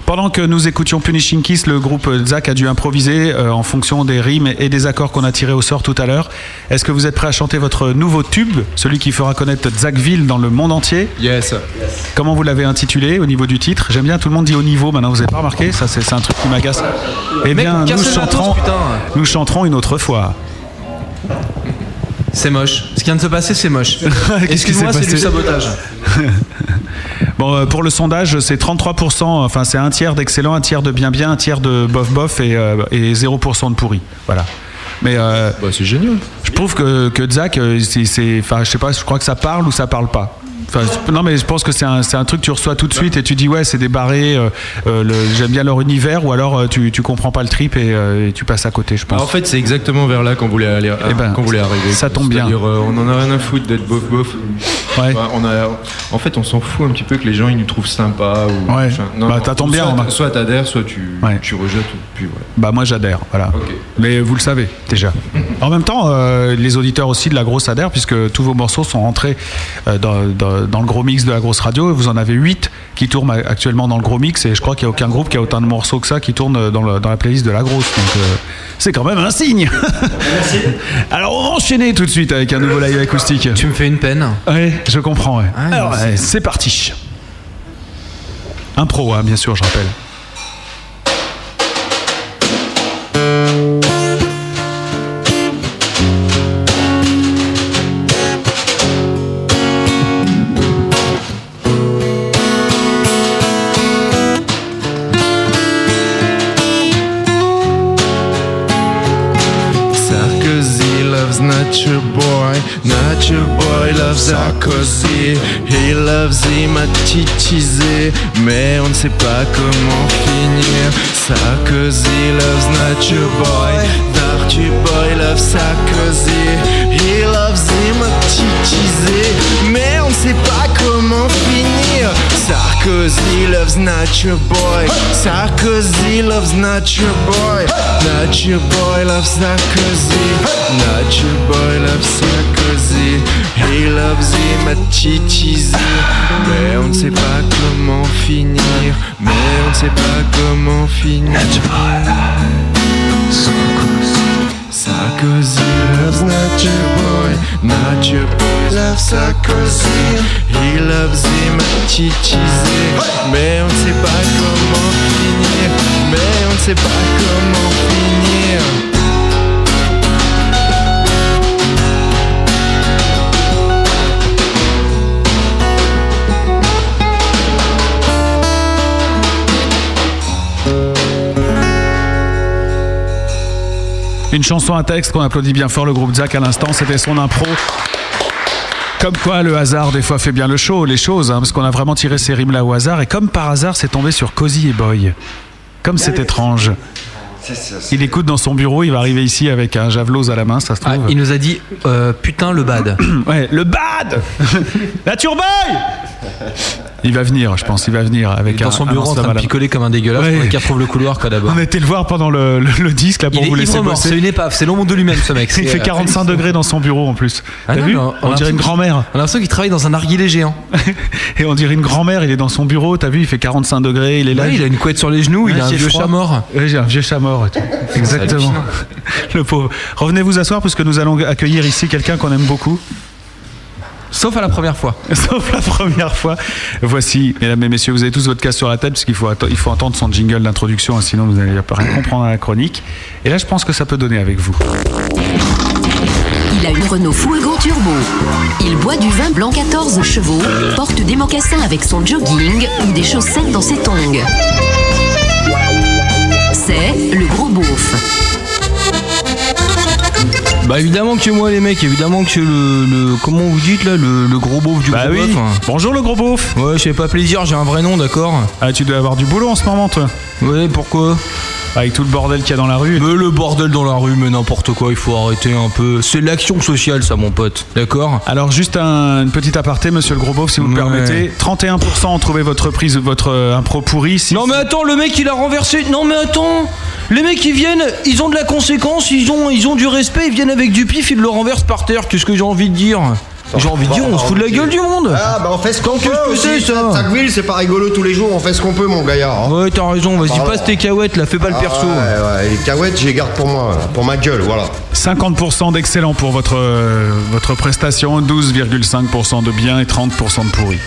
Speaker 3: Pendant que nous écoutions Punishing Kiss, le groupe euh, Zach a dû improviser euh, en fonction des rimes et des accords qu'on a tirés au sort tout à l'heure. Est-ce que vous êtes prêt à chanter votre nouveau tube, celui qui fera connaître Zachville dans le monde entier
Speaker 5: Yes.
Speaker 3: Comment vous l'avez intitulé au niveau du titre J'aime bien, tout le monde dit au niveau, maintenant vous n'avez pas remarqué, ça c'est c'est un truc qui m'agace. Eh bien, nous
Speaker 4: casse le
Speaker 3: chanterons,
Speaker 4: matos, putain.
Speaker 3: nous chanterons une autre fois.
Speaker 4: C'est moche. Ce qui vient de se passer, c'est moche.
Speaker 3: Qu'est-ce qui s'est
Speaker 4: Excuse-moi, c'est du
Speaker 3: passé
Speaker 4: sabotage.
Speaker 3: Bon, euh, pour le sondage, c'est 33%, enfin c'est un tiers d'excellent, un tiers de bien bien, un tiers de bof bof et, euh, et 0% de pourri. Voilà. Mais euh,
Speaker 5: Bah, c'est génial.
Speaker 3: Je trouve que, que Zach, euh, c'est- c'est, enfin je sais pas, je crois que ça parle ou ça parle pas. Enfin, je- non mais je pense que c'est un, c'est un truc que tu reçois tout de suite et tu dis ouais c'est des barrés, euh, euh, le- j'aime bien leur univers ou alors euh, tu, tu comprends pas le trip et, euh, et tu passes à côté je pense.
Speaker 5: En fait, c'est exactement vers là qu'on voulait aller, euh, qu'on voulait arriver.
Speaker 3: Eh ben, ça tombe bien.
Speaker 5: C'est-à-dire, euh, on en a rien à foutre d'être bof bof. Bah, on a, en fait, on s'en fout un petit peu que les gens ils nous trouvent sympa ou.
Speaker 3: Ouais.
Speaker 5: enfin,
Speaker 3: Bah, t'attends bien,
Speaker 5: Soit,
Speaker 3: Romain.
Speaker 5: soit t'adhères, soit tu, tu rejettes. ou- Puis voilà.
Speaker 3: Bah moi j'adhère, voilà. Mais vous le savez déjà. En même temps, euh, les auditeurs aussi de la grosse adhèrent puisque tous vos morceaux sont rentrés euh, dans, dans- dans le gros mix de la grosse radio. Vous en avez 8 qui tournent a- actuellement dans le gros mix et je crois qu'il n'y a aucun groupe qui a autant de morceaux que ça qui tournent dans, le- dans la playlist de la grosse. Donc euh, c'est quand même un signe. Merci. Alors on va enchaîner tout de suite avec un nouveau live acoustique. Tu
Speaker 4: me fais une peine.
Speaker 3: Oui, je comprends. ouais.
Speaker 4: Ah,
Speaker 3: Alors
Speaker 4: merci.
Speaker 3: ouais, c'est parti. Impro, hein, bien sûr, je rappelle.
Speaker 11: Thank loves not your boy, not your boy loves Sarkozy. He loves him à titiser, mais on ne sait pas comment finir. Sarkozy loves not your boy, not your boy loves Sarkozy. He loves him à titiser, mais on ne sait pas comment finir. Sarkozy loves not your boy, Sarkozy loves not your boy, not your boy loves Sarkozy, not your boy loves Sarkozy. He loves him à titiser, mais on ne sait pas comment finir, mais on ne sait pas comment finir. Sarkozy loves not your boy, not your boy loves Sarkozy. He loves him à titiser, mais on ne sait pas comment finir, mais on ne sait pas comment finir.
Speaker 3: Une chanson à texte qu'on applaudit bien fort le groupe Zach à l'instant, c'était son impro. Comme quoi, le hasard, des fois, fait bien le show, les choses, hein, parce qu'on a vraiment tiré ces rimes-là au hasard, et comme par hasard, c'est tombé sur Cozy et Boy. Comme c'est étrange. Il écoute dans son bureau, il va arriver ici avec un javelot à la main, ça se trouve.
Speaker 4: Ah, Il nous a dit euh, putain le bad.
Speaker 3: ouais, le bad La turbaille Il va venir, je pense, il va venir avec
Speaker 4: Dans
Speaker 3: un-
Speaker 4: son
Speaker 3: un
Speaker 4: bureau en
Speaker 3: lance-flamme
Speaker 4: train
Speaker 3: à
Speaker 4: de
Speaker 3: la-
Speaker 4: picoler comme un dégueulasse
Speaker 3: Ouais.
Speaker 4: pour qu'il retrouve le couloir quoi d'abord.
Speaker 3: On était le voir pendant le, le- le disque là pour
Speaker 4: Il est
Speaker 3: vous laisser
Speaker 4: ivre-mort,
Speaker 3: bosser.
Speaker 4: c'est une épave, c'est le monde de lui-même ce mec.
Speaker 3: Il
Speaker 4: C'est,
Speaker 3: fait
Speaker 4: euh,
Speaker 3: 45 degrés dans son bureau en plus.
Speaker 4: Ah
Speaker 3: T'as
Speaker 4: non,
Speaker 3: vu
Speaker 4: mais on- on a
Speaker 3: On dirait
Speaker 4: l'impression
Speaker 3: une
Speaker 4: qu'il-
Speaker 3: grand-mère.
Speaker 4: On a l'impression qu'il travaille dans un narguilé géant.
Speaker 3: Et on dirait une grand-mère, il est dans son bureau, t'as vu, il fait 45 degrés, il est là.
Speaker 4: Ouais, il a une couette sur les genoux, il a un
Speaker 3: j'ai
Speaker 4: vieux
Speaker 3: froid.
Speaker 4: chat mort.
Speaker 3: Ouais, j'ai un vieux chat mort. et tout. Exactement. Le pauvre. Revenez vous asseoir parce que nous allons accueillir ici quelqu'un qu'on aime beaucoup.
Speaker 4: Sauf à la première fois.
Speaker 3: Sauf la première fois. Voici, mesdames et messieurs, vous avez tous votre casse sur la tête parce qu'il faut, atte- il faut entendre son jingle d'introduction, hein, sinon vous n'allez pas rien comprendre à la chronique. Et là, je pense que ça peut donner avec vous.
Speaker 1: Il a une Renault Fuego Turbo. Il boit du vin blanc 14 chevaux, porte des mocassins avec son jogging ou des chaussettes dans ses tongs. C'est le gros beauf.
Speaker 4: Bah évidemment que moi les mecs, évidemment que le, le- comment vous dites là, le, le gros beauf du
Speaker 3: Bah
Speaker 4: gros
Speaker 3: oui.
Speaker 4: beauf, hein.
Speaker 3: Bonjour le gros beauf.
Speaker 4: Ouais, je fais pas plaisir, j'ai un vrai nom, d'accord.
Speaker 3: Ah, tu dois avoir du boulot en ce moment, toi.
Speaker 4: Ouais, pourquoi
Speaker 3: Avec tout le bordel qu'il y a dans la rue.
Speaker 4: Mais le bordel dans la rue, mais n'importe quoi, il faut arrêter un peu. C'est l'action sociale, ça, mon pote, d'accord
Speaker 3: Alors juste un, une petite aparté, monsieur le gros beauf, si vous me permettez. 31% ont trouvé votre reprise, votre euh, impro pourri. Si-
Speaker 4: Non mais attends, le mec il a renversé. Non mais attends, les mecs ils viennent, ils ont de la conséquence, ils ont, ils ont du respect, ils viennent avec du pif, ils le renversent par terre. Qu'est-ce que j'ai envie de dire J'ai envie de dire, on se fout de la gueule du monde.
Speaker 14: Ah bah on fait ce qu'on peut
Speaker 4: que
Speaker 14: aussi,
Speaker 4: c'est, ça
Speaker 14: Sackville, c'est pas rigolo tous les jours, on fait ce qu'on peut mon gaillard. hein.
Speaker 4: Ouais t'as raison, vas-y
Speaker 14: Pardon. Ah
Speaker 4: passe tes cahuètes, là, fais pas le perso.
Speaker 14: ouais, ouais, les cahuètes, je les garde pour moi, voilà, pour ma gueule, voilà.
Speaker 3: 50% d'excellent pour votre, euh, votre prestation, 12,5% de bien et 30% de pourri.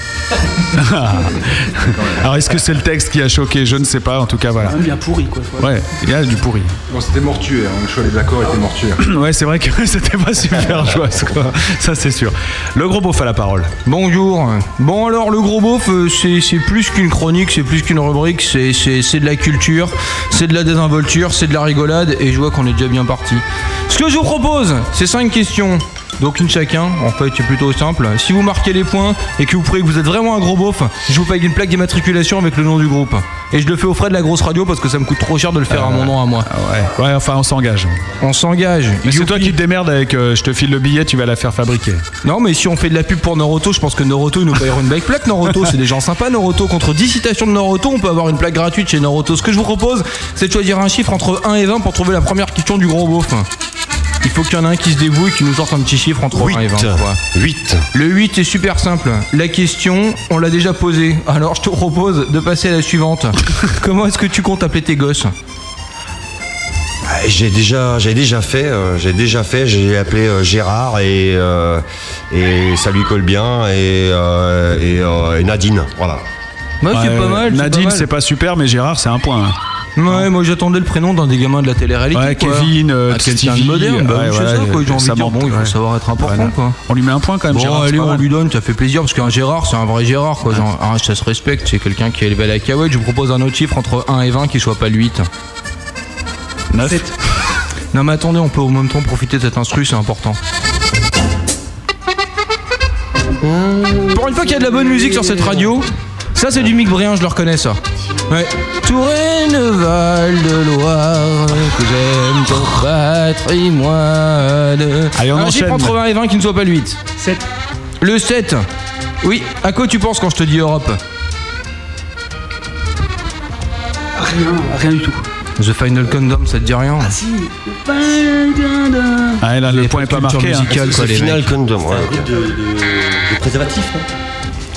Speaker 3: Alors est-ce que c'est le texte qui a choqué Je ne sais pas, en tout cas voilà.
Speaker 15: Même Ah, bien pourri, quoi. faut-
Speaker 3: Ouais, il y a du pourri.
Speaker 12: Bon, c'était mortuaire, hein, le choix des accords était mortuaire.
Speaker 3: Ouais, c'est vrai que c'était pas super joyeux, quoi. Ça, c'est sûr. Le gros beauf à la parole.
Speaker 4: Bonjour. Bon alors le gros beauf, euh, c'est c'est plus qu'une chronique, c'est plus qu'une rubrique, c'est- c'est c'est de la culture, c'est de la désinvolture, c'est de la rigolade et je vois qu'on est déjà bien parti. Ce que je vous propose, c'est cinq questions. Donc une chacun, en fait c'est plutôt simple. Si vous marquez les points et que vous prouvez que vous êtes vraiment un gros beauf, je vous paye une plaque d'immatriculation avec le nom du groupe. Et je le fais au frais de la grosse radio parce que ça me coûte trop cher de le faire à mon nom à moi.
Speaker 3: Ah Ouais, ouais enfin, on s'engage.
Speaker 4: On s'engage.
Speaker 3: Mais c'est toi qui te démerdes avec euh, je te file le billet, tu vas la faire fabriquer.
Speaker 4: Non, mais si on fait de la pub pour Naruto, je pense que Naruto, ils nous payeront une belle plaque. Naruto, c'est des gens sympas. Naruto, contre 10 citations de Naruto, on peut avoir une plaque gratuite chez Naruto. Ce que je vous propose, c'est de choisir un chiffre entre 1 et 20 pour trouver la première question du gros beauf. Il faut qu'il y en ait un qui se débrouille, qui nous sorte un petit chiffre entre 1 et 20. quoi.
Speaker 13: 8.
Speaker 4: Le 8 est super simple. La question, on l'a déjà posée. Alors, je te propose de passer à la suivante. Comment est-ce que tu comptes appeler tes gosses
Speaker 13: Ah, J'ai déjà, j'ai déjà fait, euh, j'ai déjà fait. J'ai appelé euh, Gérard et euh, et ça lui colle bien et euh, et, euh, et Nadine, voilà.
Speaker 4: Ouais, c'est pas mal.
Speaker 3: Nadine, c'est
Speaker 4: pas
Speaker 3: pas super, mais Gérard, c'est un point. hein.
Speaker 4: mal. Ouais, moi j'attendais le prénom d'un des gamins de la télé-réalité.
Speaker 3: Ouais,
Speaker 4: quoi.
Speaker 3: Kevin, euh,
Speaker 4: Ah, quelqu'un de
Speaker 3: Stevie,
Speaker 4: moderne, bah,
Speaker 3: ouais,
Speaker 4: oui, c'est
Speaker 3: ouais,
Speaker 4: ça, quoi. J'ai envie
Speaker 3: ça
Speaker 4: de dire,
Speaker 3: monte,
Speaker 4: bon, il faut
Speaker 3: ouais.
Speaker 4: savoir être important,
Speaker 3: Voilà.
Speaker 4: quoi.
Speaker 3: On lui met un point quand même,
Speaker 4: Bon,
Speaker 3: Gérard, c'est
Speaker 4: allez,
Speaker 3: pas
Speaker 4: on
Speaker 3: mal.
Speaker 4: lui donne, ça fait plaisir parce qu'un Gérard, c'est un vrai Gérard, quoi. Genre, ah, ça se respecte, c'est quelqu'un qui est élevé à la cahuète. Je vous propose un autre chiffre entre 1 et 20 qui soit pas le 8.
Speaker 3: 9.
Speaker 4: Non mais attendez, on peut en même temps profiter de cet instru, c'est important. Pour une fois qu'il y a de la bonne musique sur cette radio, ça c'est du Mick Brien, je le reconnais ça. Ouais. Touraine, Val de Loire, que j'aime ton patrimoine.
Speaker 3: Allez, on
Speaker 4: Un chiffre
Speaker 3: enchaîne.
Speaker 4: entre 20 et 20 qui ne soit pas le 8. 7. Le 7. Oui, à quoi tu penses quand je te dis Europe
Speaker 8: Rien, rien du tout.
Speaker 4: The Final Condom, ça te dit rien
Speaker 3: Ah, là, le point est pas marqué. hein.
Speaker 6: de, préservatif.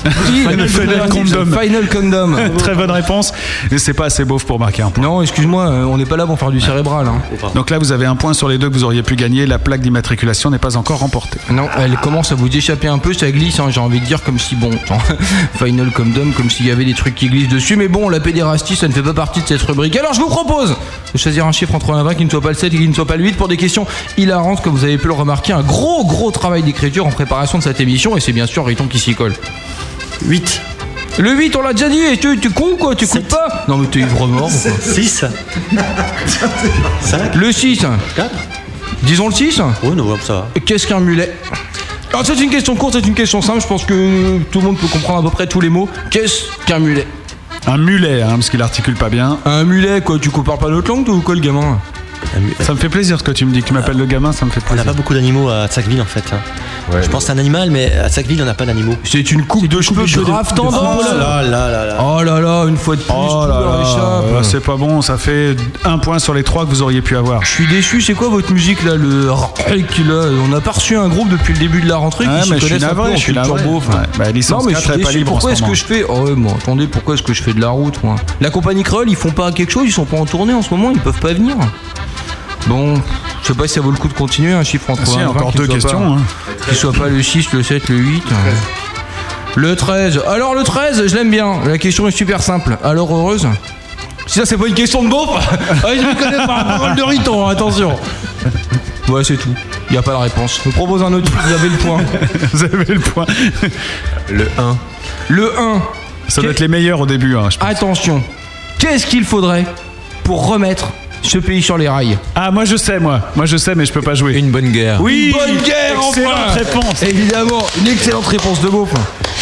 Speaker 3: Final, Final Condom.
Speaker 4: Final Condom.
Speaker 3: Très bonne réponse. Mais c'est pas assez beauf pour marquer un point.
Speaker 4: Non, excuse-moi, euh, on n'est pas là pour faire du cérébral. hein.
Speaker 3: Donc là, vous avez un point sur les deux que vous auriez pu gagner. La plaque d'immatriculation n'est pas encore remportée.
Speaker 4: Non, elle commence à vous échapper un peu, ça glisse, hein, j'ai envie de dire comme si, bon, genre, Final Condom, comme s'il y avait des trucs qui glissent dessus, mais bon, la pédérastie, ça ne fait pas partie de cette rubrique. Alors je vous propose de choisir un chiffre entre 1 et 20 qui ne soit pas le 7 et qui ne soit pas le 8 pour des questions hilarantes, comme vous avez pu le remarquer, un gros, gros travail d'écriture en préparation de cette émission, et c'est bien sûr Riton qui s'y colle. 8. Le 8, on l'a déjà dit, et tu, tu con quoi, tu coupes pas Non mais t'es ivre mort. 6. Le 6. 4. Disons le 6. Ouais, non, ça Qu'est-ce qu'un mulet Alors, Ah, c'est une question courte, c'est une question simple, je pense que tout le monde peut comprendre à peu près tous les mots. Qu'est-ce qu'un mulet
Speaker 3: Un mulet, hein, parce qu'il articule pas bien.
Speaker 4: Un mulet, quoi, tu parles pas d'autre langue, toi, ou quoi, le gamin
Speaker 3: Ça me fait plaisir ce que tu me dis, que tu m'appelles le gamin, ça me fait
Speaker 6: On n'a
Speaker 3: plaisir.
Speaker 6: pas beaucoup d'animaux à Tsacville en fait. hein. je pense que c'est un animal, mais à Tsacville on n'a pas d'animaux.
Speaker 4: C'est une coupe de cheveux grave tendance.
Speaker 6: Oh là là là là.
Speaker 4: Oh là là, une fois de plus,
Speaker 3: Oh là là, là, c'est pas bon, ça fait un point sur les trois que vous auriez pu avoir.
Speaker 4: Je suis déçu, c'est quoi votre musique là Le rock, là On n'a pas reçu un groupe depuis le début de la rentrée
Speaker 3: Ouais,
Speaker 4: qui se
Speaker 3: mais je suis
Speaker 4: connaisse un peu
Speaker 3: navré,
Speaker 4: en
Speaker 3: je suis
Speaker 4: culture
Speaker 3: navré.
Speaker 4: beauf.
Speaker 3: Ouais, bah, licence
Speaker 4: non, mais je
Speaker 3: 4
Speaker 4: suis
Speaker 3: est pas
Speaker 4: déçu.
Speaker 3: libre en
Speaker 4: Pourquoi
Speaker 3: ce
Speaker 4: est-ce
Speaker 3: moment.
Speaker 4: que je fais Oh ouais, moi, attendez, pourquoi est-ce que je fais de la route, moi La compagnie Creole, ils font pas quelque chose, ils sont pas en tournée en ce moment, ils peuvent pas venir. Bon, je sais pas si ça vaut le coup de continuer, un chiffre entre
Speaker 3: Ah si,
Speaker 4: 1 et 20,
Speaker 3: encore
Speaker 4: qu'il
Speaker 3: deux
Speaker 4: soit
Speaker 3: questions,
Speaker 4: Pas,
Speaker 3: hein.
Speaker 4: qu'il soit pas le 6, le 7, le 8. hein. Le 13. Alors le 13, je l'aime bien. La question est super simple. Alors heureuse Si ça c'est pas une question de beauf, ah, je me connais par un drôle de riton, hein, attention. Ouais, c'est tout. Il n'y a pas de réponse. On propose un autre, vous avez le point.
Speaker 3: vous avez le point.
Speaker 5: Le 1.
Speaker 4: Le 1.
Speaker 3: Ça doit être les meilleurs au début, hein, je pense.
Speaker 4: Attention. Qu'est-ce qu'il faudrait pour remettre ce pays sur les rails
Speaker 3: Ah, moi je sais, moi. Moi je sais, mais je peux pas jouer.
Speaker 5: Une bonne guerre.
Speaker 4: Une bonne guerre,
Speaker 3: excellente
Speaker 4: enfin
Speaker 3: réponse.
Speaker 4: Évidemment, une excellente réponse de beauf.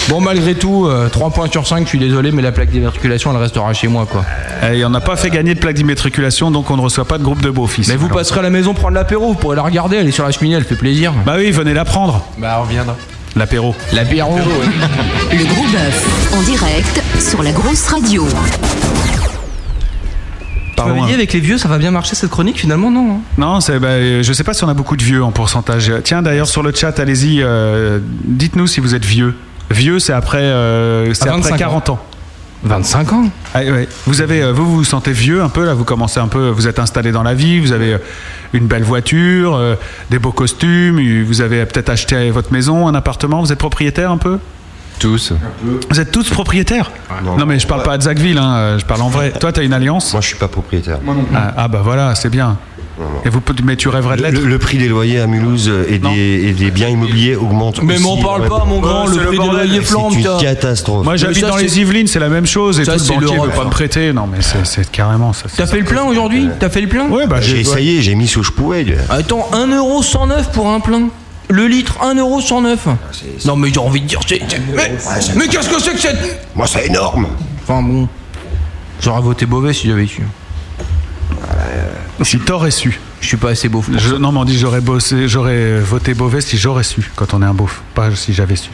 Speaker 4: Bon, malgré tout, 3 points sur 5, je suis désolé, mais la plaque d'immatriculation, elle restera chez moi, quoi.
Speaker 3: Et on n'a pas fait gagner de plaque d'immatriculation, donc on ne reçoit pas de groupe de beaux-fils.
Speaker 4: Mais vous passerez à la maison prendre l'apéro, vous pourrez la regarder, elle est sur la cheminée, elle fait plaisir.
Speaker 3: Bah oui, venez la prendre.
Speaker 4: Bah, on reviendra.
Speaker 3: L'apéro.
Speaker 4: L'apéro,
Speaker 1: Le gros bœuf, en direct sur la grosse radio.
Speaker 4: Tu m'avais dit avec les vieux, ça va bien marcher cette chronique, finalement, non hein
Speaker 3: Non, c'est, bah, euh, je sais pas si on a beaucoup de vieux en pourcentage. Euh, Tiens, d'ailleurs, sur le chat, allez-y, euh, dites-nous si vous êtes vieux. Vieux, c'est après, euh, c'est
Speaker 4: À
Speaker 3: après
Speaker 4: 25
Speaker 3: 40 ans.
Speaker 4: 25 ans
Speaker 3: Ah, ouais. Vous avez, euh, vous vous vous sentez vieux un peu là. Vous commencez un peu, vous êtes installé dans la vie. Vous avez euh, une belle voiture, euh, des beaux costumes. euh, Vous avez peut-être acheté votre maison, un appartement. Vous êtes propriétaire un peu.
Speaker 5: Tous.
Speaker 3: Vous êtes tous propriétaires non, mais je parle pas de Zachville, hein, euh, je parle en vrai. Toi, t'as une alliance
Speaker 13: Moi, je suis pas propriétaire.
Speaker 3: Ah, ah, bah voilà, c'est bien. Et vous, mais tu rêverais de
Speaker 13: Le,
Speaker 3: l'être
Speaker 13: le prix des loyers à Mulhouse et des, et des biens immobiliers augmente.
Speaker 4: Mais
Speaker 13: aussi
Speaker 4: m'en parle
Speaker 13: énormément.
Speaker 4: pas, mon grand, le prix des loyers flambe,
Speaker 13: C'est
Speaker 4: t'as-
Speaker 13: une catastrophe.
Speaker 3: Moi, j'habite dans les Yvelines, c'est la même chose. Et
Speaker 4: Ça,
Speaker 3: tout
Speaker 4: c'est
Speaker 3: le banquier veut
Speaker 4: l'Europe,
Speaker 3: pas me
Speaker 4: hein.
Speaker 3: prêter. Non, mais c'est- c'est carrément ça.
Speaker 4: T'as fait le plein aujourd'hui T'as fait le plein
Speaker 3: Euh, Ouais, bah
Speaker 13: J'ai
Speaker 3: j'ai. ouais.
Speaker 13: essayé, j'ai mis ce que je pouvais. lui.
Speaker 4: Attends, 1,109€ pour un plein le litre, 1,109€.
Speaker 13: Ah,
Speaker 4: Non, mais j'ai envie de dire. c'est- c'est- Mais, mais qu'est-ce que c'est que cette.
Speaker 13: Moi, c'est énorme.
Speaker 4: Enfin bon. J'aurais voté mauvais si j'avais su.
Speaker 3: Si t'aurais su.
Speaker 4: Je suis pas assez beauf. pour
Speaker 3: Je-
Speaker 4: ça.
Speaker 3: non, mais on dit j'aurais bossé, j'aurais voté Beauvais si j'aurais su quand on est un beauf, pas si j'avais su.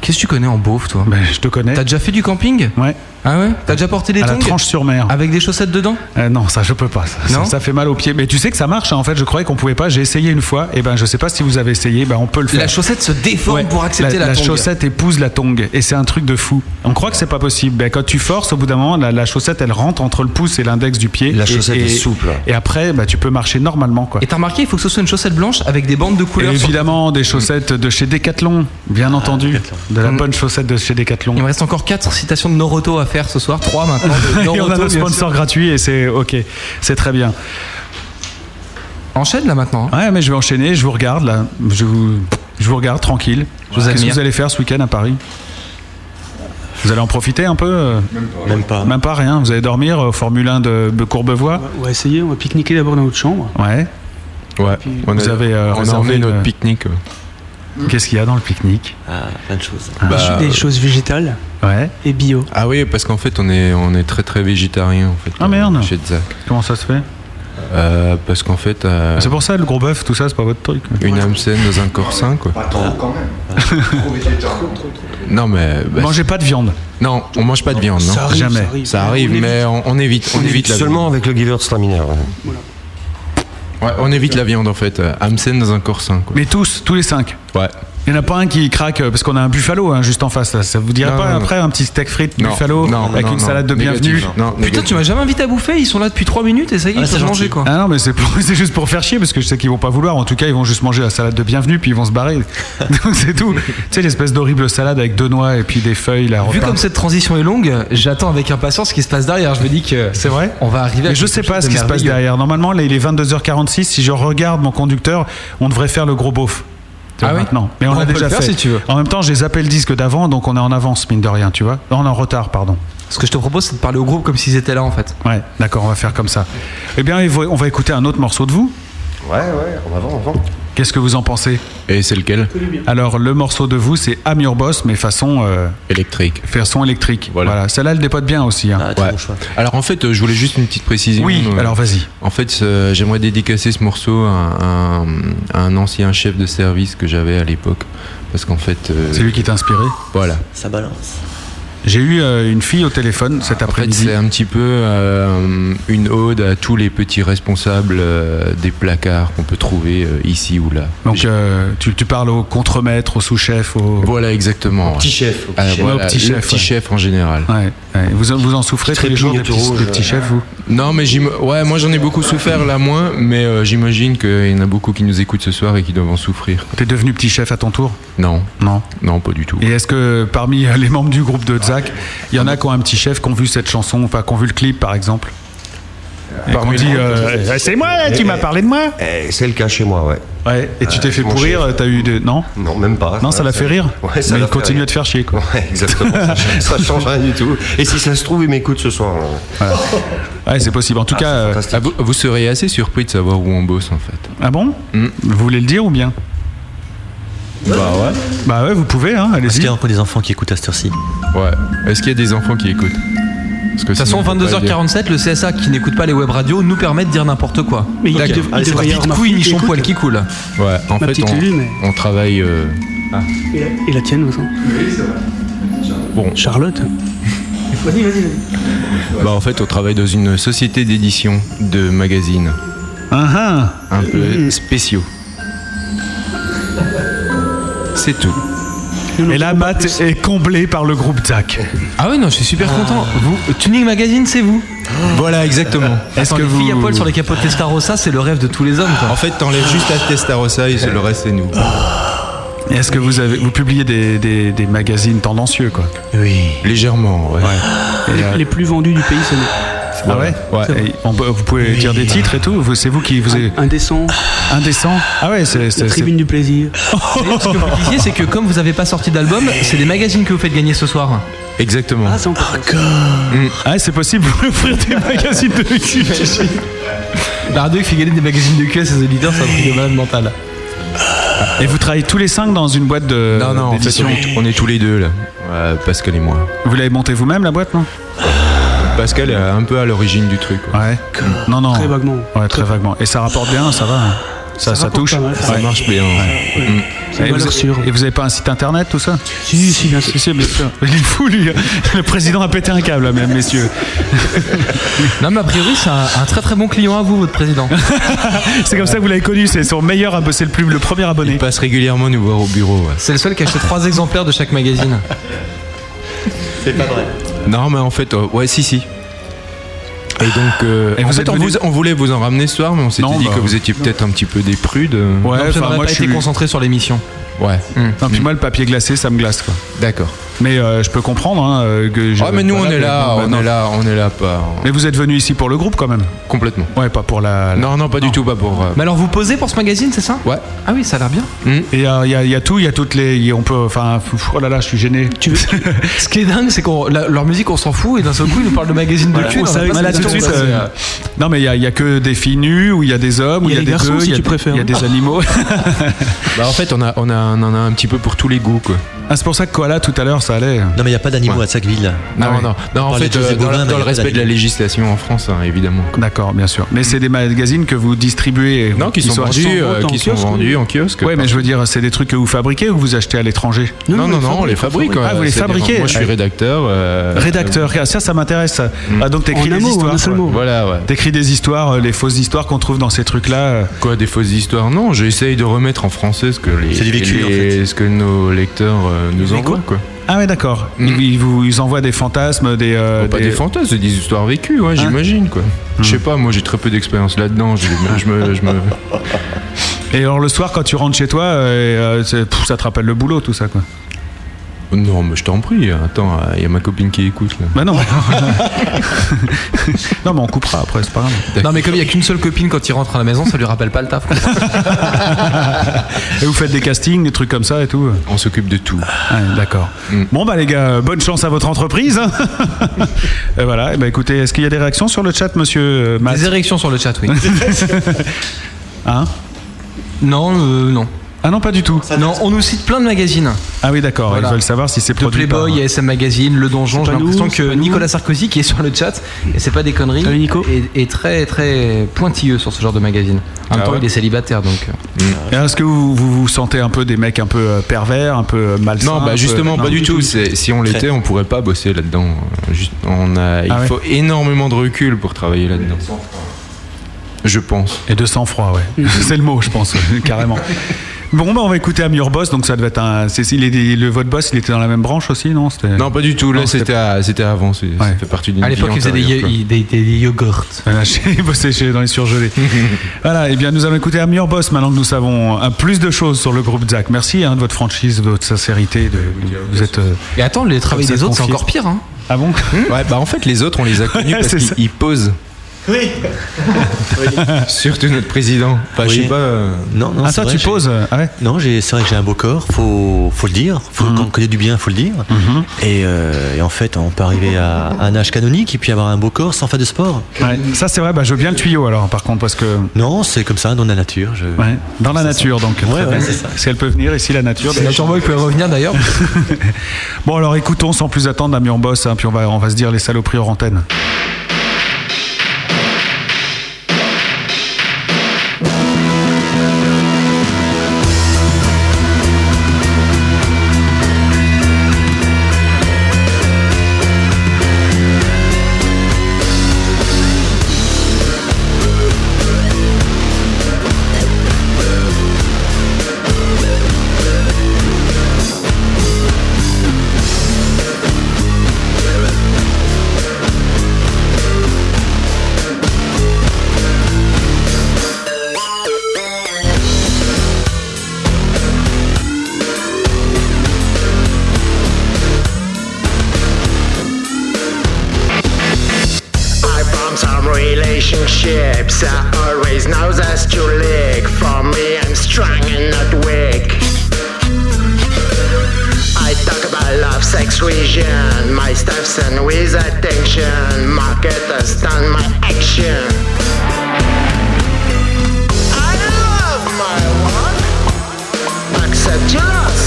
Speaker 4: Qu'est-ce que tu connais en beauf, toi
Speaker 3: Ben, je te connais.
Speaker 4: T'as déjà fait du camping
Speaker 3: Ouais.
Speaker 4: Ah ouais T'as déjà porté des
Speaker 3: À la
Speaker 4: tongs
Speaker 3: tranche sur mer.
Speaker 4: Avec des chaussettes dedans
Speaker 3: Euh, non, ça je peux pas. Ça, ça-
Speaker 4: Non
Speaker 3: ça fait mal aux pieds. Mais tu sais que ça marche. hein. En fait, je croyais qu'on pouvait pas. J'ai essayé une fois. Et ben, je sais pas si vous avez essayé. Ben, on peut le faire.
Speaker 4: La chaussette se déforme
Speaker 3: Ouais,
Speaker 4: pour accepter la, tongue.
Speaker 3: chaussette épouse la tongue et c'est un truc de fou. On croit que c'est pas possible. Ben, quand tu forces, au bout d'un moment, la, la chaussette elle rentre entre le pouce et l'index du pied.
Speaker 13: La
Speaker 3: Et-
Speaker 13: chaussette
Speaker 3: et-
Speaker 13: est souple.
Speaker 3: Et après, ben, tu peux marcher normalement quoi.
Speaker 4: Et t'as remarqué, il faut que ce soit une chaussette blanche avec des bandes de
Speaker 3: Et
Speaker 4: couleurs. sur-
Speaker 3: évidemment, des chaussettes de chez Decathlon,
Speaker 13: Ah,
Speaker 3: bien entendu, de la
Speaker 4: Mm.
Speaker 3: bonne chaussette de chez Decathlon.
Speaker 4: Il me reste encore 4 citations de Noroto à faire ce soir, 3 maintenant. de
Speaker 3: Et on a
Speaker 4: Ah, Noroto,
Speaker 3: notre
Speaker 4: bien
Speaker 3: sponsor gratuit et c'est ok, c'est très bien.
Speaker 4: sûr. Enchaîne là maintenant. hein.
Speaker 3: Ouais, mais je vais enchaîner, je vous regarde là, je vous, je vous regarde tranquille.
Speaker 4: Je vous
Speaker 3: Qu'est-ce que
Speaker 4: admire.
Speaker 3: vous allez faire ce week-end à Paris Vous allez en profiter un peu euh,
Speaker 6: Même pas.
Speaker 3: Même pas rien, vous allez dormir au euh, Formule 1 de de Courbevoie
Speaker 8: On va essayer, on va pique-niquer d'abord dans notre chambre.
Speaker 3: Ouais.
Speaker 5: Ouais, on
Speaker 3: vous
Speaker 5: a-
Speaker 3: avez euh,
Speaker 5: on a
Speaker 3: réservé
Speaker 5: emmené
Speaker 3: le-
Speaker 5: notre pique-nique. euh.
Speaker 3: Qu'est-ce qu'il y a dans le pique-nique
Speaker 6: Ah, plein de choses.
Speaker 5: Bah,
Speaker 8: des
Speaker 5: euh,
Speaker 8: choses végétales
Speaker 3: ouais.
Speaker 8: et bio.
Speaker 5: Ah oui, parce qu'en fait, on est, on est très très végétarien en fait. euh,
Speaker 3: Ah merde
Speaker 5: Chez Zach.
Speaker 3: Comment ça se fait
Speaker 5: Euh, parce qu'en fait, euh,
Speaker 3: C'est pour ça le gros bœuf, tout ça, c'est pas votre truc.
Speaker 5: une âme saine dans un corps sain, quoi.
Speaker 12: quand même. Trop végétarien.
Speaker 5: Non, mais. bah,
Speaker 3: Mangez
Speaker 5: c'est-
Speaker 3: pas de viande.
Speaker 5: Non, on mange pas de viande, non
Speaker 3: Ça arrive, Jamais. ça arrive.
Speaker 5: Ça arrive,
Speaker 3: On
Speaker 5: mais on, on évite. On, évite la
Speaker 13: seulement avec le giver de stamina.
Speaker 5: viande. Ouais, on évite la viande en fait. Euh, Âme saine dans un corps sain, quoi.
Speaker 3: Mais tous, tous les cinq
Speaker 5: Ouais.
Speaker 3: Il n'y en a pas un qui craque euh, parce qu'on a un buffalo hein, juste en face. Là. Ça vous dirait
Speaker 5: Non,
Speaker 3: pas
Speaker 5: non,
Speaker 3: après un petit steak frites buffalo avec une salade de bienvenue
Speaker 4: Putain, tu m'as jamais invité à bouffer, ils sont là depuis 3 minutes et ça y est, ils peuvent manger quoi.
Speaker 3: Ah non, mais c'est pour- c'est juste pour faire chier parce que je sais qu'ils vont pas vouloir. En tout cas, ils vont juste manger la salade de bienvenue puis ils vont se barrer. Donc c'est tout. tu sais, l'espèce d'horrible salade avec deux noix et puis des feuilles là.
Speaker 4: Vu
Speaker 3: repas.
Speaker 4: comme cette transition est longue, j'attends avec impatience ce qui se passe derrière. Je me dis que
Speaker 3: c'est vrai.
Speaker 4: On va arriver. à
Speaker 3: Mais je
Speaker 4: quelque
Speaker 3: sais
Speaker 4: chose
Speaker 3: pas
Speaker 4: de
Speaker 3: ce qui se passe
Speaker 4: merveilleux.
Speaker 3: derrière. Normalement, là, il est 22h46. Si je regarde mon conducteur, on devrait faire le gros beauf.
Speaker 4: Ah oui
Speaker 3: maintenant. Mais on,
Speaker 4: On
Speaker 3: l'a
Speaker 4: peut
Speaker 3: déjà
Speaker 4: le faire
Speaker 3: fait.
Speaker 4: si tu veux.
Speaker 3: En même temps, j'ai zappé le disque d'avant, donc on est en avance, mine de rien, tu vois. Non, On est en retard, pardon.
Speaker 4: Ce que je te propose, c'est de parler au groupe comme s'ils étaient là en fait.
Speaker 3: Ouais, d'accord, on va faire comme ça. Eh bien, on va écouter un autre morceau de vous.
Speaker 13: Ouais, ouais, en avant, en avant.
Speaker 3: Qu'est-ce que vous en pensez
Speaker 5: Et c'est lequel
Speaker 3: Alors, le morceau de vous, c'est I'm Your Boss, mais façon. euh,
Speaker 5: Électrique.
Speaker 3: Façon électrique. Voilà. Celle-là, elle dépote bien aussi. hein.
Speaker 4: Ah,
Speaker 5: Ouais. Alors en fait, euh, je voulais juste une petite précision.
Speaker 3: Oui,
Speaker 5: Euh,
Speaker 3: alors vas-y.
Speaker 5: En fait, euh, j'aimerais dédicacer ce morceau à, à- à un ancien chef de service que j'avais à l'époque. Parce qu'en fait. euh,
Speaker 3: C'est lui qui t'a inspiré
Speaker 5: Voilà.
Speaker 6: Ça balance.
Speaker 3: J'ai eu euh, une fille au téléphone cet
Speaker 5: En fait,
Speaker 3: après-midi.
Speaker 5: c'est un petit peu euh, une ode à tous les petits responsables euh, des placards qu'on peut trouver euh, ici ou là.
Speaker 3: Donc, euh, tu, tu parles au contremaître, au sous-chef, au.
Speaker 5: Voilà, exactement.
Speaker 3: petit
Speaker 5: ouais.
Speaker 3: chef, au petit
Speaker 5: Ah,
Speaker 3: chef.
Speaker 5: voilà,
Speaker 3: Ouais, au petit
Speaker 5: le
Speaker 3: chef,
Speaker 5: petit
Speaker 3: ouais.
Speaker 5: chef en général.
Speaker 3: Ouais, ouais. Vous, en- vous en souffrez tous les jours, des euh, petits, des petits chefs, vous
Speaker 5: Non, mais j'im- ouais, moi j'en ai beaucoup souffert là moins, mais euh, j'imagine qu'il y en a beaucoup qui nous écoutent ce soir et qui doivent en souffrir.
Speaker 3: T'es devenu petit chef à ton tour
Speaker 5: Non.
Speaker 3: Non.
Speaker 5: Non, pas du tout.
Speaker 3: Et est-ce que parmi euh, les membres du groupe de Zach, il y en a qui ont un petit chef, qui ont vu cette chanson, enfin, qui ont vu le clip, par exemple Et qu'on dit, euh, Eh, c'est moi, tu m'as parlé de moi
Speaker 13: Eh, C'est le cas chez moi, ouais. Euh,
Speaker 3: Ouais, et tu t'es fait pourrir, t'as eu des. Non
Speaker 13: Non, même pas.
Speaker 3: Non, ça l'a fait rire
Speaker 13: Ouais, ça
Speaker 3: Mais
Speaker 13: l'a
Speaker 3: il
Speaker 13: fait
Speaker 3: continue
Speaker 13: rire.
Speaker 3: à te faire chier, quoi.
Speaker 13: Ouais, exactement. ça change rien du tout. Et si ça se trouve, il m'écoute ce soir. hein.
Speaker 3: Ouais, c'est possible. En tout cas. euh,
Speaker 5: Ah, vous, vous serez assez surpris de savoir où on bosse en fait.
Speaker 3: Ah bon
Speaker 5: Hmm.
Speaker 3: Vous voulez le dire ou bien
Speaker 5: Bah ouais.
Speaker 3: Bah ouais, vous pouvez, hein, allez-y.
Speaker 6: Est-ce qu'il y a encore des enfants qui écoutent à cette heure-ci
Speaker 5: Ouais. Est-ce qu'il y a des enfants qui écoutent Parce que
Speaker 4: De toute façon, 22h47, le CSA qui n'écoute pas les web radios nous permet de dire n'importe quoi.
Speaker 8: Mais il
Speaker 4: Donc,
Speaker 8: dev- il
Speaker 4: c'est
Speaker 8: devrait y
Speaker 4: pas
Speaker 8: avoir
Speaker 4: petite
Speaker 8: ma
Speaker 4: couille
Speaker 8: fille
Speaker 4: ni
Speaker 8: qui
Speaker 4: son
Speaker 8: écoute.
Speaker 4: poil qui coule.
Speaker 5: Ouais, en
Speaker 8: Ma
Speaker 5: fait,
Speaker 8: petite
Speaker 5: on,
Speaker 8: Lulu, mais-
Speaker 5: on travaille. euh,
Speaker 3: Ah.
Speaker 8: Et la, et la tienne, Vincent
Speaker 5: Bon.
Speaker 8: Charlotte Vas-y, vas-y, vas-y.
Speaker 5: Bah en fait, on travaille dans une société d'édition de magazines
Speaker 3: Ah
Speaker 5: un peu spéciaux. C'est tout.
Speaker 3: ah. Et là, Matt est comblé par le groupe Zach.
Speaker 4: Ah oui, non, je suis super content. Vous, Tuning Magazine, c'est vous. Euh,
Speaker 5: Voilà, exactement.
Speaker 4: Est-ce que les filles à poil sur les capots de Testarossa, c'est le rêve de tous les hommes. Quoi.
Speaker 5: En fait, t'enlèves juste la Testarossa et le reste c'est nous.
Speaker 3: Et Est-ce que vous avez vous publiez des, des- des magazines tendancieux quoi
Speaker 5: Oui. Légèrement, ouais.
Speaker 3: Et, euh,
Speaker 8: Les plus vendus du pays, c'est nous.
Speaker 3: ah ouais,
Speaker 5: Ouais.
Speaker 3: Et on peut- vous pouvez dire des titres et tout. vous- C'est vous qui vous avez
Speaker 8: Indécent,
Speaker 3: indécent. Ah ouais, c'est
Speaker 8: la
Speaker 3: c'est- c'est-
Speaker 8: tribune du plaisir.
Speaker 4: Et Ce que vous disiez, c'est que comme vous n'avez pas sorti d'album, c'est des magazines que vous faites gagner ce soir. Mm.
Speaker 5: Exactement.
Speaker 8: Ah, c'est encore ça.
Speaker 3: Ah, c'est possible vous pouvez offrir des magazines de cul.
Speaker 4: La radio qui fait gagner des magazines de cul à ses auditeurs, c'est un truc de malade mental.
Speaker 3: Et vous travaillez tous les cinq dans une boîte de
Speaker 5: Non, non, en fait,
Speaker 3: d'édition.
Speaker 5: on est, on est tous les deux là. Ouais, Pascal et moi.
Speaker 3: Vous l'avez montée vous-même la boîte non
Speaker 5: Pascal est un peu à l'origine du truc. quoi.
Speaker 3: Ouais. Non non.
Speaker 8: Très vaguement.
Speaker 3: Ouais, très vaguement. Et ça rapporte bien, ça va. hein Ça, ça,
Speaker 8: rapporte
Speaker 3: touche. Mm.
Speaker 8: pas mal.
Speaker 5: Ça marche bien.
Speaker 8: C'est
Speaker 3: Et
Speaker 8: une
Speaker 3: vous,
Speaker 8: valeur sûre.
Speaker 3: et vous avez pas un site internet, tout ça
Speaker 8: Si, si, bien sûr.
Speaker 3: Si, si, bien sûr. Il est fou, lui. Le président a pété un câble, là, mesdames, messieurs.
Speaker 4: Non, mais a priori, c'est un, un très très bon client à vous, votre président.
Speaker 3: C'est comme ça que vous l'avez connu. C'est son meilleur, abo- c'est le, plus- le premier abonné.
Speaker 5: Il passe régulièrement nous voir au bureau. ouais.
Speaker 4: C'est le seul qui a acheté trois exemplaires de chaque magazine.
Speaker 13: C'est pas vrai.
Speaker 5: Non, mais en fait, euh, ouais, si, si. Et donc, euh,
Speaker 3: Et
Speaker 5: en
Speaker 3: vous
Speaker 5: fait,
Speaker 3: êtes
Speaker 5: on,
Speaker 3: venu-
Speaker 5: vous- on voulait vous en ramener ce soir, mais on s'était
Speaker 3: Non,
Speaker 5: dit
Speaker 3: bah,
Speaker 5: que vous étiez peut-être un petit peu des prudes. euh.
Speaker 3: Ouais,
Speaker 4: Donc, je
Speaker 3: enfin,
Speaker 4: n'aurais
Speaker 3: moi,
Speaker 4: pas
Speaker 3: je
Speaker 4: été
Speaker 3: suis. Hmm.
Speaker 4: concentré sur l'émission. Mm.
Speaker 5: Ouais.
Speaker 3: Non, puis moi, le papier glacé, ça me glace, quoi.
Speaker 5: D'accord.
Speaker 3: Mais euh, je peux comprendre. Hein, euh, que je-
Speaker 5: Ah, mais nous, on
Speaker 3: voilà,
Speaker 5: est
Speaker 3: que-
Speaker 5: là,
Speaker 3: bah,
Speaker 5: on
Speaker 3: non.
Speaker 5: est là, on est là, pas.
Speaker 3: Mais vous êtes venu ici pour le groupe quand même
Speaker 5: Complètement.
Speaker 3: Ouais, pas pour la.
Speaker 5: Non, non, pas du tout, pas pour. euh,
Speaker 4: Mais alors vous posez pour ce magazine, c'est ça
Speaker 5: Ouais.
Speaker 4: Ah oui, ça a l'air bien.
Speaker 5: Hmm.
Speaker 3: Et euh, il y, a- il y a tout, il y a toutes les. il y a- On peut. Enfin, pff, oh là là, je suis gêné.
Speaker 4: Ce qui est dingue, c'est qu'on la- leur musique, on s'en fout et d'un seul coup, ils nous parlent de magazine de
Speaker 3: Voilà,
Speaker 4: cul.
Speaker 3: on
Speaker 4: on a
Speaker 3: savait
Speaker 4: pas
Speaker 3: que
Speaker 4: la
Speaker 3: c'était tout de
Speaker 4: tendance.
Speaker 3: suite, euh, Non, mais il y a- il y, a que des filles nues, ou il y a des hommes, ou
Speaker 5: Il
Speaker 3: il
Speaker 5: y
Speaker 3: y
Speaker 5: a
Speaker 3: a
Speaker 5: les
Speaker 3: des
Speaker 5: garçons,
Speaker 3: gueux,
Speaker 5: si
Speaker 3: il y a
Speaker 5: tu
Speaker 3: des-
Speaker 5: préfères. hein.
Speaker 3: il y a des animaux.
Speaker 5: Bah, en fait, on, a, on, a, on en a un petit peu pour tous les goûts, quoi.
Speaker 3: Ah, c'est pour ça que Koala tout à l'heure ça allait. Ah Non,
Speaker 6: mais il n'y a pas d'animaux à Sacville.
Speaker 5: Non, non, non, en fait, euh, dans, dans le respect de la législation en France, hein, évidemment.
Speaker 3: D'accord, bien sûr. Mais c'est des magazines que vous distribuez.
Speaker 5: Non, qui sont vendus, euh, qui sont vendus en kiosque.
Speaker 3: Ouais, mais je veux dire, c'est des trucs que vous fabriquez ou que vous achetez à l'étranger
Speaker 5: Non, non, non, on les fabrique.
Speaker 3: Ah,
Speaker 5: ouais,
Speaker 3: vous les
Speaker 5: c'est des-
Speaker 3: fabriquez
Speaker 5: Moi, je suis
Speaker 3: Ouais.
Speaker 5: rédacteur. euh,
Speaker 3: Rédacteur, ça, ça m'intéresse. ça. Ah, donc
Speaker 5: En
Speaker 3: t'écris
Speaker 5: un
Speaker 3: des
Speaker 5: mot, hein. en
Speaker 3: histoires.
Speaker 5: un seul
Speaker 3: quoi.
Speaker 5: mot. Voilà, ouais.
Speaker 3: T'écris des histoires, euh, les fausses histoires qu'on trouve dans ces trucs-là.
Speaker 5: Quoi, des fausses histoires Non, j'essaye de remettre en français ce que les,
Speaker 3: C'est du vécu,
Speaker 5: les- ce que nos lecteurs euh, nous envoient, quoi.
Speaker 3: Ah ouais, d'accord. Ils, ils vous ils envoient des fantasmes, des. euh,
Speaker 5: Bon, Hmm. Oh, pas des fantasmes, c'est des histoires vécues, ouais, j'imagine, quoi.
Speaker 3: Hein.
Speaker 5: Je sais pas, moi, j'ai très peu d'expérience là-dedans. Je, je me, je me-
Speaker 3: Hein. Et alors le soir, quand tu rentres chez toi, euh, et, euh, c'est- pff, ça te rappelle le boulot, tout ça, quoi.
Speaker 5: Non, mais je t'en prie. Attends, il y a ma copine qui écoute, là.
Speaker 3: Bah non. non, mais on coupera après, c'est pas grave.
Speaker 4: Non, mais comme il n'y a qu'une seule copine quand il rentre à la maison, ça lui rappelle pas le taf. quoi.
Speaker 3: Et vous faites des castings, des trucs comme ça et tout euh Ah,
Speaker 5: On s'occupe de tout. Mm.
Speaker 3: D'accord. Bon, bah les gars, euh, bonne chance à votre entreprise. hein. et voilà, et bah, écoutez, est-ce qu'il y a des réactions sur le chat, monsieur euh, Matt
Speaker 4: Des érections sur le chat, oui.
Speaker 3: Hein
Speaker 4: Non, euh, non.
Speaker 3: Ah non, pas du tout.
Speaker 4: Non, on nous cite plein de magazines.
Speaker 3: Ah oui, d'accord.
Speaker 4: Voilà.
Speaker 3: Ils veulent savoir si c'est
Speaker 4: Le
Speaker 3: produit
Speaker 4: Playboy,
Speaker 3: par-
Speaker 4: SM Magazine, Le Donjon,
Speaker 3: C'est
Speaker 4: j'ai
Speaker 3: pas
Speaker 4: l'impression
Speaker 3: nous, c'est
Speaker 4: que Nicolas Sarkozy, qui est sur le chat, et c'est pas des conneries, est, est très très pointilleux sur ce genre de magazine. En même
Speaker 3: Ah
Speaker 4: temps,
Speaker 3: ouais.
Speaker 4: il est célibataire donc. euh,
Speaker 5: Mm.
Speaker 3: Et Est-ce que vous, vous vous sentez un peu des mecs un peu euh, pervers, un peu euh, malsains
Speaker 5: Non,
Speaker 3: un
Speaker 5: bah
Speaker 3: peu-
Speaker 5: justement, pas du tout. C'est- Si on l'était, on pourrait pas bosser là-dedans. Euh, juste- On a, il
Speaker 3: Ah ouais.
Speaker 5: faut énormément de recul pour travailler là-dedans. Je pense.
Speaker 3: Et de sang-froid, ouais. c'est le mot, je pense, ouais, carrément. Bon, bah on va écouter Amur Boss, donc ça devait être un. c'est- il est- le, votre boss, il était dans la même branche aussi, non C'était-
Speaker 5: Non, pas du tout. Là,
Speaker 3: Non,
Speaker 5: c'était à- c'était avant. c'est- Ça fait partie d'une
Speaker 4: À
Speaker 5: vie
Speaker 4: l'époque, il faisait des,
Speaker 5: antérieure,
Speaker 4: yo-
Speaker 5: quoi.
Speaker 4: il- des, des yogurts.
Speaker 3: Voilà, Ah, j'ai bossé chez- dans les surgelés. voilà, et bien nous avons écouté Amir Boss maintenant que nous savons euh, plus de choses sur le groupe Zach. Merci hein, de votre franchise, de votre sincérité. De, vous êtes. euh,
Speaker 4: Et attends, les travail
Speaker 3: comme ça
Speaker 4: des autres, c'est
Speaker 3: confiés.
Speaker 4: encore pire. Hein.
Speaker 3: Ah bon
Speaker 5: Ouais, bah en fait, les autres, on les a connus parce
Speaker 3: C'est
Speaker 5: qu'ils
Speaker 3: ça.
Speaker 5: ils posent.
Speaker 16: Oui.
Speaker 5: Surtout notre président. Enfin, je
Speaker 6: Oui.
Speaker 5: sais
Speaker 3: Bah,
Speaker 5: pas. euh,
Speaker 6: Non, non,
Speaker 5: Ah,
Speaker 6: c'est
Speaker 5: ça,
Speaker 6: vrai,
Speaker 5: tu
Speaker 6: j'ai-
Speaker 5: poses,
Speaker 3: euh,
Speaker 6: Non, j'ai- c'est vrai que j'ai un beau corps, faut, faut le dire. Faut,
Speaker 3: Mhm.
Speaker 6: Quand on connaît du bien, faut le dire. et, euh, et en fait, on peut arriver à un âge canonique et puis avoir un beau corps sans faire de sport.
Speaker 3: ouais, ça c'est vrai, bah, je veux bien le tuyau alors, par contre, parce que.
Speaker 6: Non, c'est comme ça, dans la nature. Je...
Speaker 3: Ouais, dans la nature donc. Très
Speaker 6: ouais,
Speaker 3: bien.
Speaker 6: c'est ça.
Speaker 3: Si elle peut venir, ici la nature.
Speaker 4: Nathan Boy peut revenir d'ailleurs.
Speaker 3: Bon alors écoutons sans plus attendre Amir Boss, hein, puis on va, on va se dire les saloperies hors antenne.
Speaker 11: I found some relationships. I always know that's too leak. For me, I'm strong and not weak. I talk about love, sex, vision, my stuffs and with attention. Marketers done my action. I love my work, except yours.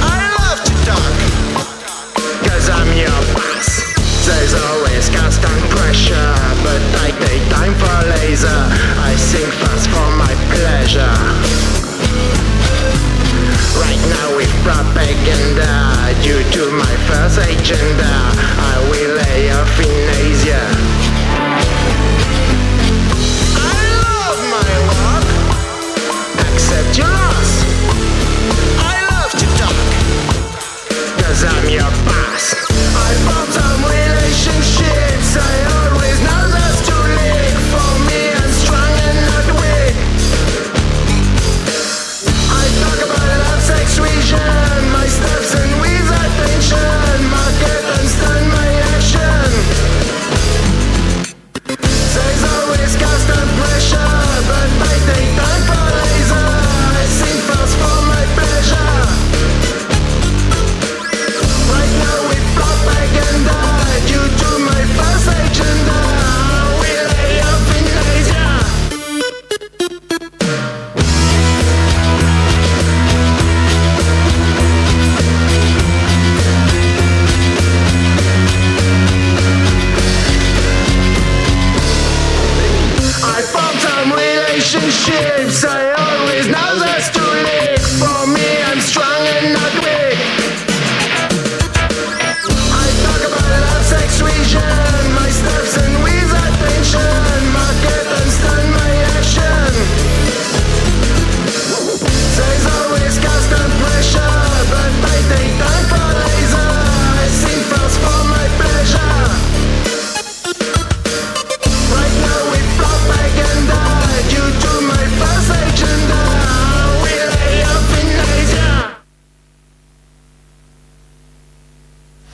Speaker 11: I love to talk. Cause I'm your boss. There's always constant pressure, but I take time for laser. I sing fast for my pleasure. Right now with propaganda, due to my first agenda, I will lay off in Asia. I love my work, except yours. I love to talk. Cause I'm your boss. I found some relationships. I always know that's too late. For me, I'm strong and not weak. I talk about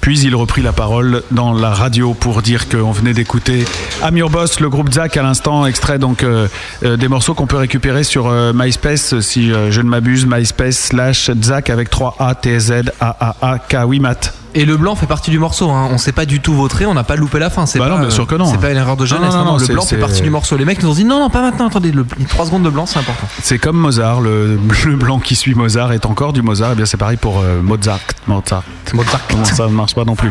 Speaker 3: Puis il reprit la parole dans la radio pour dire qu'on venait d'écouter Amir Boss, le groupe Zach à l'instant, extrait donc euh, euh, des morceaux qu'on peut récupérer sur euh, MySpace, euh, si euh, je ne m'abuse, MySpace slash Zach avec 3A, T, Z, A, A, A, K, oui, Matt.
Speaker 4: Et le blanc fait partie du morceau, hein. on s'est pas du tout voté, on n'a pas loupé la fin. C'est
Speaker 3: Bah
Speaker 4: pas,
Speaker 3: non, bien
Speaker 4: euh,
Speaker 3: sûr que non.
Speaker 4: C'est pas une erreur de
Speaker 3: Non,
Speaker 4: jeunesse,
Speaker 3: non,
Speaker 4: non,
Speaker 3: non,
Speaker 4: non, le
Speaker 3: c'est-
Speaker 4: blanc
Speaker 3: c'est-
Speaker 4: fait partie du morceau. Les mecs nous ont dit non, non, pas maintenant, attendez, le, 3 secondes de blanc, c'est important.
Speaker 3: C'est comme Mozart, le, le blanc qui suit Mozart est encore du Mozart, et bien c'est pareil pour euh, Mozart. Mozart. Non, ça ne marche pas non plus.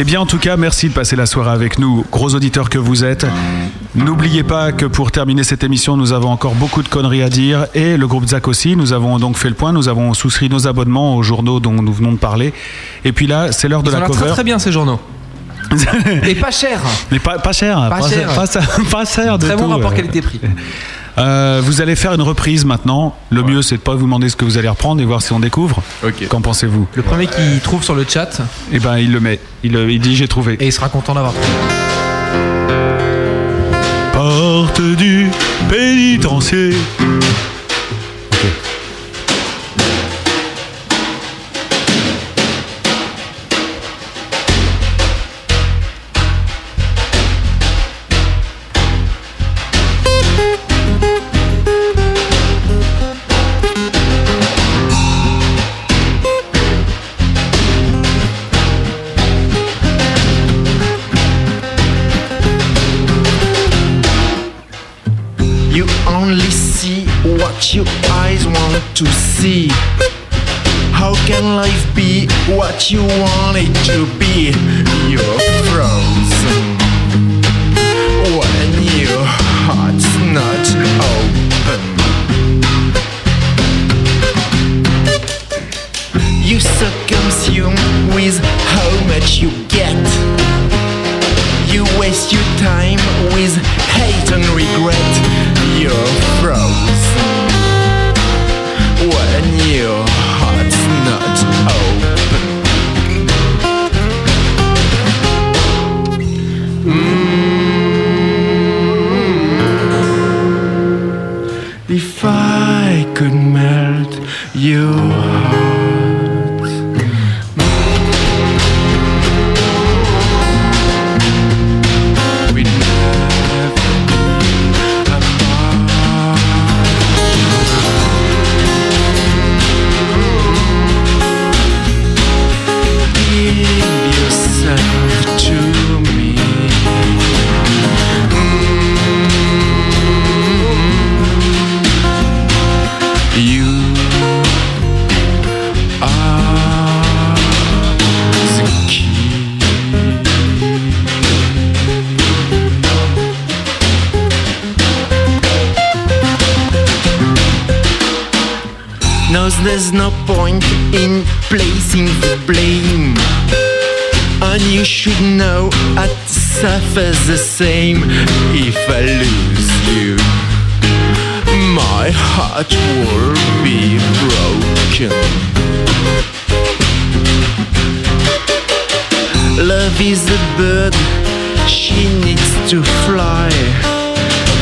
Speaker 3: Eh bien en tout cas, merci de passer la soirée avec nous, gros auditeurs que vous êtes. N'oubliez pas que pour terminer cette émission, nous avons encore beaucoup de conneries à dire, et le groupe ZAC aussi, nous avons donc fait le point, nous avons souscrit nos abonnements aux journaux dont nous venons de parler, et puis là, c'est l'heure de
Speaker 4: Ils
Speaker 3: la
Speaker 4: ont l'air
Speaker 3: cover.
Speaker 4: très très bien ces journaux. Et pas cher.
Speaker 3: Mais pas, pas cher, pas,
Speaker 4: Pas
Speaker 3: cher,
Speaker 4: cher.
Speaker 3: pas, cher- pas cher de
Speaker 4: Très
Speaker 3: tout.
Speaker 4: bon rapport
Speaker 3: euh.
Speaker 4: qualité-prix.
Speaker 3: Euh, vous allez faire une reprise maintenant. Le mieux, c'est de pas vous demander ce que vous allez reprendre et voir si on découvre. Qu'en pensez-vous
Speaker 4: Le premier qui trouve sur le chat,
Speaker 3: Eh ben, il le met. Il, le- il dit j'ai trouvé.
Speaker 4: Et il sera content d'avoir trouvé.
Speaker 3: Porte du pénitencier.
Speaker 11: You only see what your eyes want to see. How can life be what you want it to be? You're frozen when your heart's not open. You succumb with how much you get. You waste your time with hate and regret. You're frozen when your heart's not open. Mm. If I could melt your heart. We'd Give yourself to me. You
Speaker 3: Ah.
Speaker 11: are the knows there's no point in placing the blame. And you should know I suffer the same if I lose you. My heart will be broken. Love is a bird, she needs to fly.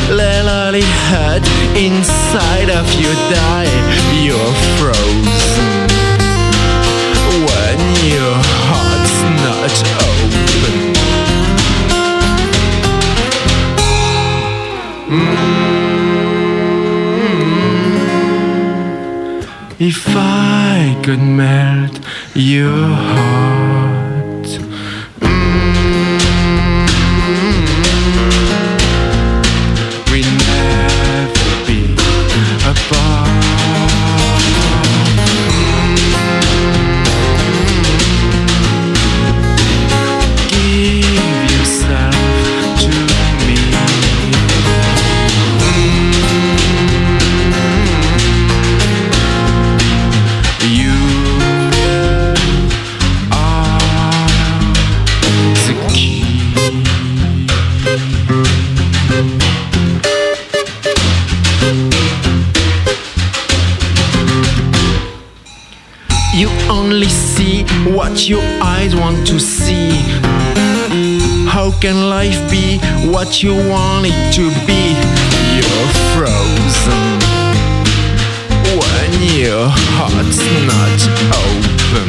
Speaker 11: Literally hurt inside of you die. You're frozen when your heart's not open. Mm-hmm. Mm. If I could melt your heart. Mm. we will never be apart. Mm. Give yourself to me. You are the key. You only see what your eyes want to see. How can life be what you want it to be? You're frozen when your heart's not open.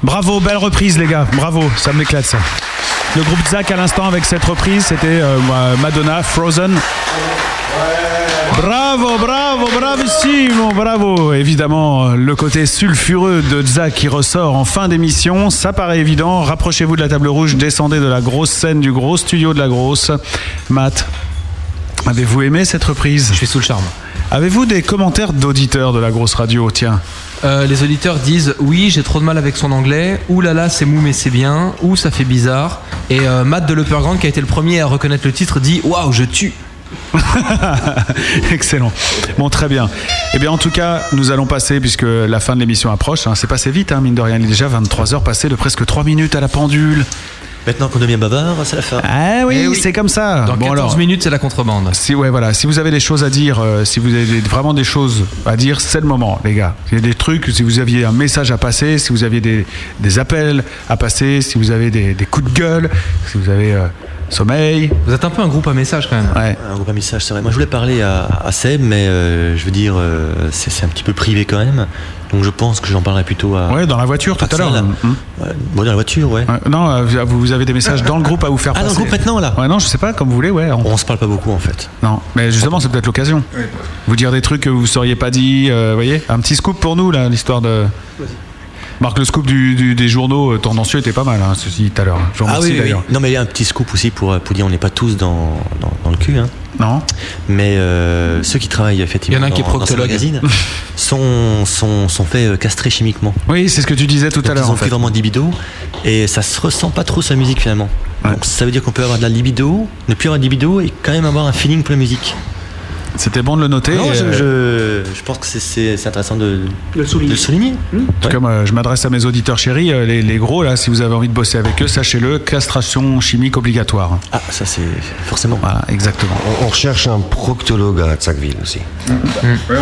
Speaker 3: Bravo, belle reprise les gars, bravo, ça m'éclate ça. Le groupe Zach à l'instant avec cette reprise, c'était euh, Madonna, Frozen. Bravo, bravo, bravissimo, bravo. Évidemment, euh, le côté sulfureux de Zach qui ressort en fin d'émission, ça paraît évident. Rapprochez-vous de la table rouge, descendez de la grosse scène du gros studio de la grosse. Matt, avez-vous aimé cette reprise Je
Speaker 4: suis sous le charme.
Speaker 3: Avez-vous des commentaires d'auditeurs de la grosse radio Tiens.
Speaker 4: Euh, les auditeurs disent oui, j'ai trop de mal avec son anglais, ou là là, c'est mou mais c'est bien, ou ça fait bizarre. Et euh, Matt de l'Upperground, qui a été le premier à reconnaître le titre, dit waouh, je tue.
Speaker 3: Excellent. Bon, très bien. Eh bien, en tout cas, nous allons passer, puisque la fin de l'émission approche, hein, c'est passé vite, hein, mine de rien, il est déjà 23h passé de presque 3 minutes à la pendule.
Speaker 6: Maintenant qu'on devient bavard, c'est la fin.
Speaker 3: Ah oui, c'est comme ça.
Speaker 4: Eh Dans 14 minutes, c'est la contrebande.
Speaker 3: Si, ouais, voilà. si vous avez des choses à dire, euh, si vous avez des- vraiment des choses à dire, c'est le moment, les gars. Il y a des trucs, si vous aviez un message à passer, si vous aviez des, des appels à passer, si vous avez des, des coups de gueule, si vous avez euh, sommeil.
Speaker 4: Vous êtes un peu un groupe à message quand même.
Speaker 6: Un groupe à message, c'est vrai. Moi, je voulais parler à, à Seb, mais euh, je veux dire, euh, c'est c'est un petit peu privé quand même. Donc, je pense que j'en parlerai plutôt à.
Speaker 3: Ouais, dans la voiture tout à l'heure.
Speaker 6: Axel.
Speaker 3: Mhm.
Speaker 6: Ouais, bon, dans la voiture, ouais.
Speaker 3: Ouais, Non, euh, vous vous avez des messages dans le groupe à vous faire
Speaker 6: Ah,
Speaker 3: passer.
Speaker 6: dans le groupe maintenant, là
Speaker 3: Ouais, non, je sais pas, comme vous voulez, ouais.
Speaker 6: On se parle pas beaucoup en fait.
Speaker 3: Non, mais justement, c'est peut-être l'occasion. Vous dire des trucs que vous ne sauriez pas dit, euh, voyez Un petit scoop pour nous, là, l'histoire de. Marc, le scoop du- du- des journaux euh, tendancieux était pas mal, hein, ceci tout à l'heure. Je vous
Speaker 6: Ah
Speaker 3: remercie
Speaker 6: oui, oui,
Speaker 3: d'ailleurs.
Speaker 6: oui. Non, mais il y a un petit scoop aussi pour, euh, pour dire on n'est pas tous dans, dans, dans le cul. Hein.
Speaker 3: Non.
Speaker 6: Mais euh, ceux qui travaillent effectivement
Speaker 3: Il y en a un qui est
Speaker 6: dans- dans ce
Speaker 3: proctologue.
Speaker 6: magazine sont, sont, sont faits euh, castrer chimiquement.
Speaker 3: Oui, c'est ce que tu disais tout à l'heure,
Speaker 6: Ils ont
Speaker 3: en
Speaker 6: pris
Speaker 3: fait.
Speaker 6: vraiment de libido et ça se ressent pas trop sur la musique finalement. Donc ça veut dire qu'on peut avoir de la libido, ne plus avoir de libido et quand même avoir un feeling pour la musique.
Speaker 3: C'était bon de le noter.
Speaker 6: Non,
Speaker 3: et,
Speaker 6: je,
Speaker 3: euh,
Speaker 6: je- je pense que c'est- c'est c'est intéressant de, de le souligner.
Speaker 3: En tout cas, moi, je m'adresse à mes auditeurs chéris, euh, les, les gros, là, si vous avez envie de bosser avec eux, sachez-le, castration chimique obligatoire.
Speaker 6: Ah, ça c'est forcément.
Speaker 3: exactement.
Speaker 13: On, on recherche un proctologue à Tsackville aussi.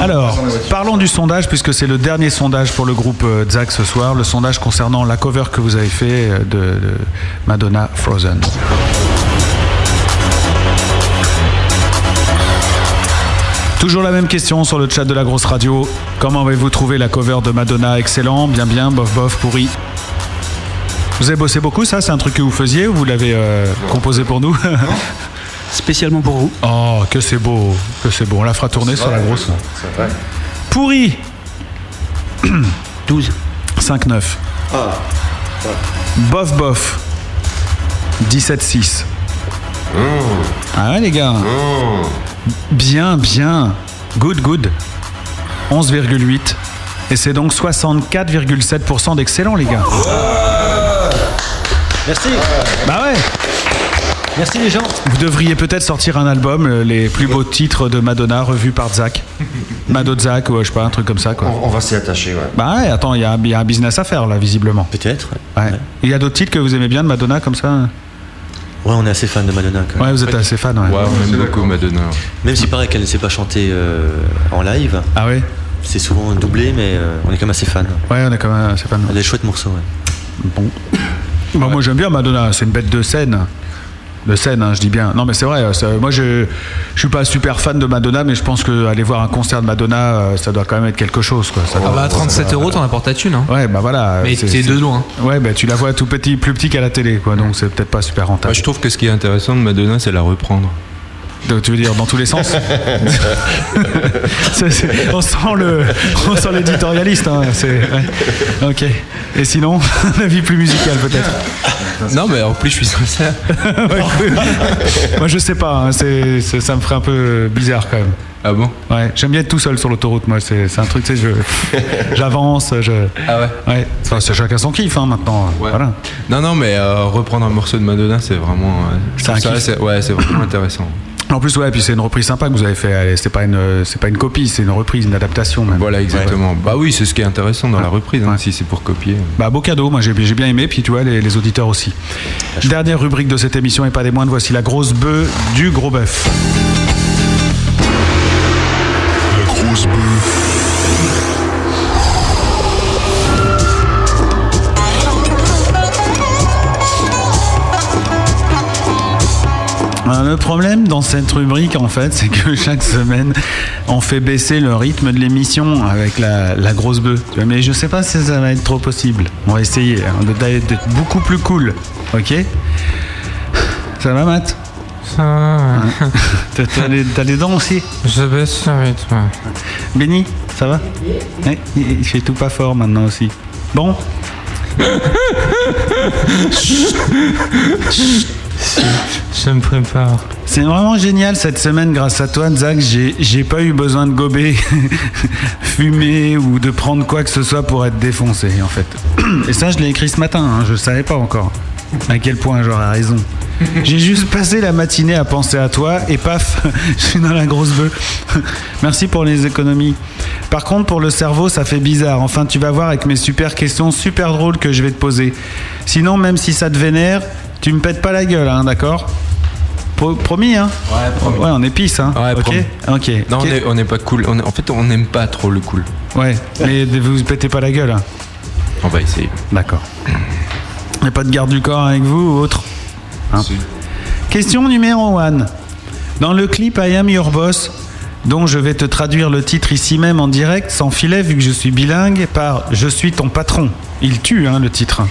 Speaker 3: Alors, parlons du sondage, puisque c'est le dernier sondage pour le groupe euh, Zach ce soir, le sondage concernant la cover que vous avez fait euh, de, de Madonna Frozen. Toujours la même question sur le chat de la grosse radio. Comment avez-vous trouvé la cover de Madonna Excellent, bien bien, bof bof, pourri. Vous avez bossé beaucoup, ça C'est un truc que vous faisiez ou vous l'avez euh, composé pour nous
Speaker 8: Spécialement pour vous.
Speaker 3: Oh, que c'est beau, que c'est beau. On la fera tourner sur la grosse. Pourri
Speaker 8: 12.
Speaker 3: 5-9. Ah. Bof bof. 17-6. Ah ouais les gars. Bien, bien. Good, good. 11,8. Et c'est donc 64,7% d'excellents les gars.
Speaker 6: Merci.
Speaker 3: Bah ouais.
Speaker 6: Merci les gens.
Speaker 3: Vous devriez peut-être sortir un album, euh, les plus beaux titres de Madonna revus par Zach. Mado Zach ou euh, je sais pas, un truc comme ça quoi.
Speaker 13: On va s'y attacher, ouais.
Speaker 3: Bah ouais, attends, il y, a un- il y a un business à faire là, visiblement.
Speaker 6: Peut-être.
Speaker 3: Ouais. Il y a d'autres titres que vous aimez bien de Madonna comme ça
Speaker 6: Ouais, on est assez fan de Madonna quand même.
Speaker 3: Ouais, vous êtes assez fan, ouais.
Speaker 5: Ouais, on aime beaucoup Madonna.
Speaker 6: Même si paraît qu'elle ne sait pas chanter euh, en live.
Speaker 3: Ah ouais
Speaker 6: C'est souvent doublé, mais euh, on est quand même assez fan.
Speaker 3: Ouais, on est quand même assez fan.
Speaker 6: Des chouettes morceaux, ouais.
Speaker 3: Bon. Bah, Moi, j'aime bien Madonna. C'est une bête de scène. De scène, hein, je dis bien. Non, mais c'est vrai. ça- moi, je, je suis pas super fan de Madonna, mais je pense que aller voir un concert de Madonna, euh, ça doit quand même être quelque chose, quoi. Ça
Speaker 4: Ah
Speaker 3: doit- euh,
Speaker 4: bah, à 37
Speaker 3: ça doit-
Speaker 4: euros, t'en apportes ta thune. Hein.
Speaker 3: Ouais, bah voilà.
Speaker 4: Mais t'es de loin.
Speaker 3: Ouais, bah tu la vois tout petit, plus petit qu'à la télé, quoi. Donc c'est peut-être pas super rentable.
Speaker 5: Moi, je trouve que ce qui est intéressant de Madonna, c'est la reprendre.
Speaker 3: Donc, tu veux dire dans tous les sens Ça, c'est- On sent le, on sent l'éditorialiste. hein, c'est- ouais. Ok. Et sinon, la vie plus musicale peut-être.
Speaker 5: Non, mais en plus, je suis sincère.
Speaker 3: Ouais, je- moi je sais pas, hein, c'est- c'est- ça me ferait un peu bizarre quand même.
Speaker 5: Ah bon
Speaker 3: Ouais, j'aime bien être tout seul sur l'autoroute, moi, c'est c'est un truc, tu sais, je- j'avance, je.
Speaker 5: Ah ouais
Speaker 3: Ouais, enfin, c'est chacun son kiff hein, maintenant. Voilà.
Speaker 5: Non, non, mais euh, reprendre un morceau de Madonna, c'est vraiment. euh, je
Speaker 3: C'est un
Speaker 5: trouve ça,
Speaker 3: kiff.
Speaker 5: c'est- ouais, c'est vraiment intéressant.
Speaker 3: En plus, ouais, puis c'est une reprise sympa que vous avez fait, allez, c'est pas, une- euh, c'est pas une copie, c'est une reprise, une adaptation même.
Speaker 5: Voilà, exactement. Bah oui, c'est ce qui est intéressant dans la reprise, hein, si c'est pour copier.
Speaker 3: Bah, beau cadeau, moi j'ai j'ai bien aimé, puis tu vois, les, les auditeurs aussi. Dernière rubrique de cette émission, et pas des moindres, voici la grosse bœuf du gros bœuf.
Speaker 10: La grosse bœuf.
Speaker 3: Euh, Le problème dans cette rubrique, en fait, c'est que chaque semaine, on fait baisser le rythme de l'émission avec la, la grosse bœuf. tu vois. Mais je sais pas si ça va être trop possible. On va essayer hein, de- d'être d'être beaucoup plus cool. Ok Ça va, Matt
Speaker 4: Ça va, ouais.
Speaker 3: Hein T'as- T'as les, t'as les dents aussi
Speaker 4: Je baisse le rythme.
Speaker 3: Benny, ça va Ouais, il il fait tout pas fort maintenant aussi. Bon
Speaker 4: Je me prépare.
Speaker 3: C'est vraiment génial cette semaine grâce à toi Zach, j'ai j'ai pas eu besoin de gober, fumer ou de prendre quoi que ce soit pour être défoncé en fait. Et ça je l'ai écrit ce matin, hein, je savais pas encore à quel point j'aurais raison. J'ai juste passé la matinée à penser à toi et paf, je suis dans la grosse bœuf. Merci pour les économies. Par contre, pour le cerveau, ça fait bizarre. Enfin, tu vas voir avec mes super questions super drôles que je vais te poser. Sinon, même si ça te vénère, tu me pètes pas la gueule, hein, d'accord Pro- Promis, hein Ouais, promis. Ouais, on épice, hein Ouais, Ok.
Speaker 5: Non, on est- on n'est pas cool. On est- en fait, on n'aime pas trop le cool.
Speaker 3: Ouais, mais vous pétez pas la gueule. hein.
Speaker 5: On va essayer.
Speaker 3: D'accord. Y a pas de garde du corps avec vous ou autre Hein Question numéro 1. Dans le clip I Am Your Boss, dont je vais te traduire le titre ici même en direct, sans filet vu que je suis bilingue, par Je suis ton patron. Il tue hein, le titre.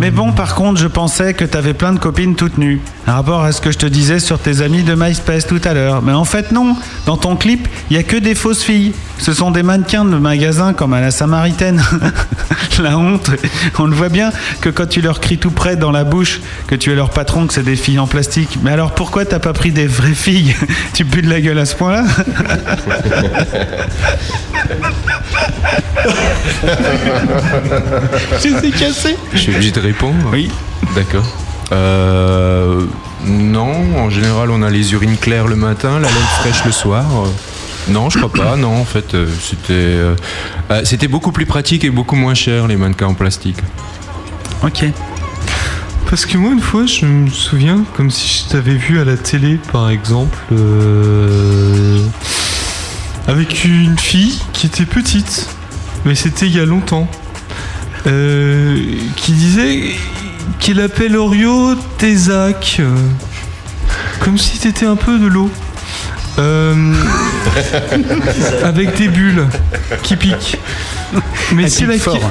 Speaker 3: Mais bon, par contre, je pensais que t'avais plein de copines toutes nues. Un rapport à ce que je te disais sur tes amis de MySpace tout à l'heure. Mais en fait, non. Dans ton clip, il y a que des fausses filles. Ce sont des mannequins de magasin comme à la Samaritaine. la honte. On le voit bien que quand tu leur cries tout près dans la bouche que tu es leur patron, que c'est des filles en plastique. Mais alors pourquoi t'as pas pris des vraies filles Tu pues de la gueule à ce point-là
Speaker 11: Je les ai cassés.
Speaker 5: Je suis obligé de répondre
Speaker 3: Oui.
Speaker 5: D'accord. Euh, non, en général, on a les urines claires le matin, la laine fraîche le soir. Euh, Non, je crois pas. Non, en fait, euh, c'était euh, euh, c'était beaucoup plus pratique et beaucoup moins cher les mannequins en plastique.
Speaker 3: Ok.
Speaker 4: Parce que moi, une fois, je me souviens comme si je t'avais vu à la télé, par exemple, euh, avec une fille qui était petite, mais c'était il y a longtemps, euh, qui disait qu'il appelle Orio Tézac, euh, comme si t'étais un peu de l'eau. Euh, avec des bulles qui piquent. Mais
Speaker 3: Elle
Speaker 4: c'est
Speaker 3: pique
Speaker 4: laquelle,
Speaker 3: fort.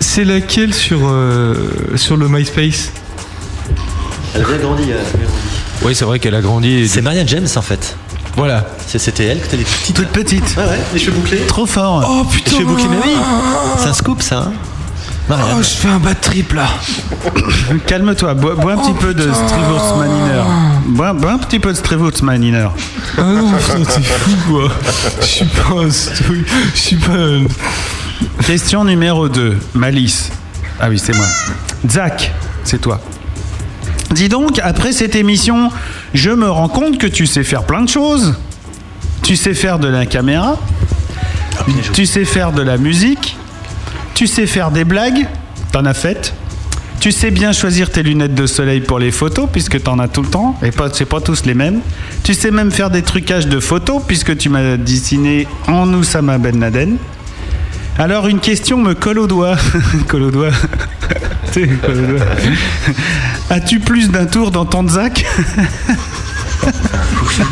Speaker 4: c'est laquelle sur, euh, sur le MySpace
Speaker 6: Elle a bien grandi.
Speaker 17: euh,
Speaker 5: Oui, c'est vrai qu'elle a grandi.
Speaker 6: C'est Marianne James en fait.
Speaker 5: Voilà.
Speaker 6: C'était elle que t'as des petites.
Speaker 3: Toute petite.
Speaker 6: Ah Ouais, ouais, les cheveux bouclés.
Speaker 3: Trop fort.
Speaker 6: Oh
Speaker 4: putain.
Speaker 6: Les cheveux bouclés, mais
Speaker 5: Ah,
Speaker 6: oui. C'est un scoop ça. hein. Marianne.
Speaker 4: Oh, je fais un bad trip là. Oh,
Speaker 3: Calme-toi, bois, bois un petit peu de Strivoursmaniner. Bois, bois un petit peu de Strivoursmaniner.
Speaker 4: Ah non, putain, t'es fou quoi. Je suis pas un stouille, je suis pas un-
Speaker 3: Question numéro 2, Malice. Ah oui, c'est moi. Zach, c'est toi. Dis donc, après cette émission, je me rends compte que tu sais faire plein de choses. Tu sais faire de la caméra. Tu sais faire de la musique. Tu sais faire des blagues. T'en as faites. Tu sais bien choisir tes lunettes de soleil pour les photos, puisque t'en as tout le temps, et pas, c'est pas tous les mêmes. Tu sais même faire des trucages de photos, puisque tu m'as dessiné en Oussama Ben Laden. Alors une question me colle au doigt. colle au doigt. Tu sais, colle au doigt. As-tu plus d'un tour dans ton Zach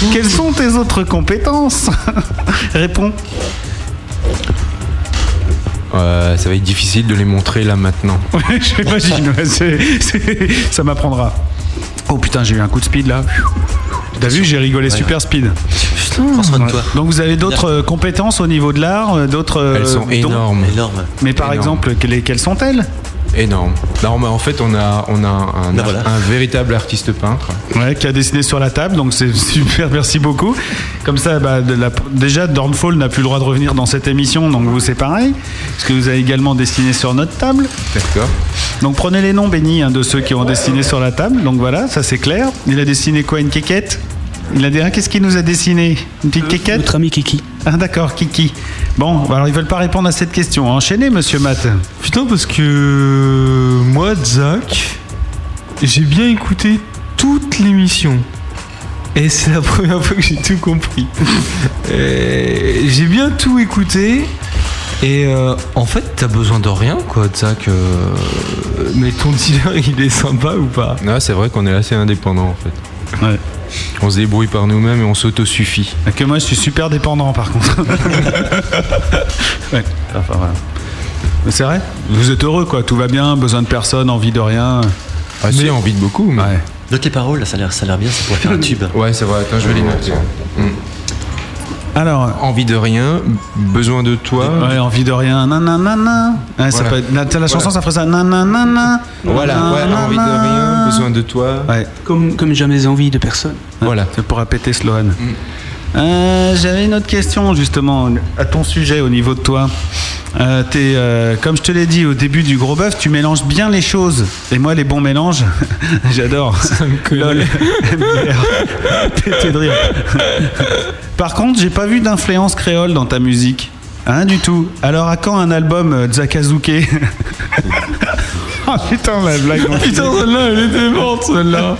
Speaker 3: Quelles sont tes autres compétences Réponds.
Speaker 5: Euh, ça va être difficile de les montrer là maintenant.
Speaker 3: Ouais, J'imagine, ouais, c'est- c'est- ça m'apprendra. Oh putain, j'ai eu un coup de speed là. T'as vu, j'ai rigolé super speed. Ouais. Donc vous avez d'autres euh, compétences au niveau de l'art, euh, d'autres. euh,
Speaker 5: Elles sont
Speaker 3: dons.
Speaker 5: énormes.
Speaker 3: Mais par exemple, quelles, quelles sont-elles
Speaker 5: Énormes. Non, mais en fait, on a, on a un,
Speaker 3: Ben voilà.
Speaker 5: un véritable artiste peintre.
Speaker 3: Ouais, qui a dessiné sur la table, donc c'est super, merci beaucoup. Comme ça, bah, de la- déjà, Dornfall n'a plus le droit de revenir dans cette émission, donc vous c'est pareil, parce que vous avez également dessiné sur notre table.
Speaker 5: D'accord.
Speaker 3: Donc prenez les noms bénis hein, de ceux qui ont dessiné sur la table, donc voilà, ça c'est clair. Il a dessiné quoi, une quéquette il a dit, ah, qu'est-ce qu'il nous a dessiné Une petite quéquette Euh, Notre ami Kiki. Ah d'accord, Kiki. Bon, bah, alors ils veulent pas répondre à cette question. Enchaînez, monsieur Matt.
Speaker 4: Putain, parce que euh, moi, Zach, j'ai bien écouté toute l'émission. Et c'est la première fois que j'ai tout compris. Euh, j'ai bien tout écouté. Et euh, en fait, t'as besoin de rien, quoi, Zach. euh, mais ton dealer, il est sympa ou pas
Speaker 5: Ah, c'est vrai qu'on est assez indépendant en fait.
Speaker 3: Ouais.
Speaker 5: On se débrouille par nous-mêmes et on s'autosuffit.
Speaker 3: Que moi, je suis super dépendant par contre. Ouais, enfin, voilà. Mais C'est vrai Vous êtes heureux quoi, tout va bien, besoin de personne, envie de rien.
Speaker 5: Ah si, envie de beaucoup. Mais...
Speaker 6: De tes paroles, là, ça a l'air, ça a l'air bien, ça pourrait faire un tube.
Speaker 5: Ouais, c'est vrai, attends, je vais les noter.
Speaker 3: Alors. euh,
Speaker 5: Envie de rien, besoin de toi.
Speaker 3: Ouais, envie de rien, nanana. Ouais, ça
Speaker 5: Voilà.
Speaker 3: peut être- la, la chanson,
Speaker 5: Voilà.
Speaker 3: ça ferait ça, nanana.
Speaker 5: Voilà, ouais, envie de rien, besoin de toi.
Speaker 8: Comme, comme jamais envie de personne.
Speaker 5: Voilà.
Speaker 3: C'est pour répéter Sloan.
Speaker 18: Mm.
Speaker 3: Euh, J'avais une autre question justement à ton sujet au niveau de toi. Euh, t'es, euh, comme je te l'ai dit au début du gros bœuf, tu mélanges bien les choses. Et moi, les bons mélanges, j'adore. Lol. MDR. Pété de rire. Par contre, j'ai pas vu d'influence créole dans ta musique. Hein, du tout. Alors, à quand un album euh, Zakazuke Oh putain, la blague.
Speaker 18: Putain, celle-là, elle était morte, celle-là.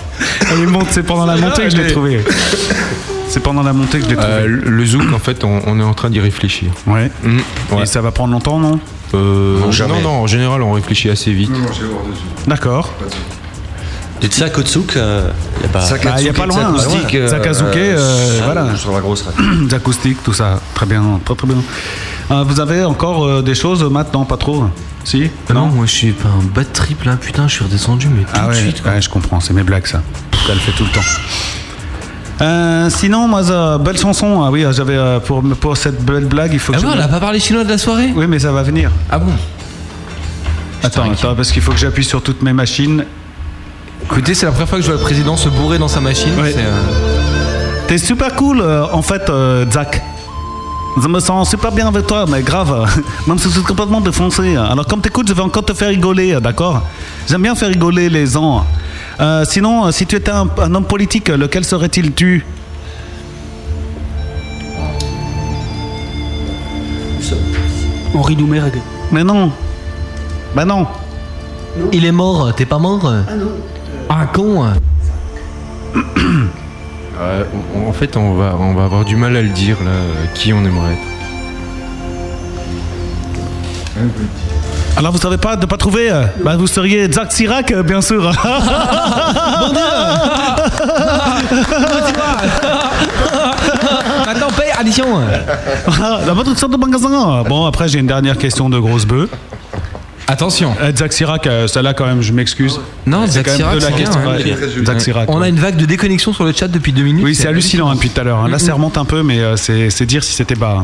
Speaker 3: Elle est morte, c'est pendant la
Speaker 18: Celle-là,
Speaker 3: montée que je
Speaker 18: elle
Speaker 3: l'ai
Speaker 18: est-
Speaker 3: trouvée. C'est pendant la montée que je l'ai trouvé.
Speaker 5: Euh, le zouk, en fait, on, on est en train d'y réfléchir. Mmh,
Speaker 3: Ouais.
Speaker 5: ouais.
Speaker 3: Et ça va prendre longtemps, non
Speaker 5: Euh,
Speaker 3: Non, jamais.
Speaker 5: non, non, en général, on réfléchit assez vite.
Speaker 3: D'accord.
Speaker 6: Du Tsakotsouk, euh, il n'y a pas.
Speaker 3: Bah, Il n'y a pas loin. hein. Zakazuke, euh, voilà. Acoustique, tout ça. Très bien, très très bien. Euh, vous avez encore euh, des choses euh, maintenant, pas trop Si
Speaker 4: Non, moi je suis pas un bad trip là, putain, je suis redescendu, mais tout
Speaker 3: Ah
Speaker 4: de
Speaker 3: ouais,
Speaker 4: suite.
Speaker 3: ouais, je comprends, c'est mes blagues ça. Ça le fait tout le temps. Euh, sinon, moi, ça, belle chanson. Ah oui, j'avais euh, pour, pour cette belle blague, il faut que
Speaker 4: Ah
Speaker 3: je
Speaker 4: bon, on
Speaker 3: me-
Speaker 4: a pas parlé chinois de la soirée
Speaker 3: Oui, mais ça va venir.
Speaker 4: Ah bon
Speaker 3: Attends, attends, parce qu'il faut que j'appuie sur toutes mes machines.
Speaker 4: Écoutez, c'est la première fois que je vois le président se bourrer dans sa machine. c'est, euh,
Speaker 3: T'es super cool, euh, en fait, euh, Zach. Je me sens super bien avec toi, mais grave, même si je suis complètement défoncé. Alors, comme t'écoutes, je vais encore te faire rigoler, euh, d'accord J'aime bien faire rigoler les gens. Euh, sinon, euh, si tu étais un, un homme politique, euh, lequel serait-il tu
Speaker 8: Henri Doumergue.
Speaker 3: Mais non Bah non
Speaker 4: Il est mort, t'es pas mort Ah
Speaker 8: non.
Speaker 4: Ah con hein.
Speaker 5: Euh, on- en fait, on va, on va avoir du mal à le dire, là, euh, qui on aimerait être.
Speaker 3: Alors, vous savez pas de pas trouver euh, Bah, vous seriez Zach Sirac, euh, bien sûr.
Speaker 4: Maintenant, paye, addition
Speaker 3: Voilà, la bonne sorte de magasin. Bon, après, j'ai une dernière question de grosse bœuf.
Speaker 4: Attention.
Speaker 3: Zach Sirac, euh, celle-là, quand même, je m'excuse.
Speaker 4: Non,
Speaker 3: C'est
Speaker 4: Zach
Speaker 3: quand même
Speaker 4: Sirac,
Speaker 3: de la
Speaker 4: Ah, c'est
Speaker 3: question.
Speaker 4: bien, hein.
Speaker 3: ouais.
Speaker 4: Il est-
Speaker 3: Zach Sirac.
Speaker 4: On a une vague de déconnexion sur le chat depuis deux minutes. Mm,
Speaker 3: Oui, c'est hallucinant hein, depuis tout à l'heure. hein. Là, ça remonte un peu, mais euh, c'est c'est dire si c'était bas.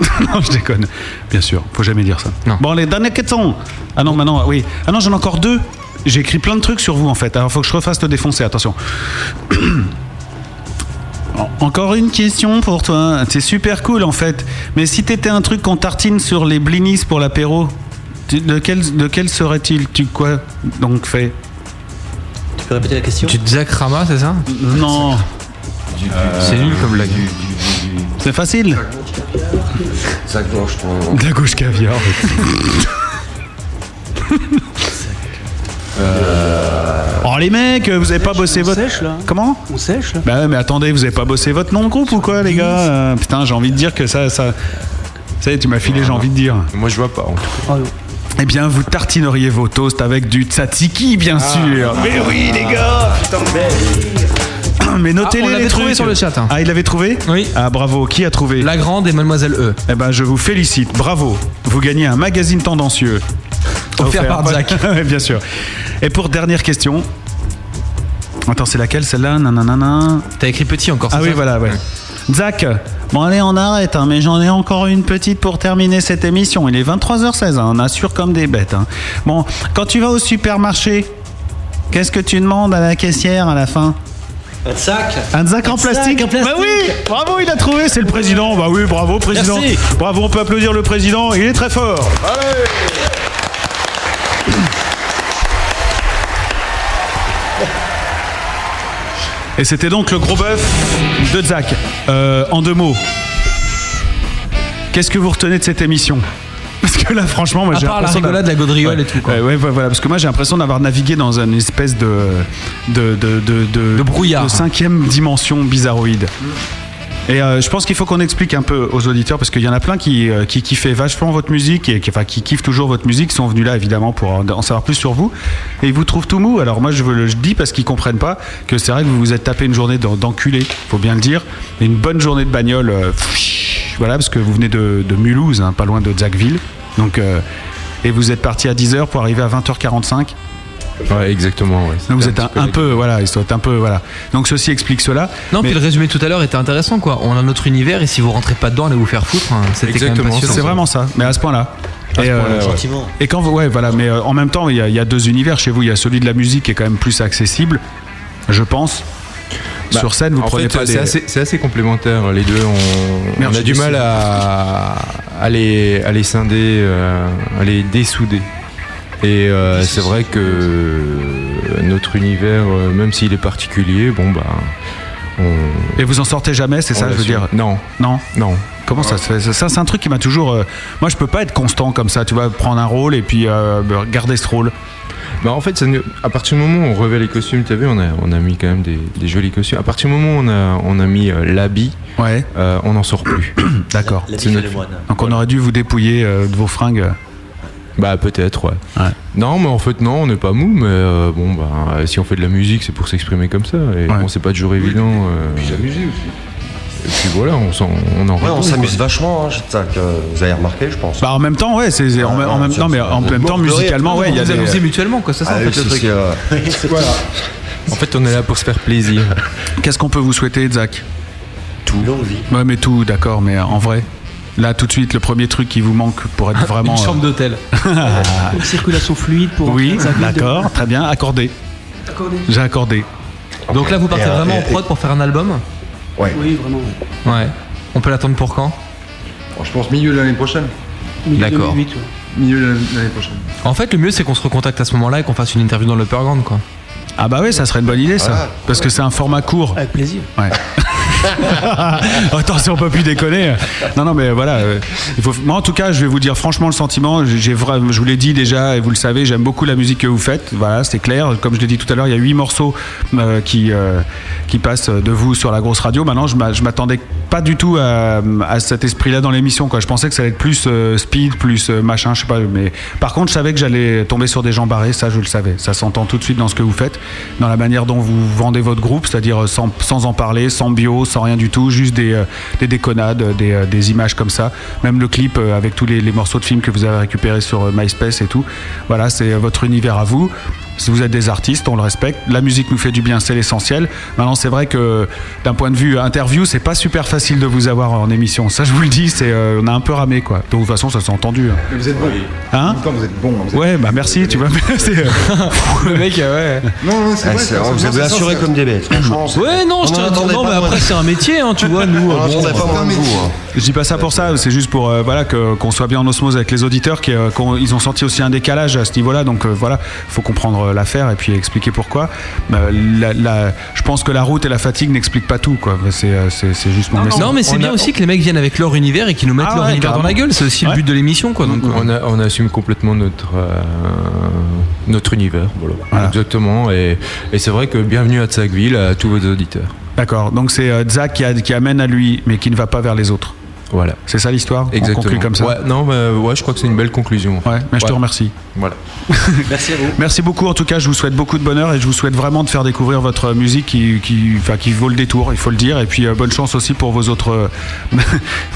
Speaker 3: hein. non, je déconne. Bien sûr, faut jamais dire ça. Bon, les dernières questions. Ah non, maintenant, oui. Ah non, j'en ai encore deux. J'ai écrit plein de trucs sur vous, en fait. Alors, faut que je refasse le défoncer, attention. En- Encore une question pour toi. C'est super cool, en fait. Mais si t'étais un truc qu'on tartine sur les blinis pour l'apéro, tu- de quel, de quel serait-il Tu quoi donc fait
Speaker 6: Tu peux répéter la question
Speaker 4: Tu te Zach Rama, c'est ça
Speaker 3: Non.
Speaker 6: Euh,
Speaker 4: C'est nul comme blague.
Speaker 3: C'est facile.
Speaker 13: Ça gauche, ton.
Speaker 3: De la gauche caviar.
Speaker 6: Euh.
Speaker 3: Oh les mecs, vous avez pas bossé votre. Comment
Speaker 8: On sèche là.
Speaker 3: Bah ouais, mais attendez, vous avez pas bossé votre nom de groupe ou quoi les gars Euh, Putain, j'ai envie de dire que ça, ça. Ça y est, tu m'as filé, j'ai envie de dire.
Speaker 5: Moi, je vois pas. en tout cas.
Speaker 3: Eh bien, vous tartineriez vos toasts avec du tzatziki, bien
Speaker 5: Ah.
Speaker 3: sûr. Mais oui, les gars, putain, mais. Mais notez-les
Speaker 4: Ah, on
Speaker 3: les
Speaker 4: l'avait
Speaker 3: trucs.
Speaker 4: trouvé sur le chat, hein.
Speaker 3: Ah, il l'avait trouvé Oui. Ah, bravo. Qui a trouvé
Speaker 4: La Grande et Mademoiselle E.
Speaker 3: Eh ben, je vous félicite. Bravo. Vous gagnez un magazine tendancieux.
Speaker 4: Offert par Zach.
Speaker 3: Ouais, bien sûr. Et pour dernière question. Attends, c'est laquelle celle-là Nananana.
Speaker 4: T'as écrit petit encore,
Speaker 3: Ah
Speaker 4: c'est
Speaker 3: oui,
Speaker 4: ça
Speaker 3: voilà, ouais. Zach, bon allez, on arrête, hein, mais j'en ai encore une petite pour terminer cette émission. Il est 23h16, hein, on assure comme des bêtes. hein. Bon, quand tu vas au supermarché, qu'est-ce que tu demandes à la caissière à la fin
Speaker 6: Un sac
Speaker 3: un Zach en plastique. Bah oui, bravo, il a trouvé, c'est le président. Bah oui, bravo, président.
Speaker 6: Merci.
Speaker 3: Bravo, on peut applaudir le président, il est très fort. Et c'était donc le gros bœuf de Zach. Euh, en deux mots, qu'est-ce que vous retenez de cette émission Parce que là, franchement, moi
Speaker 4: À
Speaker 3: j'ai
Speaker 4: part la
Speaker 3: l'impression.
Speaker 4: rigolade,
Speaker 3: d'avoir-
Speaker 4: la gaudriole
Speaker 3: Ouais.
Speaker 4: et tout,
Speaker 3: Ouais, ouais, voilà, parce que moi j'ai l'impression d'avoir navigué dans une espèce de. de. de. de. de-
Speaker 4: brouillard.
Speaker 3: de cinquième dimension bizarroïde. Et euh, je pense qu'il faut qu'on explique un peu aux auditeurs parce qu'il y en a plein qui, euh, qui kiffaient vachement votre musique et qui, enfin, qui kiffent toujours votre musique, sont venus là évidemment pour en, en savoir plus sur vous et ils vous trouvent tout mou. Alors moi je, veux le, je dis parce qu'ils comprennent pas que c'est vrai que vous vous êtes tapé une journée d'en- d'enculé, faut bien le dire, et une bonne journée de bagnole. euh, pfff, voilà, parce que vous venez de, de Mulhouse, hein, pas loin de Zackville. Donc, euh, et vous êtes parti à 10h pour arriver à 20h45.
Speaker 5: Ouais, exactement. ouais.
Speaker 3: Donc vous êtes un, un peu, voilà, ils sont un peu, voilà. Donc ceci explique cela.
Speaker 4: Non, puis mm. le résumé tout à l'heure était intéressant, quoi. On a notre univers et si vous rentrez pas dedans, allez vous faire foutre. hein. C'était quand même passionnant.
Speaker 3: c'est vraiment ça, mais à ce point-là.
Speaker 4: À ce
Speaker 3: Et, euh,
Speaker 4: point-là, gentiment.
Speaker 3: et quand vous, ouais, voilà, mais euh, en même temps, il y, a- il y a deux univers chez vous. Il y a celui de la musique qui est quand même plus accessible, je pense.
Speaker 5: Bah,
Speaker 3: Sur scène, vous
Speaker 5: en
Speaker 3: prenez
Speaker 5: fait,
Speaker 3: pas
Speaker 5: c'est
Speaker 3: des.
Speaker 5: assez, c'est assez complémentaire les deux. On,
Speaker 3: Merde,
Speaker 5: on a
Speaker 3: j'ai
Speaker 5: du
Speaker 3: des
Speaker 5: mal
Speaker 3: sous.
Speaker 5: à, à les, à les scinder, euh, à les dessouder. Et euh, c'est vrai que euh, notre univers, euh, même s'il est particulier, bon bah.
Speaker 3: Et vous en sortez jamais, c'est
Speaker 5: On
Speaker 3: ça, je veux
Speaker 5: l'assume.
Speaker 3: dire
Speaker 5: Non.
Speaker 3: Non
Speaker 5: Non.
Speaker 3: Comment ça se fait Ça, c'est un truc qui m'a toujours. euh, Moi, je peux pas être constant comme ça, tu vois, prendre un rôle et puis euh, garder ce rôle.
Speaker 5: Bah en fait, ça nous- à partir du moment où on revêt les costumes, tu as vu, on a, on a mis quand même des, des jolis costumes. À partir du moment où on a, on a mis euh, l'habit, euh, on n'en sort plus.
Speaker 3: D'accord.
Speaker 5: L'habit C'est fait notre- le moine.
Speaker 3: Donc, on aurait dû vous dépouiller euh, de vos fringues.
Speaker 5: Bah peut-être, ouais. Non, mais en fait, non, on n'est pas mou, mais euh, bon, bah, euh, si on fait de la musique, c'est pour s'exprimer comme ça. Et bon, c'est pas toujours évident. euh, Et puis voilà, on, s'en- on en
Speaker 13: Ouais, on
Speaker 5: retourne,
Speaker 13: s'amuse
Speaker 5: quoi.
Speaker 13: vachement, hein, je- ça, que vous avez remarqué, je pense.
Speaker 3: Bah en même temps, ouais, c'est c'est-
Speaker 5: Ah,
Speaker 3: en, en même temps, mais en même temps, musicalement, ouais, il y a des.
Speaker 13: Ah oui, si, si, euh,
Speaker 5: En fait, on est là pour se faire plaisir.
Speaker 3: Qu'est-ce qu'on peut vous souhaiter, Zach
Speaker 5: Tout.
Speaker 3: Ouais, mais tout, d'accord, mais en vrai. Là, tout de suite, le premier truc qui vous manque pour être vraiment.
Speaker 8: Une chambre
Speaker 3: d'hôtel.
Speaker 8: Une circulation fluide pour.
Speaker 3: oui,
Speaker 8: entrer dans un vide.
Speaker 3: d'accord, très bien, accordé.
Speaker 8: Accordé.
Speaker 3: J'ai accordé.
Speaker 4: Donc là, vous partez
Speaker 13: euh,
Speaker 4: vraiment en prod pour faire un album
Speaker 8: Oui, vraiment.
Speaker 4: Ouais. On peut l'attendre pour quand
Speaker 12: Je pense milieu de l'année prochaine.
Speaker 4: Milieu D'accord. 2008,
Speaker 12: Milieu de l'année prochaine.
Speaker 4: En fait, le mieux, c'est qu'on se recontacte à ce moment-là et qu'on fasse une interview dans le Ground, quoi.
Speaker 3: Ah bah oui, ça serait une bonne idée, ça.
Speaker 4: Voilà.
Speaker 3: Parce que c'est un format court.
Speaker 8: Avec plaisir.
Speaker 3: Ouais. Attention, on peut plus déconner. Non, non, mais voilà. euh, Il faut... Moi, en tout cas, je vais vous dire franchement le sentiment. j'ai- J'ai vra- Je vous l'ai dit déjà, et vous le savez, j'aime beaucoup la musique que vous faites. Voilà, c'est clair. Comme je l'ai dit tout à l'heure, il y a huit morceaux euh, qui, euh, qui passent de vous sur la grosse radio. Maintenant, je m'a- je m'attendais pas du tout à, à cet esprit-là dans l'émission. quoi. Je pensais que ça allait être plus euh, speed, plus euh, machin, je sais pas. Mais par contre, je savais que j'allais tomber sur des gens barrés. Ça, je le savais. Ça s'entend tout de suite dans ce que vous faites, dans la manière dont vous vendez votre groupe, c'est-à-dire euh, sans, sans en parler, sans bio, sans rien du tout, juste des, euh, des déconnades, euh, des, euh, des images comme ça. Même le clip euh, avec tous les, les morceaux de films que vous avez récupérés sur euh, MySpace et tout. Voilà, c'est euh, votre univers à vous. Si vous êtes des artistes, on le respecte. La musique nous fait du bien, c'est l'essentiel. Maintenant, c'est vrai que d'un point de vue euh, interview, c'est pas super facile de vous avoir en émission. Ça, je vous le dis, c'est euh, on a un peu ramé quoi. Donc, de toute façon, ça s'est entendu. hein.
Speaker 12: Mais vous êtes bon.
Speaker 3: Hein
Speaker 12: Quand vous êtes bon. hein, vous êtes-
Speaker 3: Ouais, bah merci, tu vois. c'est, euh, le mec,
Speaker 4: euh,
Speaker 3: ouais.
Speaker 12: Non, non, c'est
Speaker 13: Ah,
Speaker 12: vrai.
Speaker 13: c'est-
Speaker 12: ça-
Speaker 13: vous
Speaker 12: non,
Speaker 13: avez
Speaker 12: ça-
Speaker 13: assuré
Speaker 12: ça-
Speaker 13: comme des bêtes, franchement. c'est-
Speaker 4: Ouais, non, je
Speaker 13: On en
Speaker 4: te
Speaker 13: attendait
Speaker 4: non,
Speaker 13: pas
Speaker 4: mais
Speaker 13: moins.
Speaker 4: après, c'est un métier, hein, tu vois, nous.
Speaker 13: On en attendait pas moins de vous. hein.
Speaker 3: Je dis pas ça pour ça, c'est juste pour euh, voilà que- qu'on soit bien en osmose avec les auditeurs qui euh, qu'on- ils ont senti aussi un décalage à ce niveau-là. Donc euh, voilà, faut comprendre euh, l'affaire et puis expliquer pourquoi. Euh, la- la- je pense que la route et la fatigue n'expliquent pas tout quoi. C'est euh, c'est c'est juste mon message.
Speaker 4: Non, mais c'est bien aussi que les mecs viennent avec leur univers et qu'ils nous mettent
Speaker 3: Ah
Speaker 4: leur
Speaker 3: ouais,
Speaker 4: univers dans la
Speaker 3: carrément.
Speaker 4: gueule. C'est aussi le
Speaker 3: Ouais.
Speaker 4: but de l'émission, quoi. Donc, euh.
Speaker 5: on, a- on assume complètement notre, euh, notre univers. Voilà. Exactement. Et, et c'est vrai que bienvenue à Tsagville, à tous vos auditeurs.
Speaker 3: D'accord. Donc c'est euh, Zach qui, a- qui amène à lui, mais qui ne va pas vers les autres.
Speaker 5: Voilà.
Speaker 3: C'est ça l'histoire. On
Speaker 5: Exactement.
Speaker 3: conclut comme ça.
Speaker 5: Ouais, non, bah, ouais, je crois que c'est une belle conclusion. en fait.
Speaker 3: Ouais, mais je te
Speaker 5: Ouais.
Speaker 3: remercie.
Speaker 5: Voilà.
Speaker 3: Merci à vous. Merci beaucoup. En tout cas, je vous souhaite beaucoup de bonheur et je vous souhaite vraiment de faire découvrir votre musique qui, qui, enfin, qui vaut le détour, il faut le dire. Et puis, euh, bonne chance aussi pour vos autres, euh,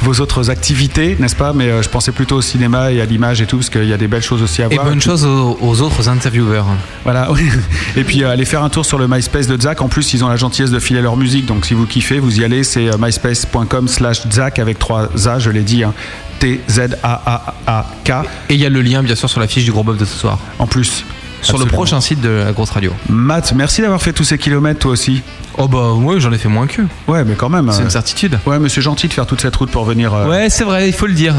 Speaker 3: vos autres activités, n'est-ce pas Mais euh, je pensais plutôt au cinéma et à l'image et tout, parce qu'il y a des belles choses aussi à
Speaker 4: Et
Speaker 13: Bah,
Speaker 3: voir.
Speaker 4: bonne chose aux, aux autres intervieweurs.
Speaker 3: Voilà. oui. Et puis, euh, allez faire un tour sur le MySpace de Zach. En plus, ils ont la gentillesse de filer leur musique. Donc, si vous kiffez, vous y allez. C'est euh, myspace.com slash Zach avec 3 A, je l'ai dit. hein. T-Z-A-A-A-K.
Speaker 4: Et il y a le lien, bien sûr, sur la fiche du gros Bob de ce soir.
Speaker 3: En plus.
Speaker 4: Sur le
Speaker 3: Absolument.
Speaker 4: prochain site de la grosse radio.
Speaker 3: Matt, merci d'avoir fait tous ces kilomètres, toi aussi.
Speaker 4: Oh bah ouais, j'en ai fait moins que.
Speaker 3: Ouais, mais quand même.
Speaker 4: C'est
Speaker 3: euh,
Speaker 4: une certitude.
Speaker 3: Ouais, mais c'est gentil de faire toute cette route pour venir. euh,
Speaker 4: Ouais, c'est vrai, il faut le dire.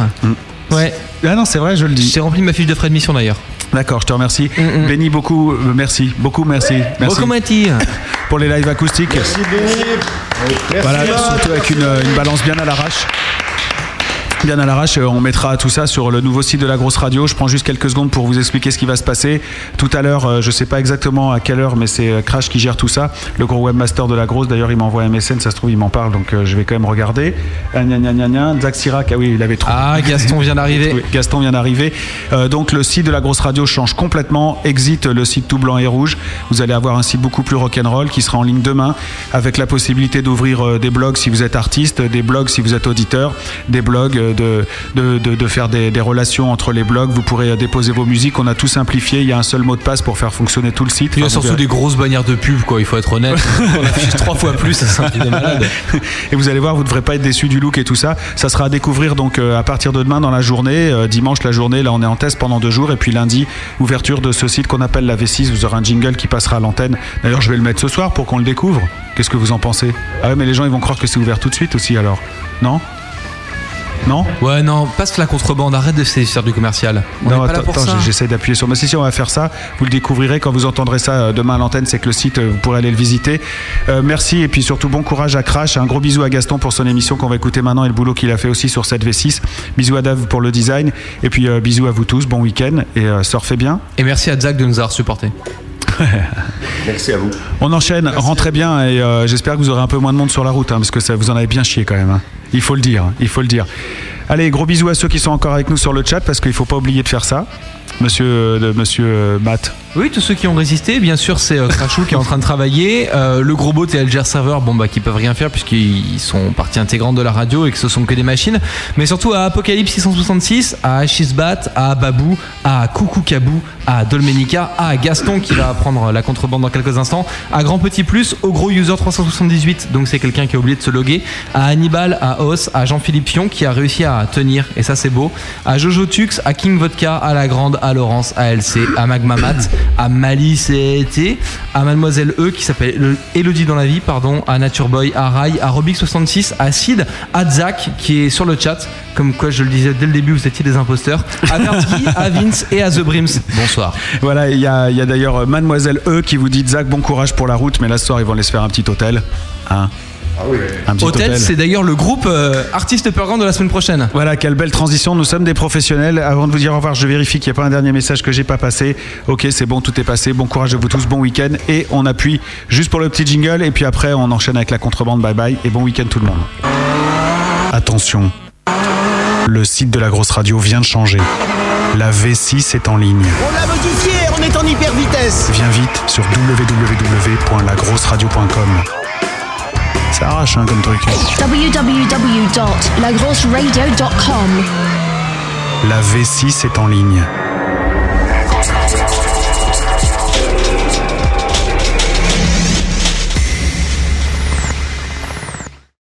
Speaker 4: Ouais.
Speaker 3: Ah non, c'est vrai, je le dis.
Speaker 4: J'ai rempli ma fiche de frais de mission d'ailleurs. Mm,
Speaker 3: D'accord, je te remercie. Béni beaucoup, euh, merci, beaucoup merci. merci.
Speaker 4: Beaucoup, Mati.
Speaker 3: Pour les lives acoustiques.
Speaker 19: Merci, Béni. Merci,
Speaker 3: voilà,
Speaker 19: Matt.
Speaker 3: surtout avec une, euh, une balance bien à l'arrache. bien à l'arrache. Euh, On mettra tout ça sur le nouveau site de la grosse radio. Je prends juste quelques secondes pour vous expliquer ce qui va se passer. Tout à l'heure, euh, je ne sais pas exactement à quelle heure, mais c'est euh, Crash qui gère tout ça. Le gros webmaster de la grosse, d'ailleurs, il m'envoie un MSN, ça se trouve, il m'en parle, donc euh, je vais quand même regarder. Ah, gna, gna, gna, gna. Zach Sirac, ah oui, il avait trouvé. Ah,
Speaker 4: Gaston vient d'arriver.
Speaker 3: Gaston vient d'arriver. Euh, donc le site de la grosse radio change complètement. Exit le site tout blanc et rouge. Vous allez avoir un site beaucoup plus rock'n'roll qui sera en ligne demain avec la possibilité d'ouvrir euh, des blogs si vous êtes artiste, des blogs si vous êtes auditeur, des blogs, euh, de, de, de- de faire des, des relations entre les blogs. Vous pourrez euh, déposer vos musiques. On a tout simplifié. Il y a un seul mot de passe pour faire fonctionner tout le site.
Speaker 4: Il y
Speaker 3: Enfin, euh,
Speaker 4: a
Speaker 3: vous
Speaker 4: surtout
Speaker 3: verrez.
Speaker 4: des grosses bannières de pub, quoi, il faut être honnête. On affiche trois fois plus, ça c'est un truc de malade.
Speaker 3: Et vous allez voir, vous ne devrez pas être déçu du look et tout ça. Ça sera à découvrir donc euh, à partir de demain dans la journée. Euh, dimanche, la journée, là on est en test pendant deux jours. Et puis lundi, ouverture de ce site qu'on appelle la V6. Vous aurez un jingle qui passera à l'antenne. D'ailleurs, je vais le mettre ce soir pour qu'on le découvre. Qu'est-ce que vous en pensez Ah ouais, mais les gens ils vont croire que c'est ouvert tout de suite aussi alors. Non Non
Speaker 4: Ouais, non, passe la contrebande, arrête de faire du commercial. On
Speaker 3: non,
Speaker 4: est pas là
Speaker 3: attends,
Speaker 4: pour
Speaker 3: attends,
Speaker 4: ça.
Speaker 3: j'ai- j'essaie d'appuyer sur. Mais si, si, on va faire ça. Vous le découvrirez quand vous entendrez ça euh, demain à l'antenne. C'est que le site, euh, vous pourrez aller le visiter. Euh, merci et puis surtout bon courage à Crash. Un gros bisou à Gaston pour son émission qu'on va écouter maintenant et le boulot qu'il a fait aussi sur cette V6. Bisous à Dave pour le design et puis euh, bisous à vous tous. Bon week-end et euh, surfez bien.
Speaker 4: Et merci à Zach de nous avoir supportés.
Speaker 19: Merci à vous.
Speaker 3: On enchaîne. Rentrez bien et euh, j'espère que vous aurez un peu moins de monde sur la route hein, parce que ça, vous en avez bien chié quand même. hein. Il faut le dire. Il faut le dire. Allez, gros bisous à ceux qui sont encore avec nous sur le chat parce qu'il faut pas oublier de faire ça. Monsieur, euh, de- monsieur euh, Matt.
Speaker 4: Oui, tous ceux qui ont résisté, bien sûr, c'est euh, Crashou qui est en train de travailler. Euh, le gros bot et Alger Server, bon, bah, qui peuvent rien faire puisqu'ils sont partie intégrante de la radio et que ce sont que des machines. Mais surtout à Apocalypse 666, à Ashisbat, à Babou, à Coucou Cabou, à Dolmenica, à Gaston qui va prendre la contrebande dans quelques instants, à Grand Petit Plus, au gros user 378, donc c'est quelqu'un qui a oublié de se loguer, à Hannibal, à Os, à Jean-Philippe Pion qui a réussi à tenir, et ça c'est beau, à Jojo Tux, à King Vodka, à La Grande, à Laurence, à LC, à Magma Mat, à Malice et T, à Mademoiselle E qui s'appelle Le- Elodie dans la vie, pardon, à Nature Boy, à Rai, à Robic66, à Sid, à Zach qui est sur le chat, comme quoi je le disais dès le début, vous étiez des imposteurs, à Vertigo, à Vince et à The Brims. Bonsoir.
Speaker 3: Voilà, il y a, il y a d'ailleurs euh, Mademoiselle E qui vous dit Zach, bon courage pour la route, mais la soir ils vont aller se faire un petit hôtel. Hein Un petit
Speaker 4: Hôtel, c'est d'ailleurs le groupe euh, Artiste Pergant de la semaine prochaine.
Speaker 3: Voilà, quelle belle transition. Nous sommes des professionnels. Avant de vous dire au revoir, je vérifie qu'il n'y a pas un dernier message que j'ai pas passé. Ok, c'est bon, tout est passé. Bon courage à vous tous, bon week-end. Et on appuie juste pour le petit jingle. Et puis après, on enchaîne avec la contrebande. Bye bye et bon week-end tout le monde. Attention, le site de la grosse radio vient de changer. La V6 est en ligne.
Speaker 17: On l'a modifié, on est en hyper vitesse.
Speaker 3: Viens vite sur www.lagrosseradio.com. Ça arrache hein, comme truc.
Speaker 20: www.lagrosseradio.com
Speaker 3: La V6 est en ligne.